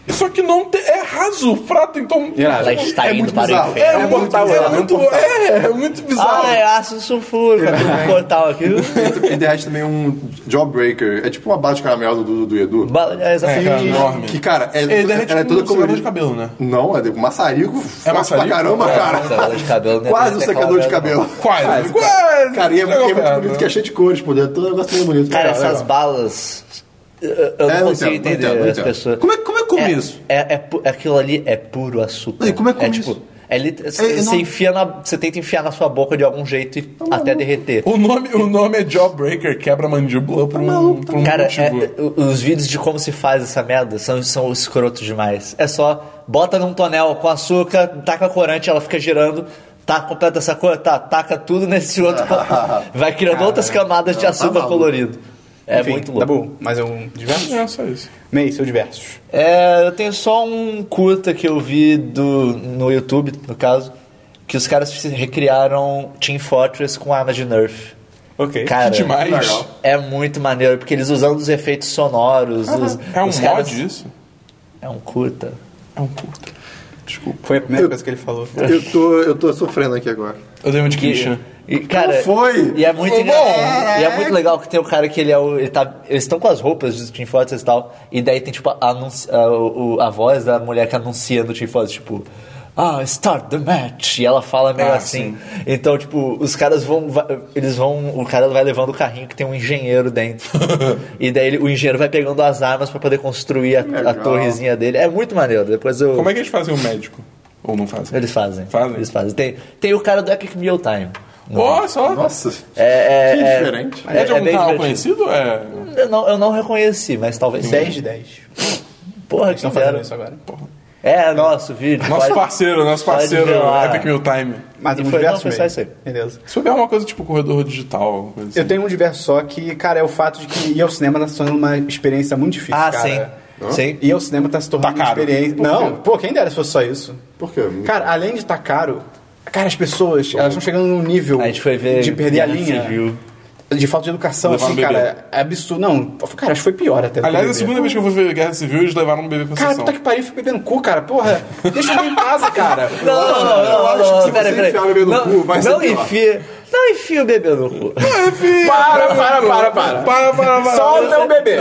S3: Só que não te- é raso o prato, então.
S5: Irado.
S4: Ela está
S2: é
S4: indo
S2: muito
S4: para
S2: bizarro.
S4: o inferno.
S5: É um portal,
S3: é,
S5: ela, é um
S3: muito,
S5: portal.
S3: é, é muito bizarro.
S4: Ah, é ácido sulfúrico, tem um portal aqui.
S2: Ele derrete também um jawbreaker. É tipo uma bala de caramelo do, do, do Edu.
S4: Bala- é, exatamente.
S3: cara, enorme.
S2: Que, cara, é,
S3: Ele derrete
S2: ela é toda
S3: um secador de
S2: colorida.
S3: cabelo, né?
S2: Não, é de maçarico. forte
S3: maçarico?
S2: Pra caramba,
S4: É,
S2: cara.
S4: secador de cabelo, né?
S2: Quase o
S4: Tem
S2: secador de
S4: secador,
S2: cabelo.
S3: Quase, quase.
S2: Cara, e é, é
S3: Legal,
S2: muito
S3: cara.
S2: bonito, que é cheio de cores, pô. É todo um negócio meio bonito.
S4: né? Cara,
S2: Legal,
S4: essas
S2: legal.
S4: balas. Eu eu
S2: É,
S4: não
S2: não
S4: consigo
S2: entendo, não
S4: entender
S2: entendo, não
S4: as
S2: entendo.
S4: pessoas.
S5: Como é, como é que come
S4: É-
S5: isso?
S4: É, é pu- aquilo ali é puro açúcar.
S2: E como é que
S4: é
S2: come
S4: tipo.
S2: isso?
S4: É, lit- você,
S2: não-
S4: enfia na, você tenta enfiar na sua boca de algum jeito e até derreter.
S3: O nome, o nome é Jawbreaker, quebra a mandíbula por um, por um
S4: Cara,
S3: motivo.
S4: é- o- os vídeos de como se faz essa merda são, são escrotos demais. É só bota num tonel com açúcar, taca corante, ela fica girando, taca completa essa cor, tá, taca tudo nesse outro. vai criando outras camadas
S3: tá
S4: de açúcar
S2: maluco.
S4: colorido. É
S5: Enfim,
S4: muito
S5: Tá
S4: louco.
S5: bom, mas é um diverso?
S3: É, só isso.
S5: Meio, seu diversos.
S4: É, eu tenho só um curta que eu vi do, no YouTube, no caso, que os caras se recriaram Team Fortress com armas de Nerf.
S5: Ok.
S4: Cara,
S3: Que demais.
S2: Legal.
S4: é muito maneiro, porque eles usando os efeitos sonoros. os-
S3: É um
S4: os
S3: mod
S4: caras-
S3: isso?
S4: É um curta.
S3: É um puta. Desculpa.
S5: Foi a primeira coisa que ele falou.
S2: Eu tô, eu tô sofrendo aqui agora.
S3: Eu dei uma de
S4: Que-
S3: Christian.
S4: e, cara,
S2: Não foi?
S4: E é muito
S3: Bom,
S4: engraçado. E é muito legal que tem o cara que ele é o. Ele tá, eles estão com as roupas do Team Fortress e tal. E daí tem, tipo, a, anunci- a, o- a voz da mulher que anuncia no Team Fortress, tipo. Ah, start the match. E ela fala meio
S3: Ah,
S4: assim. Então, tipo, os caras vão. va- Eles vão. O cara vai levando o carrinho que tem um engenheiro dentro. e daí ele- o engenheiro vai pegando as armas pra poder construir a, a
S2: Legal.
S4: torrezinha dele. É muito maneiro. Depois eu.
S3: Como é que eles fazem o médico? Ou não fazem?
S4: Eles fazem.
S3: Fazem?
S4: Eles fazem. Tem, tem o cara do Epic Meal Time. no
S3: Ó, só.
S2: Nossa,
S4: é,
S2: que
S4: é-
S2: diferente.
S3: É, de
S4: é
S3: algum
S4: bem
S3: canal
S4: divertido.
S3: conhecido? É.
S4: Eu não, eu não reconheci, mas talvez.
S5: 10 de 10.
S4: Porra,
S2: tá
S4: que
S5: Estão fazendo
S4: deram.
S5: isso agora.
S4: É, nosso vídeo.
S3: Nosso
S4: pode-
S3: parceiro, nosso
S4: pode
S3: parceiro
S4: ver lá.
S3: Epic Meal Time.
S5: Mas
S4: E
S5: é um
S4: foi- não,
S5: diverso
S4: foi só
S5: mesmo.
S4: isso aí.
S5: Beleza.
S3: Se houver alguma coisa tipo corredor digital, alguma coisa assim.
S5: Eu tenho um diverso só que, cara, é o fato de que ir ao cinema tá se tornando uma experiência muito difícil,
S4: Ah,
S5: cara.
S4: sim. Sim.
S5: Ir ao cinema tá se tornando
S3: Tá caro.
S5: uma experiência... Não, pô, quem dera se fosse só isso.
S2: Por quê?
S4: Hum.
S5: Cara, além de estar caro, cara, as pessoas, elas estão chegando num nível
S4: A gente foi ver
S5: de perder a
S4: Guerra
S5: linha.
S4: Civil.
S5: De falta de educação,
S3: Levaram
S5: assim,
S3: o bebê.
S5: cara, é absurdo. Não, cara, acho que foi pior até. do que
S3: Aliás, é a
S5: beber.
S3: segunda vez que eu fui ver Guerra Civil, eles levaram um bebê pra
S5: Cara,
S1: tá
S3: sessão.
S5: puta que pariu, fico bebendo cu, cara. Porra, deixa eu em casa, cara.
S4: Não, não, não, não,
S2: Eu acho
S4: não,
S2: que se
S4: não, peraí,
S2: você
S4: peraí.
S2: enfiar o bebê no
S4: não,
S2: cu, vai ser
S4: não
S2: pior.
S4: enfia, não enfia o bebê no cu.
S5: Para, para, para, para.
S3: Para, para, para.
S5: Solta o bebê.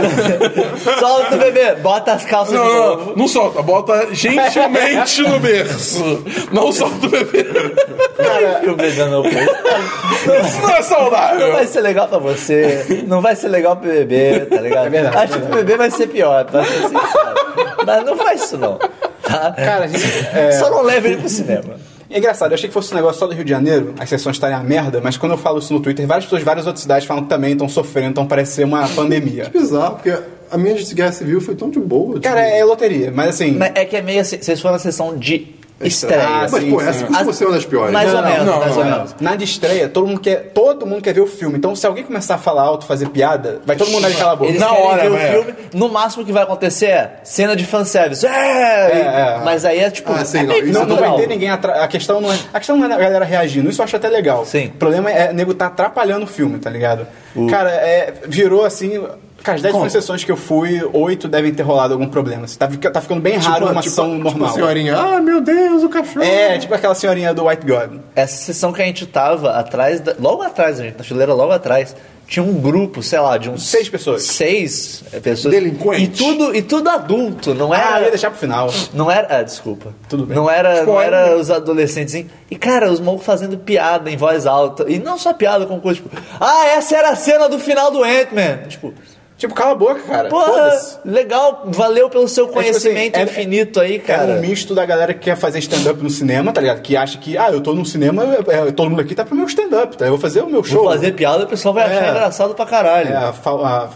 S4: Solta o bebê, bota as calças
S3: Não,
S4: de
S3: não,
S4: novo.
S3: não, não solta, bota gentilmente no berço. Não solta o bebê.
S4: Não enfia o bebê no cu.
S3: Isso não é saudável.
S4: Não vai ser legal pra você, não vai ser legal pro bebê, tá ligado?
S5: É verdade,
S4: Acho
S5: é
S4: que o bebê vai ser pior, pra ser sincero. Mas não faz isso não, tá?
S5: Cara, a gente, é,
S4: Só não leva ele pro cinema.
S5: é engraçado, eu achei que fosse um negócio só do Rio de Janeiro, as sessões estarem a merda, mas quando eu falo isso no Twitter, várias pessoas de várias outras cidades falam que também estão sofrendo, então parece ser uma pandemia.
S2: É Bizarro, porque a minha de guerra civil foi tão de boa.
S5: Cara,
S2: tipo,
S5: é loteria, mas assim.
S4: Mas é que é meio assim, vocês foram na sessão de estreia.
S2: Mas,
S1: sim,
S2: pô,
S1: sim.
S2: essa costuma
S4: As-
S2: ser uma das piores.
S4: Mais
S2: Não,
S4: ou menos,
S3: não,
S4: mais
S3: não,
S4: ou
S3: não.
S4: menos.
S1: Na de estreia, todo mundo quer, todo mundo quer ver o filme. Então, se alguém começar a falar alto, fazer piada, vai todo mundo ali calar a boca.
S4: Eles
S3: Na
S4: querem
S3: hora,
S4: ver o
S3: né?
S4: filme, no máximo que vai acontecer é cena de fanservice. É!
S1: é, é.
S4: Mas aí é tipo.
S2: Ah, sim,
S4: é
S2: não,
S4: meio que
S2: isso
S1: Não, não vai
S4: natural.
S1: ter ninguém atrás. A questão não é. A questão não é a galera reagindo, isso eu acho até legal.
S4: Sim.
S1: O problema é o nego tá atrapalhando o filme, tá ligado? Cara, é, virou assim. Cara, as 10 concessões que eu fui, 8 devem ter rolado algum problema. Assim, tá, fica- tá ficando bem raro uma ação normal.
S2: Tipo a senhorinha, ah, meu Deus, o cachorro.
S1: é, tipo aquela senhorinha do White God.
S4: Essa sessão que a gente tava atrás, da- logo atrás, gente, na fileira logo atrás, tinha um grupo, sei lá, de uns.
S1: Seis pessoas.
S4: Seis é, pessoas.
S2: Delinquente.
S4: E tudo, e tudo adulto, não é
S1: Ah,
S4: era.
S1: eu ia deixar pro final.
S4: Não era. Ah, desculpa.
S1: Tudo bem. Tipo,
S4: Não era, não
S3: Spoiler.
S4: era os adolescentes. hein? E, cara, os malucos fazendo piada em voz alta. E não só piada, como coisa tipo. Ah, essa era a cena do final do Ant-Man. Tipo,
S1: Tipo, cala a boca, cara.
S4: porra,
S1: Foda-se.
S4: legal, valeu pelo seu
S1: tipo assim,
S4: conhecimento
S1: é-
S4: infinito aí, cara.
S1: É um misto da galera que quer fazer stand-up no cinema, tá ligado? Que acha que, ah, eu tô num cinema, eu- eu- todo mundo aqui tá pro meu stand-up, tá? Eu vou fazer o meu show.
S4: Vou fazer piada, o pessoal vai achar
S1: É.
S4: engraçado pra caralho.
S1: É, a, fal- a,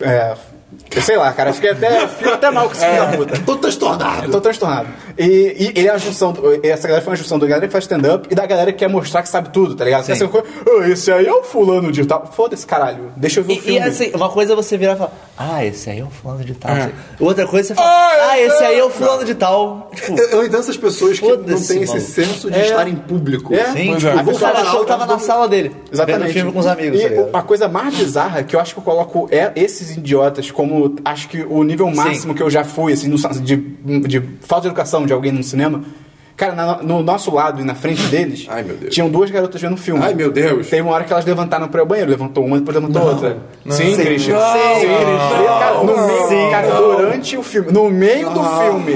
S1: é, eu sei lá, cara, eu fiquei até, fiquei até mal com esse filho da puta.
S2: Tô
S1: Eu
S2: transtornado.
S1: tô transtornado. E, e ele é a junção, do- essa galera foi uma junção da galera que faz stand-up e da galera que quer mostrar que sabe tudo, tá ligado? Essa coisa, "Ah, esse aí é o fulano de tal. Foda-se, caralho. Deixa eu ver o
S4: E,
S1: um filme.
S4: e assim, uma coisa é você virar e falar, ah, esse aí é o fulano de tal. Outra coisa é você falar, ah, esse aí é o fulano de tal. Tipo,
S2: Eu, eu entendo essas pessoas que não
S4: Foda-se,
S2: têm esse
S4: maluco.
S2: senso de
S1: É.
S2: estar em público.
S1: É.
S4: sim,
S3: Pois
S4: tipo,
S3: é.
S4: o
S1: Cara,
S4: cara achou que tava na sala dele. Vendo
S1: Exatamente.
S4: filme com os amigos.
S1: E
S4: tá ligado?
S1: a coisa mais bizarra que eu acho que eu coloco é esses idiotas como acho que o nível máximo que eu já fui, assim, no, de, de falta de educação de alguém no cinema. Cara, na- no nosso lado e na frente deles,
S2: Ai, meu Deus.
S1: tinham duas garotas vendo filme.
S2: Ai, meu Deus.
S1: Teve uma hora que elas levantaram pra ir ao banheiro. Levantou uma, depois levantou outra. Sim,
S4: Sim.
S1: Christian.
S4: Não,
S1: Sim,
S4: não,
S1: Christian. Cara, no
S4: não,
S1: meio,
S4: sim,
S1: cara,
S4: não.
S1: durante o filme, no meio do filme,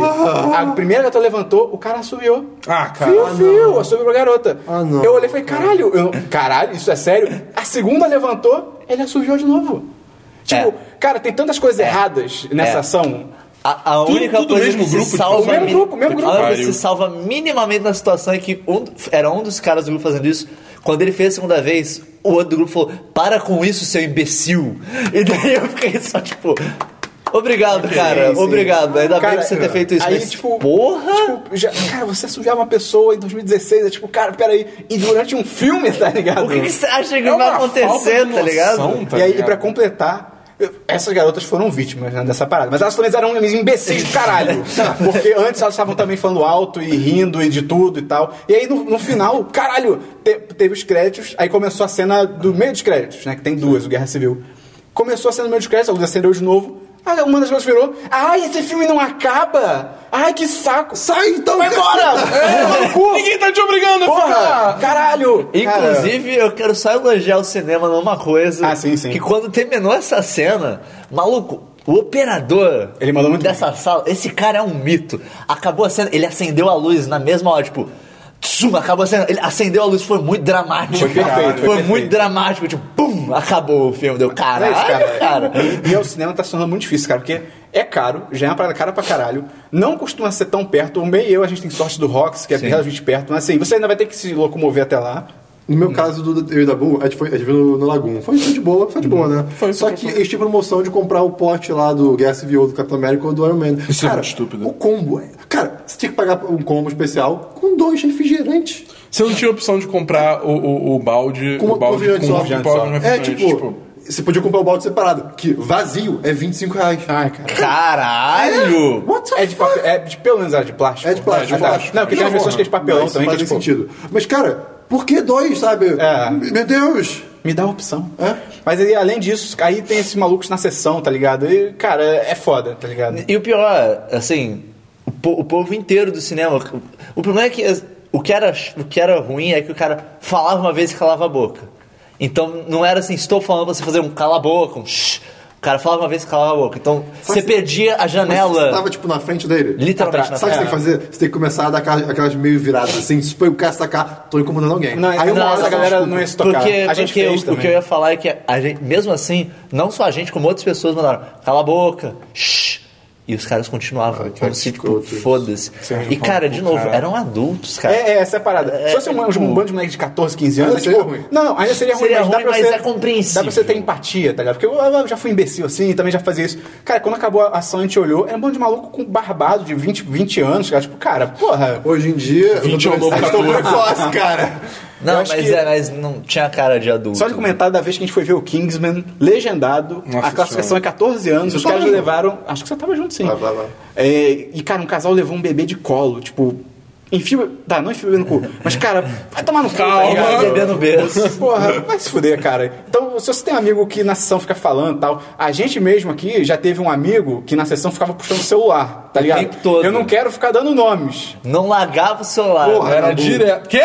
S1: a primeira garota levantou, o cara assobiou.
S3: Ah, cara.
S1: Fio,
S3: Ah,
S1: fio, assumiu pra garota.
S2: não.
S1: Eu olhei e falei, caralho, eu- caralho, isso é sério? A segunda levantou, ele assumiu de novo. Tipo,
S4: É.
S1: cara, tem tantas coisas erradas nessa
S4: É.
S1: ação.
S4: A, a
S3: Tudo-
S4: única
S3: tudo
S4: coisa
S3: mesmo
S4: que
S3: grupo,
S4: se
S3: tipo,
S4: salva.
S1: o mesmo
S4: mi-
S1: grupo, o mesmo grupo.
S4: A única que
S3: Pariu.
S4: se salva minimamente na situação é que um- era um dos caras do grupo fazendo isso. Quando ele fez a segunda vez, o outro do grupo falou: Para com isso, seu imbecil. E daí eu fiquei só tipo. Obrigado, cara.
S1: sim.
S4: Obrigado. Ainda
S1: Cara,
S4: bem que você ter feito isso.
S1: Aí,
S4: mas,
S1: tipo,
S4: porra!
S1: tipo, já- cara, você sujar uma pessoa em 2016, é tipo, cara, peraí, e durante um filme, tá ligado?
S4: o que, que você acha que
S3: É
S4: vai
S3: uma falta
S4: acontecer,
S3: de
S4: tá ligado?
S3: noção,
S1: e aí, e pra
S3: ligado?
S1: completar, eu- essas garotas foram vítimas né, dessa parada. Mas elas também eram uns imbecis do caralho. Porque antes elas estavam também falando alto e rindo e de tudo e tal. E aí no, no final, caralho, te- teve os créditos, aí começou a cena do meio dos créditos, né? Que tem duas, o Guerra Civil. Começou a cena do meio dos créditos, a luz acendeu de novo. Aí uma das garotas virou. Ai, esse filme não acaba! Ai, que saco!
S2: Sai então,
S1: Vai embora! É, maluco!
S3: Ninguém tá te obrigando a ficar.
S1: Porra! Caralho! Cara,
S4: Inclusive, eu quero só elogiar o cinema numa coisa.
S1: Ah, sim, sim.
S4: Que quando terminou essa cena, maluco, o operador
S1: Ele mandou muito
S4: dessa sala, esse cara é um mito. Acabou a cena, ele acendeu a luz na mesma hora, tipo. Tsum, acabou a cena. Ele acendeu a luz, foi muito dramático.
S1: Foi perfeito,
S4: cara.
S1: foi
S4: Foi
S1: perfeito.
S4: muito dramático, tipo, pum, acabou o filme. Deu
S1: É
S4: caralho,
S1: isso,
S4: cara.
S1: E e o cinema tá se tornando muito difícil, cara, porque é caro, já é uma parada cara pra caralho, não costuma ser tão perto. O meio e eu, a gente tem sorte do Rox, que é
S4: Sim.
S1: relativamente perto, mas assim, você ainda vai ter que se locomover até lá.
S2: No
S1: Uhum.
S2: meu caso, do, eu e da Boom, a gente foi a gente viu no, no Lagoon. Foi, foi de boa, foi de
S1: Uhum.
S2: boa, né? Só que eles tinham promoção de comprar o pote lá do Gas VO do Capitão América ou do Iron Man.
S3: Isso é
S2: cara,
S3: muito estúpido.
S2: O combo. é- Cara, você tinha que pagar um combo especial com dois refrigerantes.
S3: Você não tinha opção de comprar o, o, o balde
S1: Um
S2: Com uma
S3: o balde
S2: refrigerante só.
S3: com pipoca no
S2: É,
S3: refrigerante,
S2: tipo, Você podia comprar o balde separado, que vazio é 25 reais.
S1: Ai, cara.
S4: Caralho!
S2: What the
S1: Ah, É de,
S2: fuck?
S1: papel, é de pelo menos era de plástico.
S2: É de plástico,
S1: Ah, tá.
S2: plástico.
S1: Não, porque tem as
S2: Porra.
S1: pessoas que é de papelão
S2: Mas
S1: também, que é
S2: faz
S1: tipo,
S2: sentido. Mas, cara, por que dois, sabe?
S1: É.
S2: Meu Deus!
S1: me dá a opção.
S2: É?
S1: Mas aí, além disso, aí tem esses malucos na sessão, tá ligado? E, cara, é foda, tá ligado?
S4: E o pior, assim, o, po- o povo inteiro do cinema. O, o problema é que as- o que, era, ch- o que era ruim é que o cara falava uma vez e calava a boca. Então não era assim, estou falando pra você fazer um cala a boca, um shh. O cara falava uma vez e calava a boca. Então você
S2: se-
S4: perdia a janela.
S2: Você tava, tipo, na frente dele?
S4: Literalmente na
S2: Sabe o que você tem
S4: frente.
S2: que fazer? Você tem que começar a dar aquelas, aquelas meio viradas, assim, super o cara sacar, tô incomodando alguém.
S1: Não,
S2: Aí uma
S1: não,
S2: hora
S1: essa
S2: você
S1: galera
S2: escuta.
S1: não é- ia se tocar.
S4: Porque,
S1: a gente
S4: porque
S1: fez
S4: o, o
S1: também.
S4: que eu ia falar é que a gente, mesmo assim, não só a gente, como outras pessoas mandaram, cala a boca, shh, E os caras continuavam,
S2: Ah, que
S4: como se, tipo,
S2: escroto isso.
S4: foda-se.
S3: Sério,
S4: E, cara, de
S3: maluco,
S4: novo,
S3: cara.
S4: eram adultos, cara.
S1: É, é, essa é a parada.
S4: É,
S1: Se fosse um,
S4: é,
S1: um
S4: tipo,
S1: bando de moleque de 14, 15 anos,
S2: Ainda
S1: tipo,
S2: seria ruim.
S1: Não, ainda seria ruim,
S4: Seria
S1: mas, dá
S4: ruim,
S1: pra
S4: mas
S1: você,
S4: é compreensível.
S1: Dá pra você ter empatia, tá ligado? Porque eu, eu já fui imbecil assim, também já fazia isso. Cara, quando acabou a ação, a gente olhou, era um bando de maluco com barbado de 20, 20 anos, cara. Tipo, cara, porra.
S2: Hoje em dia.
S3: 20 é o
S2: eu tô-
S3: novo
S2: eu tô
S3: 14.
S2: precoce, cara.
S4: Não,
S1: Eu
S4: mas,
S1: acho que-
S4: é, mas não tinha cara de adulto. né?
S1: Só de comentar da vez que a gente foi ver o Kingsman, legendado,
S3: Nossa
S1: a classificação
S3: Senhora.
S1: é 14 anos,
S2: Você
S1: os
S2: tava
S1: caras
S2: junto?
S1: levaram. Acho que você tava junto sim.
S2: Lá, lá, lá.
S1: É, e, cara, um casal levou um bebê de colo, tipo. Enfia. Tá, não enfia o bebê no cu. Mas, cara, vai tomar no cu. tá
S3: Calma.
S1: ligado?
S4: Bebê no berço.
S1: Porra, vai se fuder, cara. Então, se você tem um amigo que na sessão fica falando e tal, a gente mesmo aqui já teve um amigo que na sessão ficava puxando o celular, tá ligado?
S4: tempo todo.
S1: Eu não quero ficar dando nomes.
S4: Não largava o celular.
S2: Porra,
S3: Era
S2: Nabu.
S3: é direto. Quê?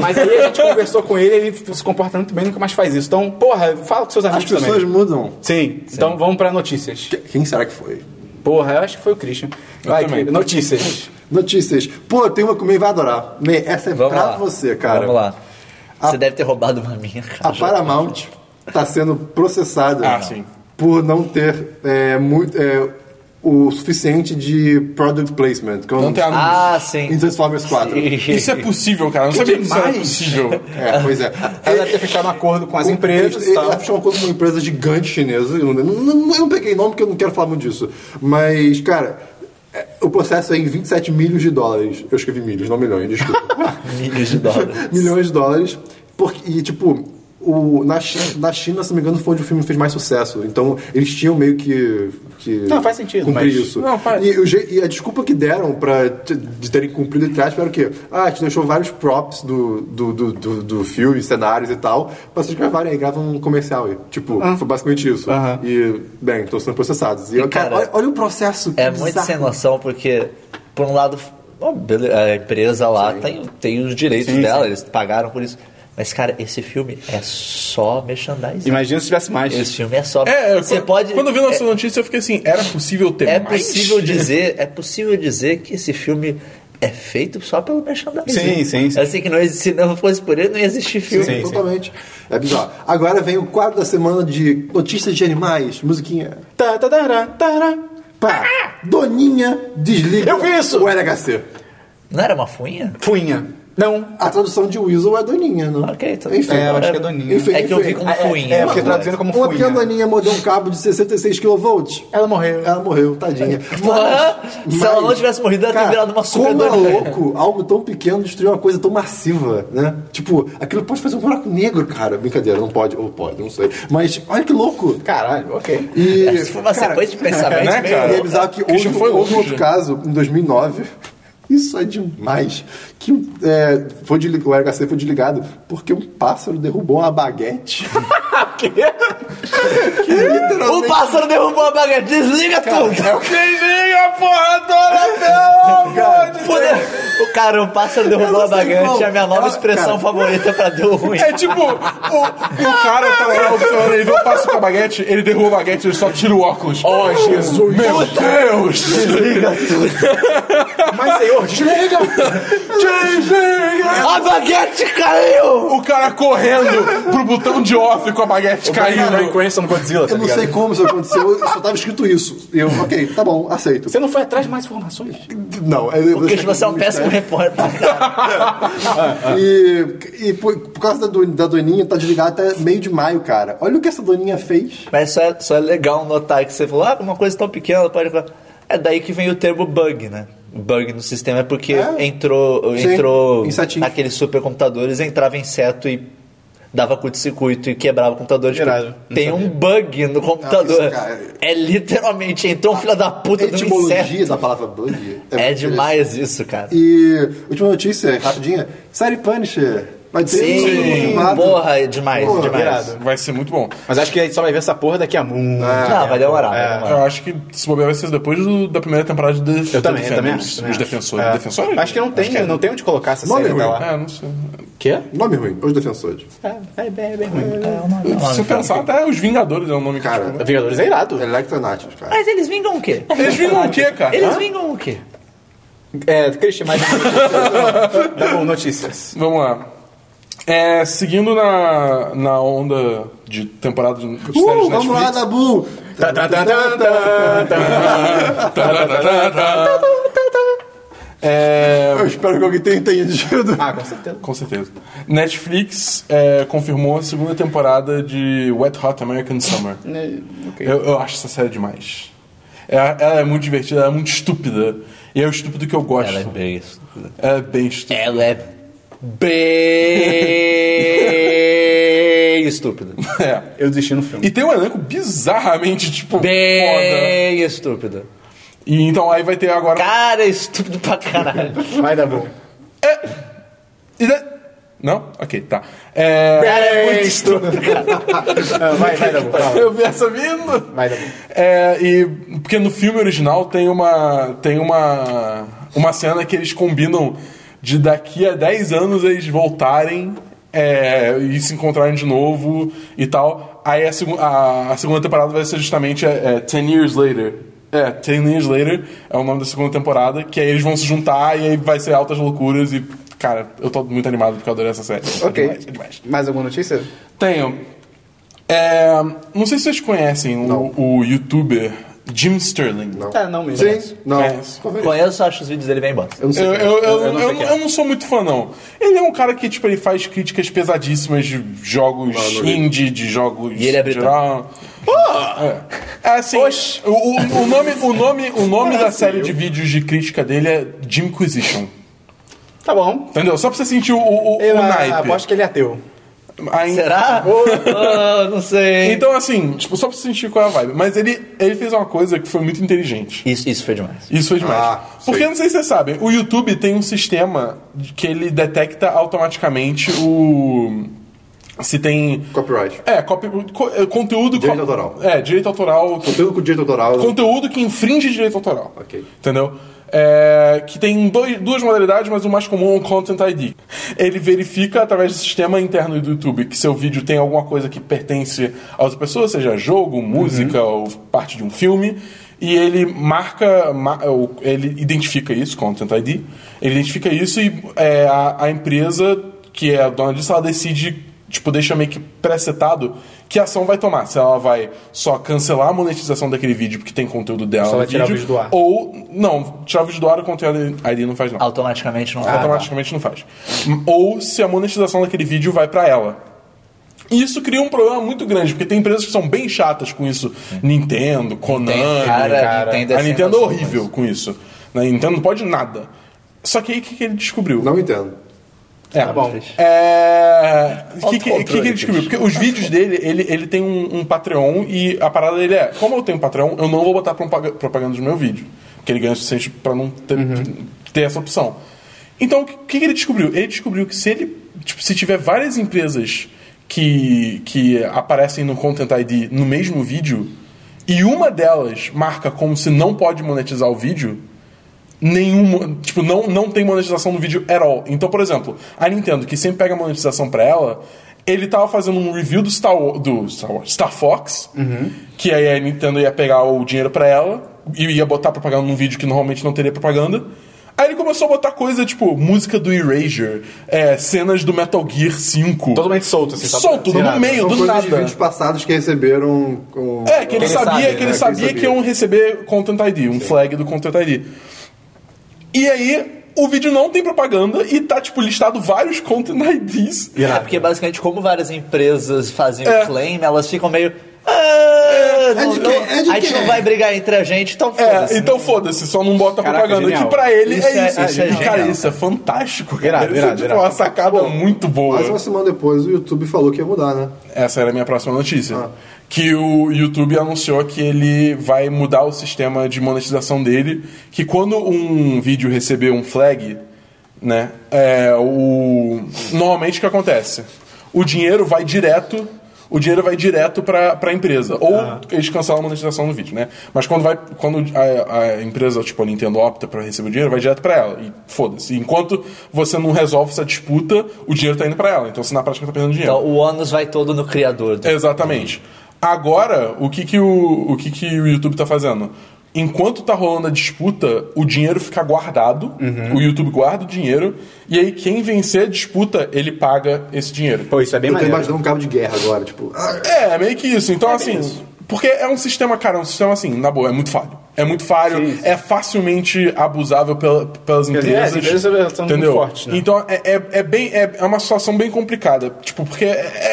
S1: Mas aí a gente conversou com ele, ele se comporta muito bem, nunca mais faz isso. Então, porra, fala com seus
S2: As
S1: amigos também.
S2: pessoas mudam.
S1: Sim, então vamos pra notícias.
S2: Quem será que foi?
S1: Porra, eu acho que foi o Christian. Vai,
S3: também.
S1: Christian, notícias.
S2: Notícias. Pô, tem uma que o Ney vai adorar. Ney, essa é
S4: Vamos
S2: pra
S4: lá.
S2: você, cara.
S4: Vamos lá. Você deve ter roubado uma minha,
S2: A é
S4: cara.
S2: Paramount está sendo processada
S3: Ah, sim.
S2: por não ter é, muito, é, o suficiente de product placement. que é o
S3: Não tem
S2: nome-
S3: anúncio.
S4: Ah, sim.
S2: Em Transformers 4.
S3: Isso é possível, cara. Eu Não sabia que isso era
S1: demais.
S3: possível.
S2: É, pois é.
S1: Ela deve ter fechado um acordo com as
S2: O-
S1: empresas
S2: ele-
S1: e
S2: Ela
S1: tal.
S2: fechou um acordo com uma empresa gigante chinesa. Eu não, não- não- eu não peguei nome porque eu não quero falar muito disso. Mas, cara, é, o processo é em 27 milhões de dólares. Eu escrevi milhos, não milhões, desculpa.
S4: Milhas de dólares.
S2: milhões de dólares. Porque, e, tipo, o, na, China, na China, se não me engano, foi onde o filme fez mais sucesso. Então, eles tinham meio que. que
S1: Não, faz sentido,
S2: Cumprir
S1: mas-
S2: isso.
S3: Não, faz.
S2: E, o je- e a desculpa que deram pra te- de terem cumprido o trash era o quê? Ah, a gente deixou vários props do, do, do, do, do filme, cenários e tal, pra vocês gravarem aí, gravam um comercial aí. Tipo, foi basicamente isso.
S1: Aham.
S2: E, bem, estão sendo processados. E, eu- cara,
S4: cara,
S2: olha, olha o processo. que
S4: É muito
S2: bizarro.
S4: sem noção, porque, por um lado, ó, bele- a empresa lá tem, tem os direitos dela, eles pagaram por isso. Mas, cara, esse filme é só merchandising.
S1: Imagina se tivesse mais.
S4: Esse filme é só.
S3: É, eu-
S4: você
S3: quando,
S4: pode.
S3: quando eu vi nossa
S4: é,
S3: notícia, eu fiquei assim, era possível ter
S4: é
S3: mais?
S4: possível dizer, é possível dizer que esse filme é feito só pelo merchandising.
S1: Sim, sim, sim.
S4: Eu sei que não, exi- se não fosse por ele, não ia existir filme.
S1: Sim, sim.
S2: Totalmente. É bizarro. Agora vem o quadro da semana de notícias de animais, musiquinha.
S1: Tá, tá, tará, tará.
S2: Pá! Doninha desliga
S1: Eu vi isso!
S2: o LHC.
S4: Não era uma funha?
S1: Fuinha. Não.
S2: A tradução de Weasel é Doninha, não?
S4: Ok, tá
S2: Enfim,
S1: É, eu acho que é Doninha.
S2: Enfim,
S4: É que eu
S2: enfim.
S4: vi como
S1: É, é,
S4: fuinha.
S1: é, porque
S4: né?
S1: traduzindo como
S2: Uma pequena
S1: fuinha.
S2: Doninha mordeu um cabo de 66 kV.
S1: Ela morreu.
S2: Ela morreu, tadinha.
S4: Porra! Se ela não tivesse morrido, ela teria
S2: cara,
S4: virado uma super
S2: Como é
S4: Doninha.
S2: louco algo tão pequeno destruir uma coisa tão massiva, né? Tipo, aquilo pode fazer um buraco negro, cara. Brincadeira, não pode. Ou pode, não sei. Mas olha que louco.
S1: Caralho, ok.
S2: E,
S4: Essa foi É, uma
S2: cara,
S4: sequência de pensamentos
S3: né,
S4: meio
S3: cara?
S2: E é bizarro que houve,
S3: Christian foi
S2: houve
S3: longe.
S2: um outro caso em 2009. Isso é demais. Que é, foi desli- o RHC foi desligado porque um pássaro derrubou uma baguete. que
S4: O
S2: literalmente.
S4: pássaro derrubou a baguete, desliga tudo!
S3: Desliga, porra, toda
S4: Foda- O cara, o pássaro derrubou a
S2: Eu não sei
S4: baguete,
S2: como.
S4: é a minha nova
S2: Ela-
S4: expressão
S2: cara.
S4: favorita pra deu ruim.
S3: É tipo, o, o cara tá lá observando, ele vê o passo com a baguete, ele derruba a baguete, ele só tira o óculos. Oh, Jesus! Meu Deus!
S1: Mas, senhor, desliga!
S3: Desliga!
S4: A baguete caiu!
S3: O cara correndo pro botão de off com a baguete
S1: Caiu.
S3: caindo.
S1: Cranston no Godzilla, tá
S2: Eu não
S1: ligado?
S2: sei como isso aconteceu, só tava escrito isso. E Eu, ok, tá bom, aceito.
S1: Você não foi atrás de mais informações?
S2: Não, eu, eu vou
S4: Porque
S2: deixar
S4: você é um
S2: aqui no
S4: péssimo
S2: mistério.
S4: repórter, cara.
S2: E, e por, por causa da, do- da doninha, tá desligado até meio de maio, cara. Olha o que essa doninha fez.
S4: Mas só é, só é legal notar que você falou, ah, uma coisa tão pequena, pode... É daí que vem o termo bug, né? Bug no sistema é porque
S2: É.
S4: entrou,
S2: Sim,
S4: entrou
S2: insetinho.
S4: naqueles supercomputadores, entrava inseto e dava curto-circuito e quebrava o computador. Tipo,
S1: Irado, não
S4: tem um bug no computador.
S2: isso, cara,
S4: é literalmente, entrou um filho da puta de um inseto.
S2: etimologia da palavra bug.
S4: É
S2: muito
S4: demais isso, cara.
S2: E última notícia, rapidinha. Série Punisher. Vai ter um segundo
S4: Sim,
S2: filmado.
S4: porra, é demais,
S2: Porra,
S4: demais.
S1: irado.
S3: Vai ser muito bom.
S1: Mas acho que a gente só vai ver essa porra daqui a muito.
S2: É,
S4: Não, vai demorar, vai
S3: Eu
S4: demorar.
S3: acho que se bobear vai ser depois do- da primeira temporada de The
S1: Eu também, eu também
S3: Defenders.
S1: acho. também
S3: Os
S1: acho.
S3: defensores.
S1: É.
S3: Defensores?
S1: Acho que não tem, não tem onde colocar essa
S2: Nome
S1: série até
S2: ruim.
S1: lá.
S3: É, não sei.
S1: Quê?
S2: Nome ruim, os defensores.
S1: É, é bem, é bem ruim.
S3: Se eu pensar, até os Vingadores é o nome que eu
S2: Cara,
S1: Vingadores é irado.
S2: Electronautics, cara.
S4: Mas eles vingam o quê?
S3: Eles vingam o quê, cara?
S4: Eles vingam o quê?
S1: É, Christian, mais uma notícia. Tá bom, notícias.
S3: Vamos lá. É, seguindo na, na onda de temporada de séries
S2: Uh,
S3: Netflix.
S2: vamos lá, Dabu!
S5: Tá, tá, tá, tá, tá, tá.
S3: É,
S2: Eu espero que alguém tenha entendido.
S5: Ah, com certeza.
S3: com certeza. Netflix é, confirmou a segunda temporada de Wet Hot American Summer. Eu, eu acho essa série demais. É- Ela é muito divertida, ela é muito estúpida. E é o estúpido que eu gosto.
S4: Ela é bem isso.
S3: Ela é bem estúpida.
S4: Ela é bem estúpida.
S3: É.
S5: Eu desisti no filme.
S3: E tem um elenco bizarramente, tipo, foda.
S4: Bem estúpida.
S3: E então aí vai ter agora.
S4: Cara, é estúpido pra caralho.
S5: Vai dar bom.
S3: E da- Não? Ok, tá. É...
S5: é muito estúpido, cara. Ah, Vai, vai dar bom.
S1: Tá.
S5: fala.
S3: Eu vi essa vindo.
S5: Vai dar bom.
S3: É, e porque no filme original tem uma tem uma uma cena que eles combinam de daqui a 10 anos eles voltarem é, e se encontrarem de novo e tal. Aí a, segu- a- a segunda temporada vai ser justamente é, é, 10 Years Later. É, 10 Years Later é o nome da segunda temporada, que aí eles vão se juntar e aí vai ser altas loucuras e, cara, eu tô muito animado porque eu adorei essa série. É
S5: Ok.
S3: demais, é demais.
S5: Mais alguma notícia?
S3: Tenho. É, não sei se vocês conhecem o, o youtuber Jim Sterling. Não.
S5: É, não mesmo.
S2: Sim? Não.
S3: Conhece.
S2: Talvez.
S4: Conheço, acho os vídeos dele bem bons.
S2: Eu não sei.
S3: Eu,
S2: quem é.
S3: eu, eu,
S4: Eu não sei
S3: eu-
S4: quem é.
S3: eu não sou muito fã, não. Ele é um cara que, tipo, ele faz críticas pesadíssimas de jogos
S2: Não, não li.
S3: indie, de jogos...
S4: Ah, E ele é britânico. Ah!
S3: geral. É. É, assim, o, o- o nome, o nome, o nome
S4: é assim,
S3: da série de vídeos de crítica dele é Jimquisition.
S5: Tá bom.
S3: Entendeu? Só pra você sentir o, o, o
S5: Eu
S3: Um naipe.
S5: aposto que ele é ateu.
S3: Aí-
S4: Será? Ah, não sei.
S3: Então, assim, tipo, só pra você sentir qual é a vibe. Mas ele, ele fez uma coisa que foi muito inteligente.
S4: Isso, isso foi demais.
S3: Isso foi demais.
S2: Ah,
S3: Porque
S2: sei.
S3: não sei se vocês sabem, o YouTube tem um sistema de que ele detecta automaticamente o. Se tem.
S2: Copyright.
S3: É, copy, co- é, conteúdo.
S2: Direito
S3: co-
S2: autoral.
S3: É, direito autoral.
S2: Conteúdo com direito autoral.
S3: Conteúdo que infringe direito autoral.
S2: Ok.
S3: Entendeu? É, que tem dois- duas modalidades, mas o mais comum é o Content ID. Ele verifica através do sistema interno do YouTube que seu vídeo tem alguma coisa que pertence a outra pessoa, seja jogo, música ou parte de um filme, e ele marca, ma- ou ele identifica isso, Content ID, ele identifica isso e é, a, a empresa que é a dona disso, ela decide tipo, deixa meio que pré-setado que ação vai tomar. Se ela vai só cancelar a monetização daquele vídeo porque tem conteúdo dela
S5: Só
S3: no
S5: vai tirar o
S3: vídeo,
S5: vídeo do ar.
S3: Ou, não, tirar o vídeo do ar, o conteúdo ID não faz não.
S5: Ah,
S2: Ah,
S4: Automaticamente
S5: tá.
S4: não vai.
S3: Automaticamente não faz. Ou se a monetização daquele vídeo vai pra ela. E isso cria um problema muito grande, porque tem empresas que são bem chatas com isso. Nintendo, Konami,
S4: Tem cara,
S5: cara.
S4: Nintendo é
S3: a
S4: sem
S3: Nintendo é
S4: noção,
S3: horrível com isso. A Nintendo não pode nada. Só que aí o que, que ele descobriu?
S2: Não entendo.
S3: É,
S5: Tá bom.
S3: É. O que, que,
S4: Autocontrole,
S3: que que ele descobriu? Porque os vídeos dele, ele, ele tem um, um Patreon e a parada dele é: como eu tenho Patreon, eu não vou botar propaga- propaganda no meu vídeo. Porque ele ganha o suficiente pra não ter, ter essa opção. Então, o que, que que ele descobriu? Ele descobriu que se ele. Tipo, se tiver várias empresas que, que aparecem no Content ID no mesmo vídeo e uma delas marca como se não pode monetizar o vídeo, nenhuma, tipo, não, não tem monetização no vídeo at all. Então, por exemplo, a Nintendo, que sempre pega monetização pra ela, ele tava fazendo um review do Star, Wa- do Star, Wars, Star Fox, que aí a Nintendo ia pegar o dinheiro pra ela e ia botar propaganda num vídeo que normalmente não teria propaganda. Aí ele começou a botar coisa tipo música do Erasure, é, cenas do Metal Gear 5.
S5: Totalmente solto, assim. só pra-
S3: Solto,
S5: sei
S3: no
S5: lá.
S3: meio,
S2: São
S3: do
S2: coisas
S3: nada.
S2: de vídeos passados que receberam. Com...
S3: É, que ele,
S5: Ele
S3: sabia,
S5: sabe,
S3: que
S5: né?
S3: ele
S2: Que
S3: sabia
S2: ele
S3: que um iam receber Content ID, um flag do Content ID. E aí, o vídeo não tem propaganda e tá, tipo, listado vários Content IDs.
S4: É porque basicamente, como várias empresas fazem o
S3: É.
S4: claim, elas ficam meio. "Ah, não-
S2: de
S4: não-
S2: quem? É de
S4: a gente
S2: quem?"
S4: não vai brigar entre a gente, então foda-se.
S3: É, então foda-se, só não bota
S5: Caraca,
S3: propaganda.
S5: genial.
S3: Que pra ele
S4: Isso é-
S3: é isso.
S4: isso é
S3: cara,
S4: genial.
S3: isso é fantástico. Cara.
S5: Irado,
S3: isso é,
S5: irado,
S3: tipo,
S5: irado.
S3: uma sacada muito boa.
S2: Mais uma semana depois o YouTube falou que ia mudar, né?
S3: Essa era a minha próxima notícia. Que o YouTube anunciou que ele vai mudar o sistema de monetização dele, que quando um vídeo receber um flag, né, é o normalmente o que acontece? O dinheiro vai direto, o dinheiro vai direto para a empresa ou eles cancelam a monetização do vídeo, né? Mas quando vai quando a, a empresa, tipo a Nintendo opta para receber o dinheiro, vai direto para ela e foda-se. Enquanto você não resolve essa disputa, o dinheiro tá indo para ela. Então você na prática tá perdendo dinheiro.
S4: Então, o ônus vai todo no criador. do-
S3: Exatamente. Agora, o que que o, o que que o YouTube tá fazendo? Enquanto tá rolando a disputa, o dinheiro fica guardado, o YouTube guarda o dinheiro, e aí quem vencer a disputa, ele paga esse dinheiro.
S5: Pô, isso é bem
S2: eu tô
S5: maneiro.
S2: imaginando um cabo de guerra agora, tipo. ah,
S3: É, é meio que isso. Então, assim, Porque é um sistema, cara, é um sistema assim, na boa, é muito falho. É muito falho, é facilmente abusável pela- pelas
S1: dizer, é,
S3: empresas.
S1: as empresas são muito
S3: entendeu?
S1: fortes, né?
S3: Então é, é, é bem, é, é uma situação bem complicada. Tipo, porque é,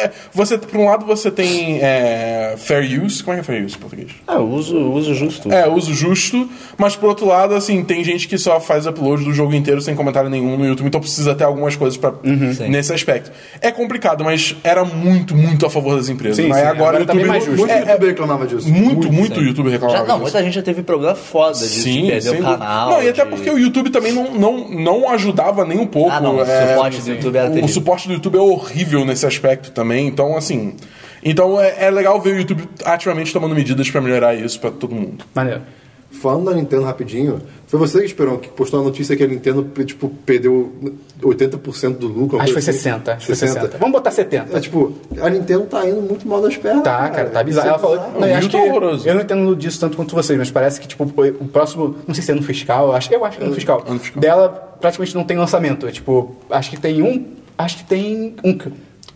S3: é- você, por um lado, você tem é, fair use. Como é que é fair use em português?
S6: Ah, uso, uso justo.
S3: É, uso justo, mas por outro lado, assim, tem gente que só faz upload do jogo inteiro sem comentário nenhum no YouTube, então precisa ter algumas coisas pra,
S1: Uhum.
S4: Sim.
S3: nesse aspecto. É complicado, mas era muito, muito a favor das empresas.
S1: Sim,
S3: mas
S1: sim,
S3: agora,
S1: agora
S3: o
S1: tá
S3: YouTube.
S1: bem mais justo.
S2: Muito
S3: é,
S2: youtuber reclamava disso.
S3: é, muito, muito YouTube
S4: Já,
S3: reclamava.
S4: não,
S3: disso.
S4: muita gente já teve problema foda de, de perder
S3: sem
S4: o
S3: dúvida.
S4: canal.
S3: Não, e até
S4: de-
S3: porque o YouTube também não, não, não ajudava nem um pouco.
S4: Ah, não, o
S3: é,
S4: suporte do YouTube era
S3: o- O
S4: terrível.
S3: suporte do YouTube é horrível nesse aspecto também, então assim. Então é, é legal ver o YouTube ativamente tomando medidas pra melhorar isso pra todo mundo.
S1: Maneiro.
S2: Falando da Nintendo rapidinho, foi você, Esperão, que postou a notícia que a Nintendo tipo, perdeu 80% do lucro. uma coisa
S1: Acho que foi
S2: assim.
S1: 60. Acho que foi 60. Vamos botar 70.
S2: É tipo, a Nintendo tá indo muito mal das pernas.
S1: Tá, cara, tá
S2: Isso
S1: bizarro.
S2: é
S1: Ela falou.
S2: bizarro.
S1: Não, eu
S3: O
S1: acho
S3: Milton
S1: que.
S3: é horroroso.
S1: Eu não entendo disso tanto quanto vocês, mas parece que, tipo, o próximo. Não sei se é no fiscal, eu acho, eu acho que é no fiscal.
S3: ano fiscal.
S1: Dela praticamente não tem lançamento. É, tipo, acho que tem um. Acho que tem um.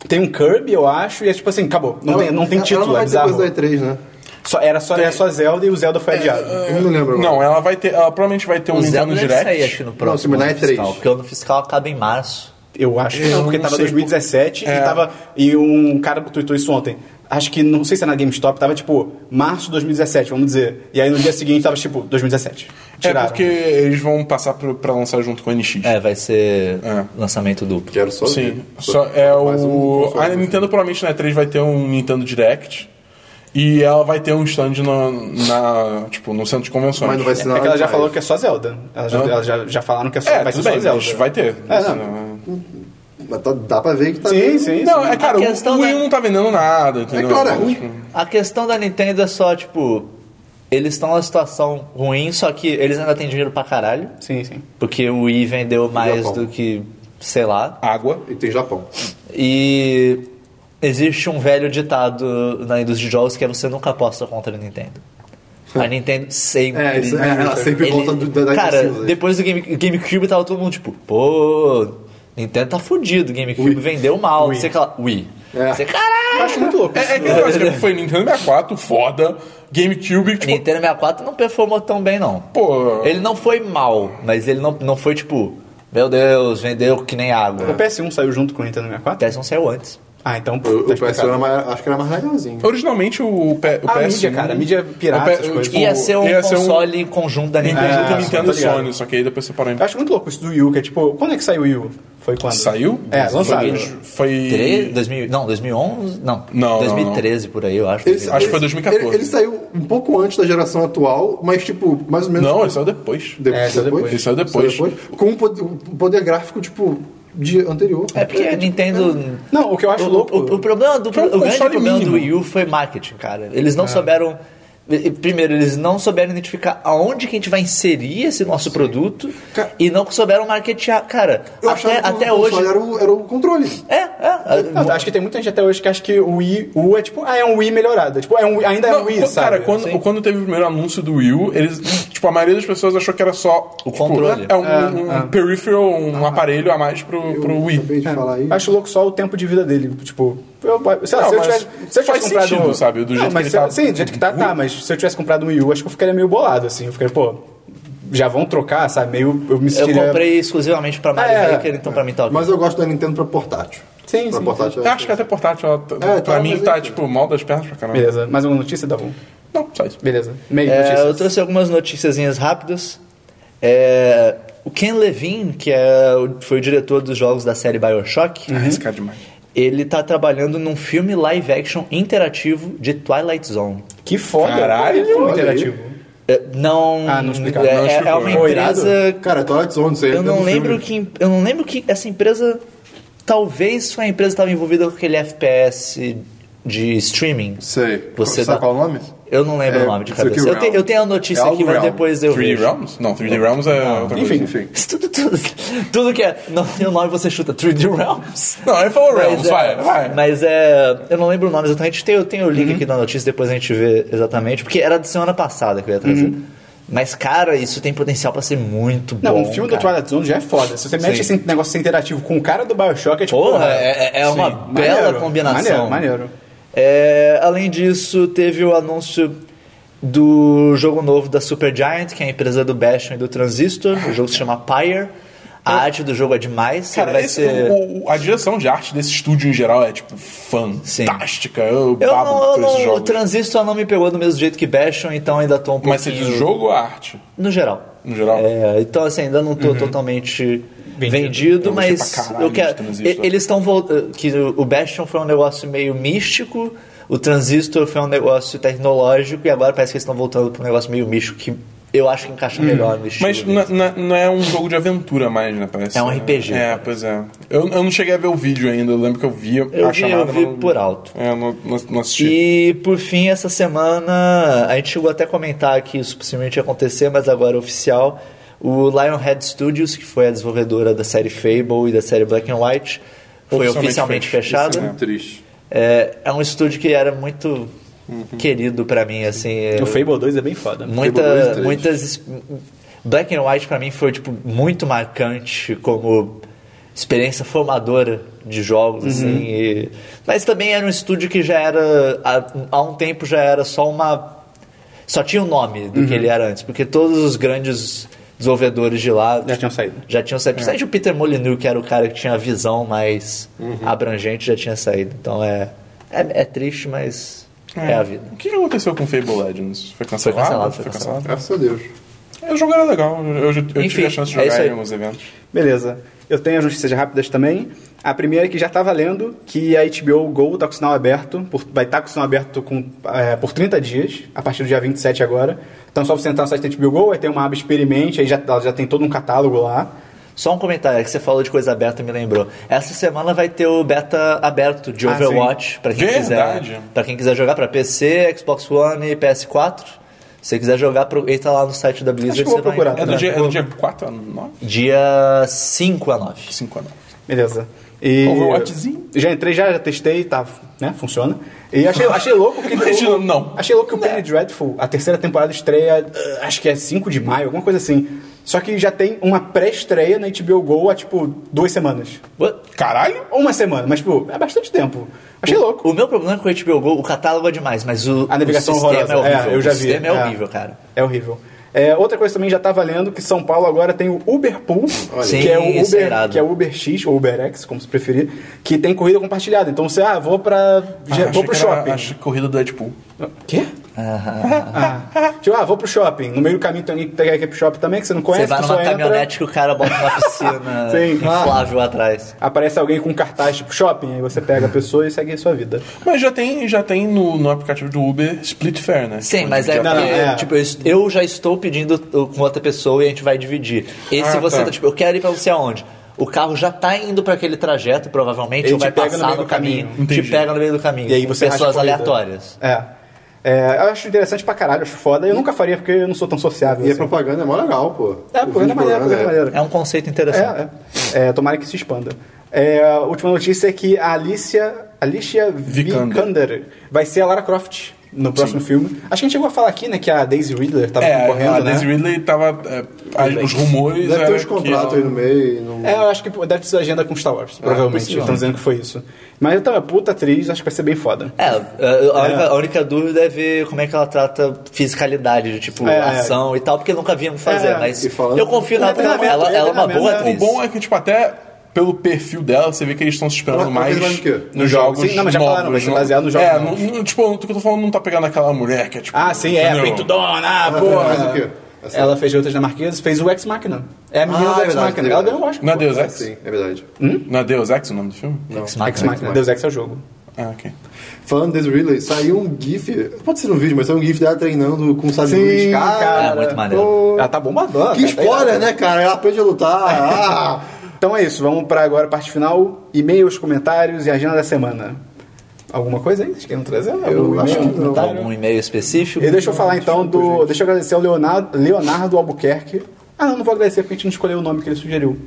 S1: Tem um Kirby, eu acho, e é tipo assim, acabou. Não, tem, não tem
S2: Ela-
S1: título,
S2: Ela não vai
S1: é
S2: ter
S1: bizarro.
S2: coisa da E3, né?
S1: Só, era, só, era só Zelda e o Zelda foi adiado.
S2: Eu não lembro agora.
S3: Não, ela vai ter. Ela provavelmente vai ter um
S4: O Zelda
S3: Nintendo
S4: deve
S3: Direct.
S4: sair, acho que no
S2: sim,
S4: próximo
S2: mas não é
S4: ano fiscal.
S2: três.
S4: Porque o ano fiscal acaba em março.
S1: Eu acho que
S3: Eu
S1: não, porque
S3: não
S1: tava
S3: sei
S1: 2017
S3: É.
S1: e tava. E um cara tweetou isso ontem. Acho que, não sei se é na GameStop, tava tipo, março de 2017, vamos dizer. E aí no dia seguinte tava tipo, 2017.
S3: É porque eles vão passar pro, pra lançar junto com o NX.
S4: É, vai ser
S3: É.
S4: lançamento duplo.
S2: Quero só
S3: Sim.
S2: ver.
S3: Só é
S2: mais um
S3: o.
S2: console.
S3: a Nintendo provavelmente na E3 vai ter um Nintendo Direct. E ela vai ter um stand no, na, tipo, no centro de convenções.
S2: Mas não vai ser nada
S1: É que ela já
S2: demais.
S1: falou que é só Zelda. Elas já,
S3: Não.
S1: elas já, já falaram que é só,
S3: É,
S1: vai ser
S3: tudo
S1: só
S3: bem,
S1: Zelda.
S3: mas vai ter.
S1: É,
S3: Isso
S1: não.
S2: Mas tá- dá pra ver que tá
S1: Sim,
S2: meio-
S1: sim.
S3: Não,
S1: sim.
S3: é cara,
S4: A
S3: o-
S4: questão
S3: o Wii
S4: da-
S3: não tá vendendo nada,
S2: É
S3: entendeu?
S2: claro, é
S3: Tipo,
S2: ruim.
S4: A questão da Nintendo é só, tipo... Eles estão numa situação ruim, só que eles ainda têm dinheiro pra caralho.
S1: Sim, sim.
S4: Porque o Wii vendeu mais
S2: Japão.
S4: do que, sei lá.
S3: Água.
S2: E tem Japão.
S1: Tá
S4: E existe um velho ditado na indústria de jogos que é você nunca aposta contra a Nintendo. A Nintendo sempre.
S2: É, isso é, ela sempre
S4: Ele-
S2: volta do- da- né? da
S4: Cara,
S2: Nintendo.
S4: depois do Game, GameCube tava todo mundo tipo, pô, Nintendo tá fudido, GameCube vendeu mal, não sei o que lá. Wii.
S2: É.
S4: Você, caralho!
S1: Eu acho muito louco.
S3: É, é que eu acho que foi Nintendo 64, foda. GameCube, tipo,
S4: Nintendo 64 não performou tão bem, não.
S3: pô.
S4: Ele não foi mal, mas ele não, não foi tipo, meu Deus, vendeu que nem
S1: O
S2: É.
S4: água.
S1: PS1 saiu junto com o Nintendo
S4: O
S1: 64?
S4: Tesson saiu antes.
S1: Ah, então.
S2: O, o PS1
S1: tá explicado.
S3: é
S2: era mais- acho que era mais legalzinho.
S3: Originalmente o, P, o
S1: Ah, A
S3: PS1.
S1: mídia, cara, a mídia é pirata,
S3: o P-
S1: essas coisas.
S3: tipo,
S4: Ia ser um
S3: ia ser um-
S4: console conjunto da Nintendo.
S3: Nintendo,
S1: É,
S3: Nintendo
S1: tá
S3: e
S1: ligado.
S3: Sony, só que aí depois separou em
S1: Eu acho muito louco isso do Wii U, que é tipo, quando é que saiu o Wii U? Foi quando?
S3: Saiu?
S1: É, lançado.
S3: Foi. foi-
S4: 2013, 2000, não, 2011, não.
S3: Não,
S4: 2013 por aí, eu acho.
S2: Ele-
S3: Acho que foi
S2: ele-
S3: 2014.
S2: Ele, ele saiu um pouco antes da geração atual, mas tipo, mais ou menos.
S3: Não, ele saiu depois.
S2: de-
S1: É, saiu depois.
S3: Ele saiu depois.
S2: Com um pod- um poder gráfico, tipo, de anterior.
S4: É porque
S2: tipo
S4: a Nintendo.
S1: Não, o que eu acho
S4: o,
S1: louco.
S4: o- o problema do
S3: é um
S4: o grande
S3: console
S4: problema do
S3: mínimo.
S4: Wii U foi marketing, cara. Eles não souberam. e- e, Primeiro, eles não souberam identificar aonde que a gente vai inserir esse nosso produto
S2: Ca-
S4: e não souberam marketear. Cara,
S2: Eu
S4: até,
S2: achava que o
S4: até
S2: console
S4: hoje.
S2: Era o, era o controle.
S4: É, é.
S1: Não, acho que tem muita gente até hoje que acha que o Wii U é tipo, ah, é um Wii melhorado. É Tipo, é um, Wii- ainda é um
S3: Não,
S1: Wii,
S3: co-
S1: sabe?
S3: cara, quando, quando teve o primeiro anúncio do Wii U, eles, tipo, a maioria das pessoas achou que era só o
S4: controle.
S3: É um, um peripheral,
S1: Ah,
S3: um aparelho a mais pro, pro Wii.
S2: Acabei de
S4: É.
S2: falar aí.
S1: Acho louco só o tempo de vida dele. Tipo, eu, sei lá,
S3: Não,
S1: se eu
S3: mas
S1: tivesse, se eu tivesse
S3: faz
S1: comprado
S3: sentido,
S1: um-
S3: sabe, do
S1: Não,
S3: jeito
S1: mas
S3: que
S1: se
S3: ele
S1: eu-
S3: tá-
S1: Sim, do jeito que tá, tá, mas se eu tivesse comprado um Wii U, acho que eu ficaria meio bolado, assim. Eu ficaria, pô, já vão trocar, sabe? Meio. Eu me
S4: Eu
S1: sentiria.
S4: comprei exclusivamente pra Mario
S1: É, é.
S4: Maker, então pra mim tá ok.
S2: Mas eu gosto da Nintendo pra portátil.
S1: Sim,
S2: pra
S1: sim,
S2: portátil.
S3: Eu acho que até portátil, ela, t-
S2: É,
S3: pra
S2: tá,
S3: mim,
S2: mas
S3: tá,
S2: é isso.
S3: tipo, mal das pernas pra caramba.
S1: Beleza. Mais uma notícia, tá bom.
S3: Não, só isso.
S1: Beleza. Meio
S4: É,
S1: notícia.
S4: eu trouxe algumas noticiazinhas rápidas. É, o Ken Levine, que é, o- foi o diretor dos jogos da série
S2: Uhum.
S4: Bioshock,
S3: Arriscar demais.
S4: ele tá trabalhando num filme live action interativo de Twilight Zone.
S1: Que foda.
S3: Caralho,
S1: Ele é um
S2: olha
S1: interativo.
S4: É, não.
S1: Ah, não explicaram,
S4: É,
S1: não
S4: é- é
S3: explicou.
S4: uma
S1: Pô, irado.
S4: empresa.
S2: Cara, Twilight Zone, isso aí
S4: Eu
S2: é
S4: não
S2: do
S4: lembro
S2: filme.
S4: que. Eu não lembro que essa empresa. Talvez a empresa estava envolvida com aquele FPS de streaming.
S2: Sei.
S4: Você
S2: Sabe
S4: dá-
S2: qual é o nome?
S4: Eu não lembro
S2: É,
S4: o nome de
S2: isso aqui,
S4: cabeça. Eu, te-
S2: Realm.
S4: eu tenho a notícia
S2: É algo
S4: aqui, mas
S2: Realm.
S4: depois eu
S3: 3D
S4: vejo.
S3: Realms? Não, 3D Realms é outra coisa.
S1: Ah, Enfim.
S2: Enfim.
S4: Tudo, tudo, tudo que é. Não tem o nome, você chuta 3D Realms.
S3: Não, ele falou
S4: Mas
S3: Realms,
S4: é-
S3: vai, vai.
S4: Mas é. Eu não lembro o nome exatamente. Tem, eu tenho o link aqui da notícia, depois a gente vê exatamente. Porque era de semana passada que eu ia trazer. Mas, cara, isso tem potencial pra ser muito
S1: Não,
S4: bom.
S1: um filme
S4: cara.
S1: do Twilight Zone já é foda. Se você mexe esse negócio interativo com o cara do Bioshock, é tipo.
S4: Porra, é, é- é uma
S1: Sim.
S4: bela
S1: Maneiro,
S4: combinação.
S1: Maneiro, maneiro.
S4: É, além disso, teve o anúncio do jogo novo da Supergiant, que é a empresa do Bastion e do Transistor. O jogo se chama Pyre. A arte do jogo é demais.
S3: Cara,
S4: vai
S3: esse-
S4: ser...
S3: o- o- a direção de arte desse estúdio em geral é, tipo, fantástica. Eu
S4: Eu
S3: babo
S4: não, eu
S3: por esse
S4: não, o
S3: jogo.
S4: Transistor não me pegou do mesmo jeito que Bastion, então ainda tô um pouquinho...
S3: Mas você diz o jogo ou a arte?
S4: No geral.
S3: No geral? Uhum.
S4: É, então, assim, ainda não tô totalmente vendido,
S3: Eu gostei
S4: mas
S3: pra caralho
S4: eu quero.
S3: de Transistor.
S4: e- Eles estão voltando. Que o o Bastion foi um negócio meio místico, o Transistor foi um negócio tecnológico, e agora parece que eles estão voltando para um negócio meio místico que eu acho que encaixa melhor no estilo.
S3: Uhum. Mas
S4: deles.
S3: na- na- não é um jogo de aventura mais, né? Parece.
S4: É um RPG.
S3: É, pois é. Eu, eu não cheguei a ver o vídeo ainda. Eu lembro que eu via
S4: Eu
S3: a
S4: vi-
S3: chamada.
S4: eu vi
S3: mas não-
S4: por alto.
S3: É, não, não, não assisti.
S4: E por fim, essa semana, a gente chegou até a comentar que isso possivelmente ia acontecer, mas agora é oficial. O Lionhead Studios, que foi a desenvolvedora da série Fable e da série Black and White, foi
S3: Oficialmente
S4: oficialmente
S3: fech-
S4: fechada.
S3: isso, né?
S2: Triste.
S4: É, é um estúdio que era muito querido pra mim, assim. eu-
S1: O Fable 2 é bem foda.
S4: muita-
S2: Fable 2 e 3.
S4: muitas. es- Black and White pra mim foi tipo muito marcante como experiência formadora de jogos, assim. e- mas também era um estúdio que já era há, há um tempo já era só uma só tinha o nome do que ele era antes, porque todos os grandes desenvolvedores de lá
S1: Já tinham saído.
S4: já tinham saído. Principalmente o Peter Molyneux, que era o cara que tinha a visão mais
S1: Uhum.
S4: abrangente, já tinha saído. Então é, é, é triste, mas é. a vida.
S3: O que que aconteceu com Fable Legends? Foi cancelado?
S4: cancelado, foi
S2: Graças a Deus.
S3: É, O jogo era legal. Eu, eu tive
S4: Enfim,
S3: a chance de
S4: é
S3: jogar
S4: isso aí.
S3: em alguns eventos.
S1: Beleza. Eu tenho as notícias rápidas também. A primeira é que já tá valendo que a HBO Go tá com sinal aberto, por- vai estar com sinal aberto com, é, por 30 dias, a partir do dia 27 agora. Então só você entrar no site da HBO Go, aí tem uma aba experimente, aí já, ela já tem todo um catálogo lá.
S4: Só um comentário que você falou de coisa aberta e me lembrou. Essa semana vai ter o beta aberto de
S1: Ah,
S4: Overwatch para quem
S3: Verdade.
S4: quiser, para quem quiser jogar para PC, Xbox One e PS4. Se você quiser jogar, pro- entra lá no site da Blizzard
S1: Acho que eu
S4: você
S1: vou procurar.
S4: vai
S3: É do,
S1: Né?
S3: dia, é do dia 4 a 9?
S4: Dia 5 a 9.
S3: 5 a 9.
S1: Beleza. E
S3: Overwatchzinho.
S1: Já entrei, já, já testei, tá, né, funciona. E achei, achei louco que...
S3: Imagina, não.
S1: Achei louco que o Penny Dreadful, a terceira temporada estreia, uh, acho que é 5 de maio, alguma coisa assim. Só que já tem uma pré-estreia na HBO Go há, tipo, duas semanas.
S4: What?
S3: Caralho!
S1: Ou uma semana, mas, tipo, é bastante tempo. Achei louco.
S4: O meu problema com o HBO Go, o catálogo é demais, mas o,
S1: A navegação
S4: o sistema
S1: horrorosa.
S4: é horrível.
S1: É, eu já
S4: o
S1: vi,
S4: sistema é
S1: é.
S4: horrível, cara.
S1: É horrível. É, outra coisa também já tá valendo que São Paulo agora tem o Uber Pool,
S4: Sim,
S1: que é o
S4: isso é
S1: Uber,
S4: irado.
S1: que é o Uber X ou Uber X, como se preferir, que tem corrida compartilhada. Então você, ah, vou para vou pro shopping.
S3: Acho Ah, que corrida do Deadpool.
S1: Quê? Ah. Tipo, ah, vou pro shopping. No meio do caminho tem alguém que quer ir pro shopping também, que você não conhece,
S4: Você vai
S1: tu só
S4: numa
S1: entra.
S4: caminhonete que o cara bota uma piscina
S1: Sim.
S4: inflável atrás.
S1: Aparece alguém com um cartaz tipo shopping, aí você pega a pessoa e segue a sua vida.
S3: Mas já tem, já tem no, no aplicativo do Uber Split Fare, né?
S4: Sim,
S3: Onde
S4: mas
S3: já
S4: é
S1: Não,
S4: porque,
S1: não, é.
S4: tipo, eu, est- eu já estou pedindo uh, com outra pessoa e a gente vai dividir. Esse
S3: Ah,
S4: você
S3: tá.
S4: tá. tipo, eu quero ir pra não sei aonde. O carro já tá indo pra aquele trajeto, provavelmente,
S1: Ele
S4: ou
S1: te
S4: vai
S1: pega no
S4: passar
S1: meio
S4: no,
S1: do
S4: caminho.
S1: caminho.
S3: Entendi.
S4: Te pega no meio do caminho.
S1: E aí
S4: com
S1: você racha a
S4: pessoas
S1: corrida.
S4: aleatórias.
S1: É. É, eu acho interessante pra caralho, acho foda. Eu nunca faria porque eu não sou tão sociável.
S2: E a
S1: assim.
S2: propaganda é mó legal, pô.
S1: É,
S2: Eu
S1: porque
S2: vi
S1: é maneiro, porque é
S2: propaganda,
S1: maneiro.
S4: É um conceito interessante.
S1: É, é. É, tomara que se expanda. É, a última notícia é que a Alicia, Alicia
S3: Vikander.
S1: Vikander. vai ser a Lara Croft no próximo filme. Acho que a gente chegou a falar aqui, né, que a Daisy Ridler tava
S3: É,
S1: concorrendo,
S3: a
S1: né?
S3: Daisy Ridley tava. é, a- os rumores.
S2: Deve ter
S3: era
S2: uns
S3: que
S2: contratos
S3: ela-
S2: aí no meio. e Não...
S1: É, eu acho que deve ser agenda com Star Wars, provavelmente. Estão dizendo que foi isso. Mas então, é puta atriz, acho que vai ser bem foda.
S4: É, a- a, única, a única dúvida é ver como é que ela trata fiscalidade, de tipo,
S1: É, é.
S4: ação e tal, porque nunca vimos fazer,
S1: É,
S4: mas
S2: e falando-
S4: eu confio na
S1: É treinamento,
S4: ela,
S1: é
S4: ela é uma
S1: treinamento,
S4: boa
S1: é.
S4: atriz.
S3: O bom é que, tipo, até pelo perfil dela, você vê que eles estão se esperando
S2: Ela- ela
S3: mais
S2: fez mais o quê?
S3: nos
S1: Sim,
S3: jogos.
S1: não, mas já
S3: novos,
S1: falaram, vai ser
S3: não-
S1: baseado nos
S3: É,
S1: jogos
S3: não,
S1: novos.
S3: não, tipo, o que eu tô falando não tá pegando aquela mulher que é tipo.
S1: Ah, sim, é,
S3: entendeu?
S1: peitudona, ah,
S2: Mas é assim, o
S1: porra.
S2: quê? Essa-
S1: Ela fez Garotas Dinamarquesas, fez o Ex Machina. É a menina
S2: Ah,
S1: do
S2: é
S1: Ex
S2: verdade, é
S1: Machina. Ela
S2: verdade.
S1: ganhou o Oscar.
S3: Não é
S1: pô.
S3: Deus
S2: É,
S3: Ex?
S2: sim, é verdade.
S3: Não é Deus Ex o nome do filme? Não.
S4: Ex
S1: Ex
S4: Machina.
S1: Machina. Deus Ex é o jogo.
S3: Ah, ok.
S2: Falando desse Ridley, saiu um gif, pode ser um vídeo, mas saiu um gif dela treinando com o sabre
S1: Sim,
S2: de luz. Cara,
S4: É, muito maneiro.
S1: Ela tá bombadona.
S2: que
S1: cara, tá irada.
S2: spoiler, né, cara? Ela aprende a lutar. Ah,
S1: Então é isso, vamos pra agora a parte final, e-mails, comentários e agenda da semana. Alguma coisa aí? Vocês querem trazer? Algum
S2: acho
S1: e-mail,
S2: que não.
S1: comentário?
S4: Algum um e-mail específico?
S1: E deixa eu falar então do. Deixa eu agradecer ao Leonardo, Leonardo Albuquerque. Ah, não, não vou agradecer porque a gente não escolheu o nome que ele sugeriu.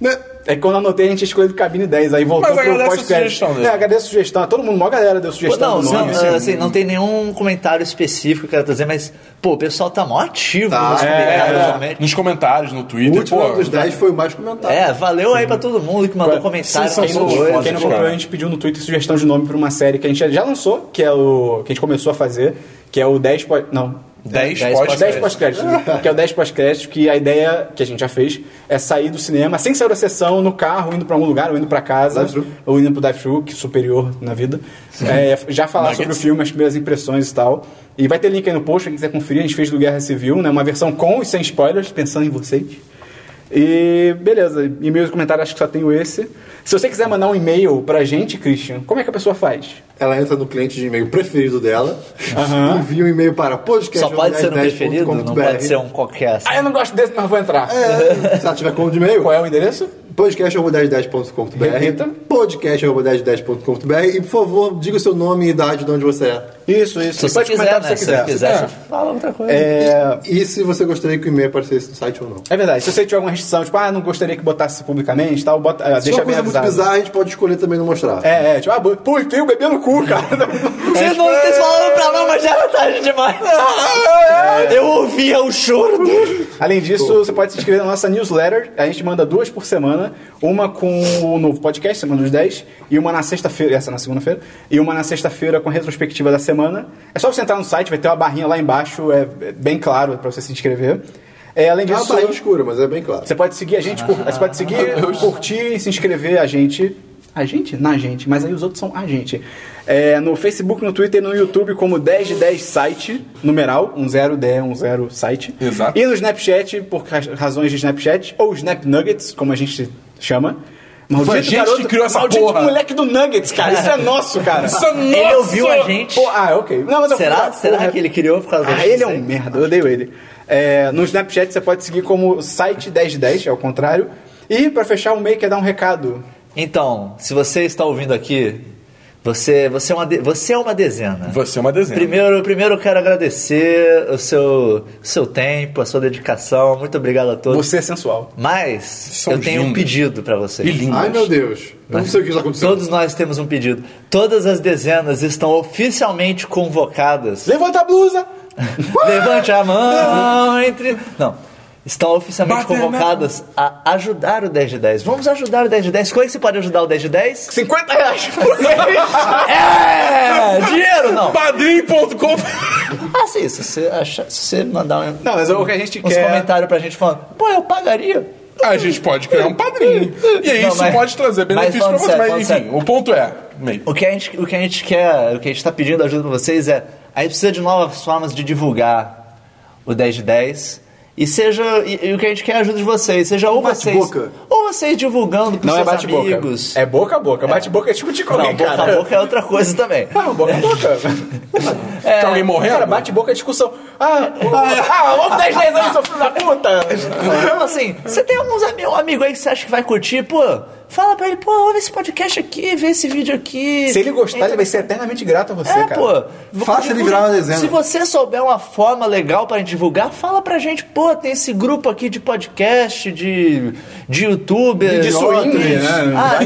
S2: né?
S1: É que quando eu anotei, a gente escolheu cabine 10, aí voltou
S3: Mas
S1: pro
S3: agradece a
S1: podcast.
S3: sugestão dele.
S1: É, agradeço a sugestão. Todo mundo, maior galera deu
S4: Pô,
S1: sugestão
S4: não,
S1: do
S4: não,
S1: nome.
S4: assim, não tem nenhum comentário específico que eu quero trazer, mas, pô, o pessoal tá mó ativo
S2: Tá,
S4: nos
S2: é,
S4: comentários. realmente.
S3: Nos comentários, no
S2: O
S3: Twitter,
S2: último é um
S3: pô.
S2: dos 10 foi o mais comentado.
S4: É, valeu aí pra todo mundo que
S1: um
S4: mandou comentário.
S1: Quem não,
S4: mandou coisa.
S1: quem não comprou, a gente pediu no Twitter sugestão de nome pra uma série que a gente já lançou, que é o. que a gente começou a fazer, que é o 10 po- Não.
S3: 10
S4: Dez
S3: pós
S4: pós- dez
S1: 10 pós-créditos, que é o 10 pós-créditos, que a ideia que a gente já fez é sair do cinema sem sair da sessão, no carro, indo pra algum lugar, ou indo pra casa,
S2: Drive-thru.
S1: ou indo pro drive-thru, que é superior na vida. É, já falar sobre o filme, as primeiras impressões e tal. E vai ter link aí no post, quem quiser conferir, a gente fez do Guerra Civil, né? Uma versão com e sem spoilers, pensando em vocês. E beleza, e-mails e comentários acho que só tenho esse. Se você quiser mandar um e-mail pra gente, Christian, como é que a pessoa faz?
S2: Ela entra no cliente de e-mail preferido dela, envia um e-mail para podcast.
S4: Só pode ser um preferido, não pode ser um qualquer assim.
S1: Ah, eu não gosto desse, mas vou entrar.
S2: É, se ela tiver conta de e-mail,
S1: Qual é o endereço? Repita.
S2: podcast.com.br podcast.com.br e por favor, diga o seu nome e idade de onde você é.
S1: Isso, isso.
S4: Se você
S1: pode
S4: quiser,
S1: comentar
S4: né?
S1: o que
S4: Se
S1: você
S4: você
S1: quiser.
S4: quiser,
S3: É.
S4: você fala outra coisa.
S1: É,
S2: E se você gostaria que o e-mail aparecesse no site ou não.
S1: é verdade. Se você tiver alguma restrição, tipo, ah, não gostaria que botasse publicamente, tal, bota, ah,
S2: Se for
S1: deixa
S2: uma coisa
S1: bem
S2: muito
S1: avisado.
S2: bizarra, a gente pode escolher também não mostrar.
S1: É, é, tipo, ah, pô, enfia o bebê no cu, cara.
S4: Vocês, não, vocês falaram pra não, mas já era tarde demais. Eu ouvia o choro dele.
S1: Além disso, você pode se inscrever na nossa newsletter. A gente manda duas por semana. Uma com o novo podcast, Semana dos 10. E uma na sexta-feira, essa na segunda-feira. E uma na sexta-feira com a retrospectiva da semana. É só você entrar no site, vai ter uma barrinha lá embaixo, é, é bem claro pra você se inscrever. É, além
S2: É uma
S1: disso,
S2: barriga escura, mas é bem claro.
S1: você pode seguir a gente, cur- você pode seguir, curtir e se inscrever a gente. A gente? Na gente, mas aí os outros são a gente. É, no Facebook, no Twitter e no YouTube, como 10 de 10 site, numeral, 10D, 10 site.
S3: Exato.
S1: E no Snapchat, por ra- razões de Snapchat, ou Snap Nuggets, como a gente chama. Maldito
S3: Foi a gente que criou essa
S1: maldito
S3: porra.
S1: moleque do Nuggets, cara. Isso é nosso, cara.
S3: Isso é
S4: Ele
S3: nosso!
S4: ouviu a gente.
S1: Pô, ah, ok. Não, mas eu
S4: Será?
S1: porra,
S4: Será
S1: porra.
S4: que ele criou por causa
S1: Ah,
S4: disso?
S1: ele é um merda, eu odeio ele. É, no Snapchat você pode seguir como site 1010, é o contrário. E pra fechar, o May quer dar um recado.
S4: Então, se você está ouvindo aqui, você, você, é, uma de- você é uma dezena.
S3: Você é uma dezena.
S4: Primeiro, primeiro eu quero agradecer o seu, o seu tempo, a sua dedicação. Muito obrigado a todos.
S1: Você é sensual.
S4: Mas
S3: São
S4: eu tenho um
S3: lindos.
S4: pedido pra vocês.
S3: E lindo.
S2: Ai meu Deus, eu não sei é o que já aconteceu.
S4: Todos nós temos um pedido. Todas as dezenas estão oficialmente convocadas.
S1: Levanta a blusa!
S4: Levante a mão entre. Não. Estão oficialmente
S3: Bater na-
S4: convocadas a ajudar o 10 de 10. Vamos ajudar o 10 de 10. Como é que você pode ajudar o 10 de 10?
S1: 50 reais por
S4: É! Dinheiro não!
S3: Padrim.com.
S4: Ah, sim, se você, achar, se você mandar um,
S1: Não, mas o que a gente
S4: uns
S1: quer.
S4: comentários pra gente falando, pô, eu pagaria.
S3: A gente pode criar um padrinho. E aí
S4: Não,
S3: isso
S4: mas-
S3: pode trazer benefício pra
S4: mas falando
S3: você.
S4: sério,
S3: Mas
S4: falando
S3: enfim,
S4: sério.
S3: o ponto é. meio.
S4: O que a gente, o que a gente quer, o que a gente tá pedindo ajuda pra vocês é, a gente precisa de novas formas de divulgar o 10 de 10. E seja, e, e o que a gente quer é a ajuda de vocês, seja ou vocês,
S2: bate-boca.
S4: ou vocês divulgando pros
S1: Não é
S4: seus
S1: bate-boca.
S4: amigos.
S1: É boca a boca. Bate-boca é tipo de
S4: Não,
S1: correr,
S4: boca
S1: cara.
S4: a boca é outra coisa também.
S1: Não, boca a boca.
S3: Tem alguém morrendo?
S1: Cara, bate-boca é discussão. Ah, ah, ah, ovo 10 10 aí, seu filho da puta!
S4: Então, assim, você tem alguns ami um amigo aí que você acha que vai curtir, pô, fala pra ele, pô, ouve esse podcast aqui, vê esse vídeo aqui.
S1: Se ele gostar,
S4: Entra-
S1: ele vai ser eternamente grato a você,
S4: É,
S1: cara.
S4: pô.
S2: Faça ele virar uma dezena.
S4: Se você souber uma forma legal pra divulgar, fala pra gente, pô, tem esse grupo aqui de podcast, de, de youtuber.
S1: De swing, né?
S4: Ah,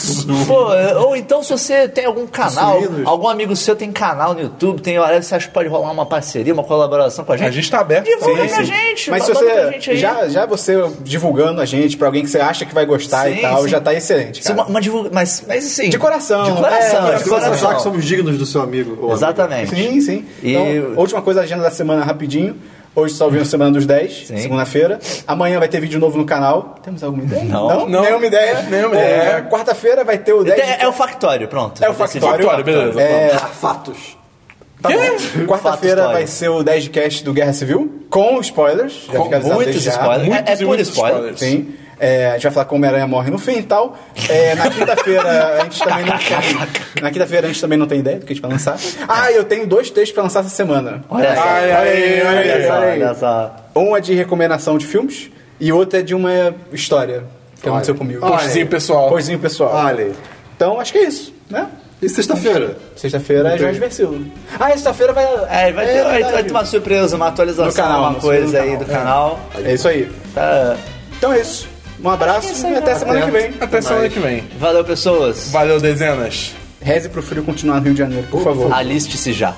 S4: pô, ou então se você tem algum canal,
S2: Suínos.
S4: algum amigo seu tem canal no YouTube, tem hora que você acha que pode rolar uma parceria, uma colaboração com a gente.
S3: A gente tá aberto.
S4: Divulga
S1: Sim,
S4: pra
S1: sim.
S4: gente,
S1: Mas se
S4: bota pra gente
S1: você
S4: aí.
S1: já, já você divulgando a gente pra alguém que você acha que vai gostar e
S4: Sim,
S1: tal,
S4: sim.
S1: já tá excelente,
S4: Sim,
S1: cara.
S4: uma, uma divulga- mas, mas assim.
S1: De coração,
S4: De coração,
S1: é,
S4: de
S2: Se você
S4: coração.
S2: achar que somos dignos do seu amigo. ou amiga.
S4: Exatamente.
S1: né? Sim, sim.
S4: E-
S1: Então, última coisa, a agenda da semana rapidinho. Hoje só viu Semana dos 10,
S4: Sim.
S1: segunda-feira. Amanhã vai ter vídeo novo no canal. Temos alguma ideia?
S4: Não.
S3: Não.
S1: Nenhuma ideia.
S3: Nenhuma
S1: É,
S3: ideia.
S1: Quarta-feira vai ter o 10.
S4: É, é o factório, pronto.
S1: É o factório.
S3: então. Factório, beleza.
S1: É,
S2: Ah, fatos.
S1: tá bom.
S4: É.
S1: Quarta-feira
S4: Fato
S1: vai
S4: histórico.
S1: ser o 10 de cast do Guerra Civil, com spoilers. Já
S3: Com
S1: fica avisado
S4: Muitos
S1: desde já.
S4: spoilers. É- é,
S3: Muitos e
S4: por
S3: muitos
S4: spoiler.
S3: spoilers.
S1: Sim. É, a gente vai falar como Homem-Aranha morre no fim e tal. É, na quinta-feira a gente também não tem. Na quinta-feira a gente também não tem ideia do que a gente vai lançar. Ah, eu tenho dois textos pra lançar essa semana.
S4: Olha só.
S3: Ai, ai, ai,
S1: Olha
S4: Olha
S1: aí,
S4: só,
S1: olha aí.
S4: olha só.
S1: Um é de recomendação de filmes e outro é de uma história que aconteceu comigo.
S2: Olha.
S3: Postzinho, pessoal.
S1: Coisinho pessoal.
S2: Olha aí.
S1: Então acho que é isso, né?
S2: E sexta-feira?
S1: Sexta-feira é Jorge Versilo. Ah, e sexta-feira vai.
S4: É, vai ter, vai,
S1: verdade.
S4: vai ter uma surpresa, uma atualização,
S1: Do canal,
S4: uma
S1: no
S4: coisa
S1: segundo
S4: aí
S1: canal,
S4: do canal.
S1: É isso aí.
S4: Tá.
S1: Então é isso. Um abraço e até semana que vem.
S3: Até semana que vem.
S1: É.
S4: Valeu, pessoas.
S3: Valeu, dezenas.
S1: Reze pro frio continuar no Rio de Janeiro, por favor.
S4: Aliste-se já.